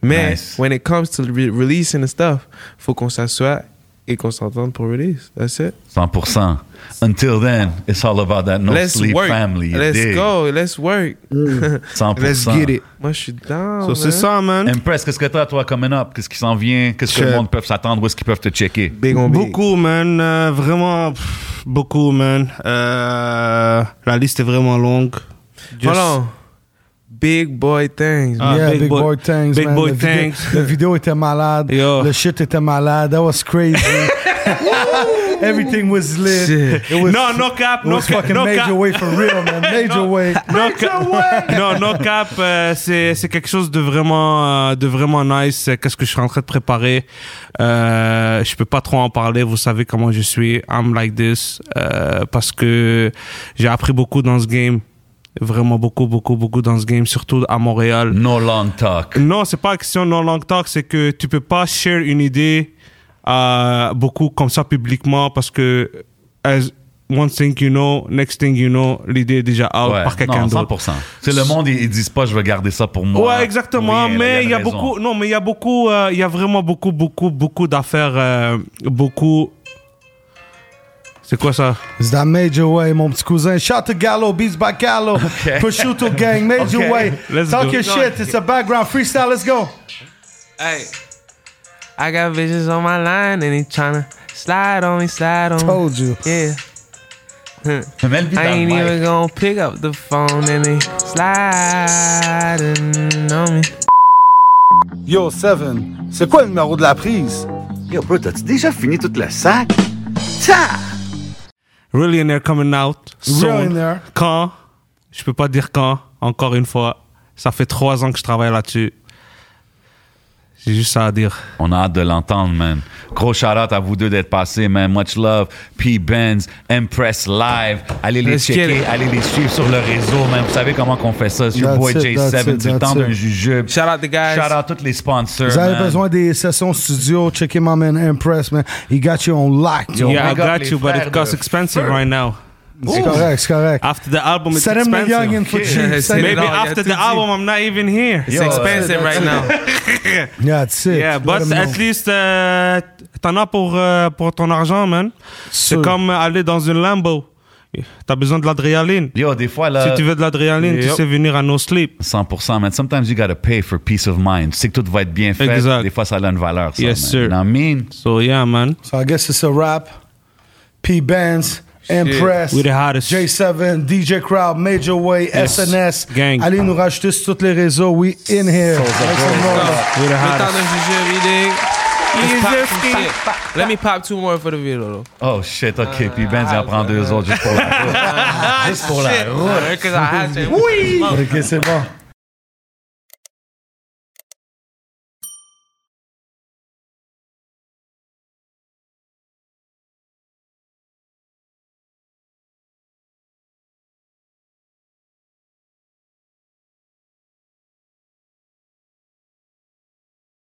Mais Nice. when it comes to re- releasing and stuff, faut qu'on s'assoie et qu'on s'entende pour release. That's it. 100%. Until then, it's all about that no let's sleep work. family. you let's dig? go. Let's work. 100%. Let's get it. Moi, je suis down. So, c'est Oh, man. ça, man. Impress, qu'est-ce que t'as, toi, coming up? Qu'est-ce qui s'en vient? Qu'est-ce que Shit. le monde peut s'attendre? Où est-ce qu'ils peuvent te checker? Big on big. Beaucoup, man. Euh, vraiment, pff, beaucoup, man. Euh, la liste est vraiment longue. Just- Hold on. Big boy things. Ah, yeah, Big big, Boy- boy, thanks, Big man. Boy Le vidéo- Thanks. le vidéo était malade. Yo. Le shit était malade. That was crazy. Everything was lit. Shit. It was, Non, no cap, it no was cap, fucking no major cap. way for real, man. Major way. No cap, non, no cap, euh, c'est c'est quelque chose de vraiment euh, de vraiment nice. C'est Qu'est-ce que je suis en train de préparer euh, Je peux pas trop en parler. Vous savez comment je suis. I'm like this euh, parce que j'ai appris beaucoup dans ce game. Vraiment beaucoup, beaucoup, beaucoup dans ce game, surtout à Montréal. No long talk. Non, c'est pas question non long talk, c'est que tu peux pas share une idée à beaucoup comme ça publiquement parce que as one thing you know, next thing you know, l'idée est déjà out Ouais, par quelqu'un non, d'autre. 100%. C'est le monde, ils, ils disent pas, je vais garder ça pour moi. Ouais, exactement. Rien, là, mais une il y a raison. beaucoup, non, mais il y a beaucoup, euh, il y a vraiment beaucoup, beaucoup, beaucoup d'affaires, euh, beaucoup. C'est quoi ça? It's that major way, mon petit cousin. Shout to Gallo, Beats by Gallo, Prosciutto Gang, major Okay. way. Let's Talk go. your shit. It's a background freestyle. Let's go. Hey. I got visions on my line and he tryna slide on me, slide on me. Told you. Yeah. Mets le beat I dans le ain't mic. even gonna pick up the phone and they sliding on me. Yo, Seven, c'est quoi le numéro de la prise? Yo, bro, t'as-tu déjà fini toute la sac? Ça! Millionaire coming out. Millionaire. Soon. Quand? Je peux pas dire quand. Encore une fois, ça fait trois ans que je travaille là-dessus. J'ai juste ça à dire. On a hâte de l'entendre, man. Gros shout-out à vous deux d'être passés, man. Much love. P-Benz, Impress Live. Allez les Let's get checker, it. allez les suivre sur le réseau, man. Vous savez comment qu'on fait ça. C'est your That's boy it, that's J7, it, du that's temps it. d'un jujube. Shout out the guys. Shout-out tous les sponsors, Vous avez man. besoin des sessions studio, check him out, man. Impress, man. He got you on lock. Yo, yeah, I big up got les you, but frères it costs de expensive feu. right now. C'est correct, c'est correct. After the album, Ah, it's 7 millions in expensive. for Okay. cheap. Say Maybe No, yeah, after too the cheap. album, I'm not even here. It's Yo, euh, expensive right now. Yeah, that's it. Yeah, Let but him at know. least, euh, t'en as pour, euh, pour ton argent, man. C'est Sûr. comme aller dans une Lambo. T'as besoin de l'adrénaline. Yo, des fois, là... Euh, Si tu veux de l'adrénaline, tu Yep. sais venir à No Sleep. 100%, man. Sometimes you gotta pay for peace of mind. Tu sais que tout va être bien fait. Exact. Des fois, ça a une valeur, ça, Yes, man. sir. You know what I mean? So yeah, man. So I guess it's a wrap. P Benz, Impress, We the hottest. J7, DJ Crowd, Major Way, Yes. SNS. Gang. Allez nous rajouter sur tous les réseaux. We in here. Make some noise. We Le the temps hottest. d'un jujube, il est- Let's pop some Easy. shit. Let me pop two more for the video, though. Oh, shit, OK. Puis Benz, il en prend deux autres juste pour la route. Juste pour la route. Because I had to. Ok, c'est bon.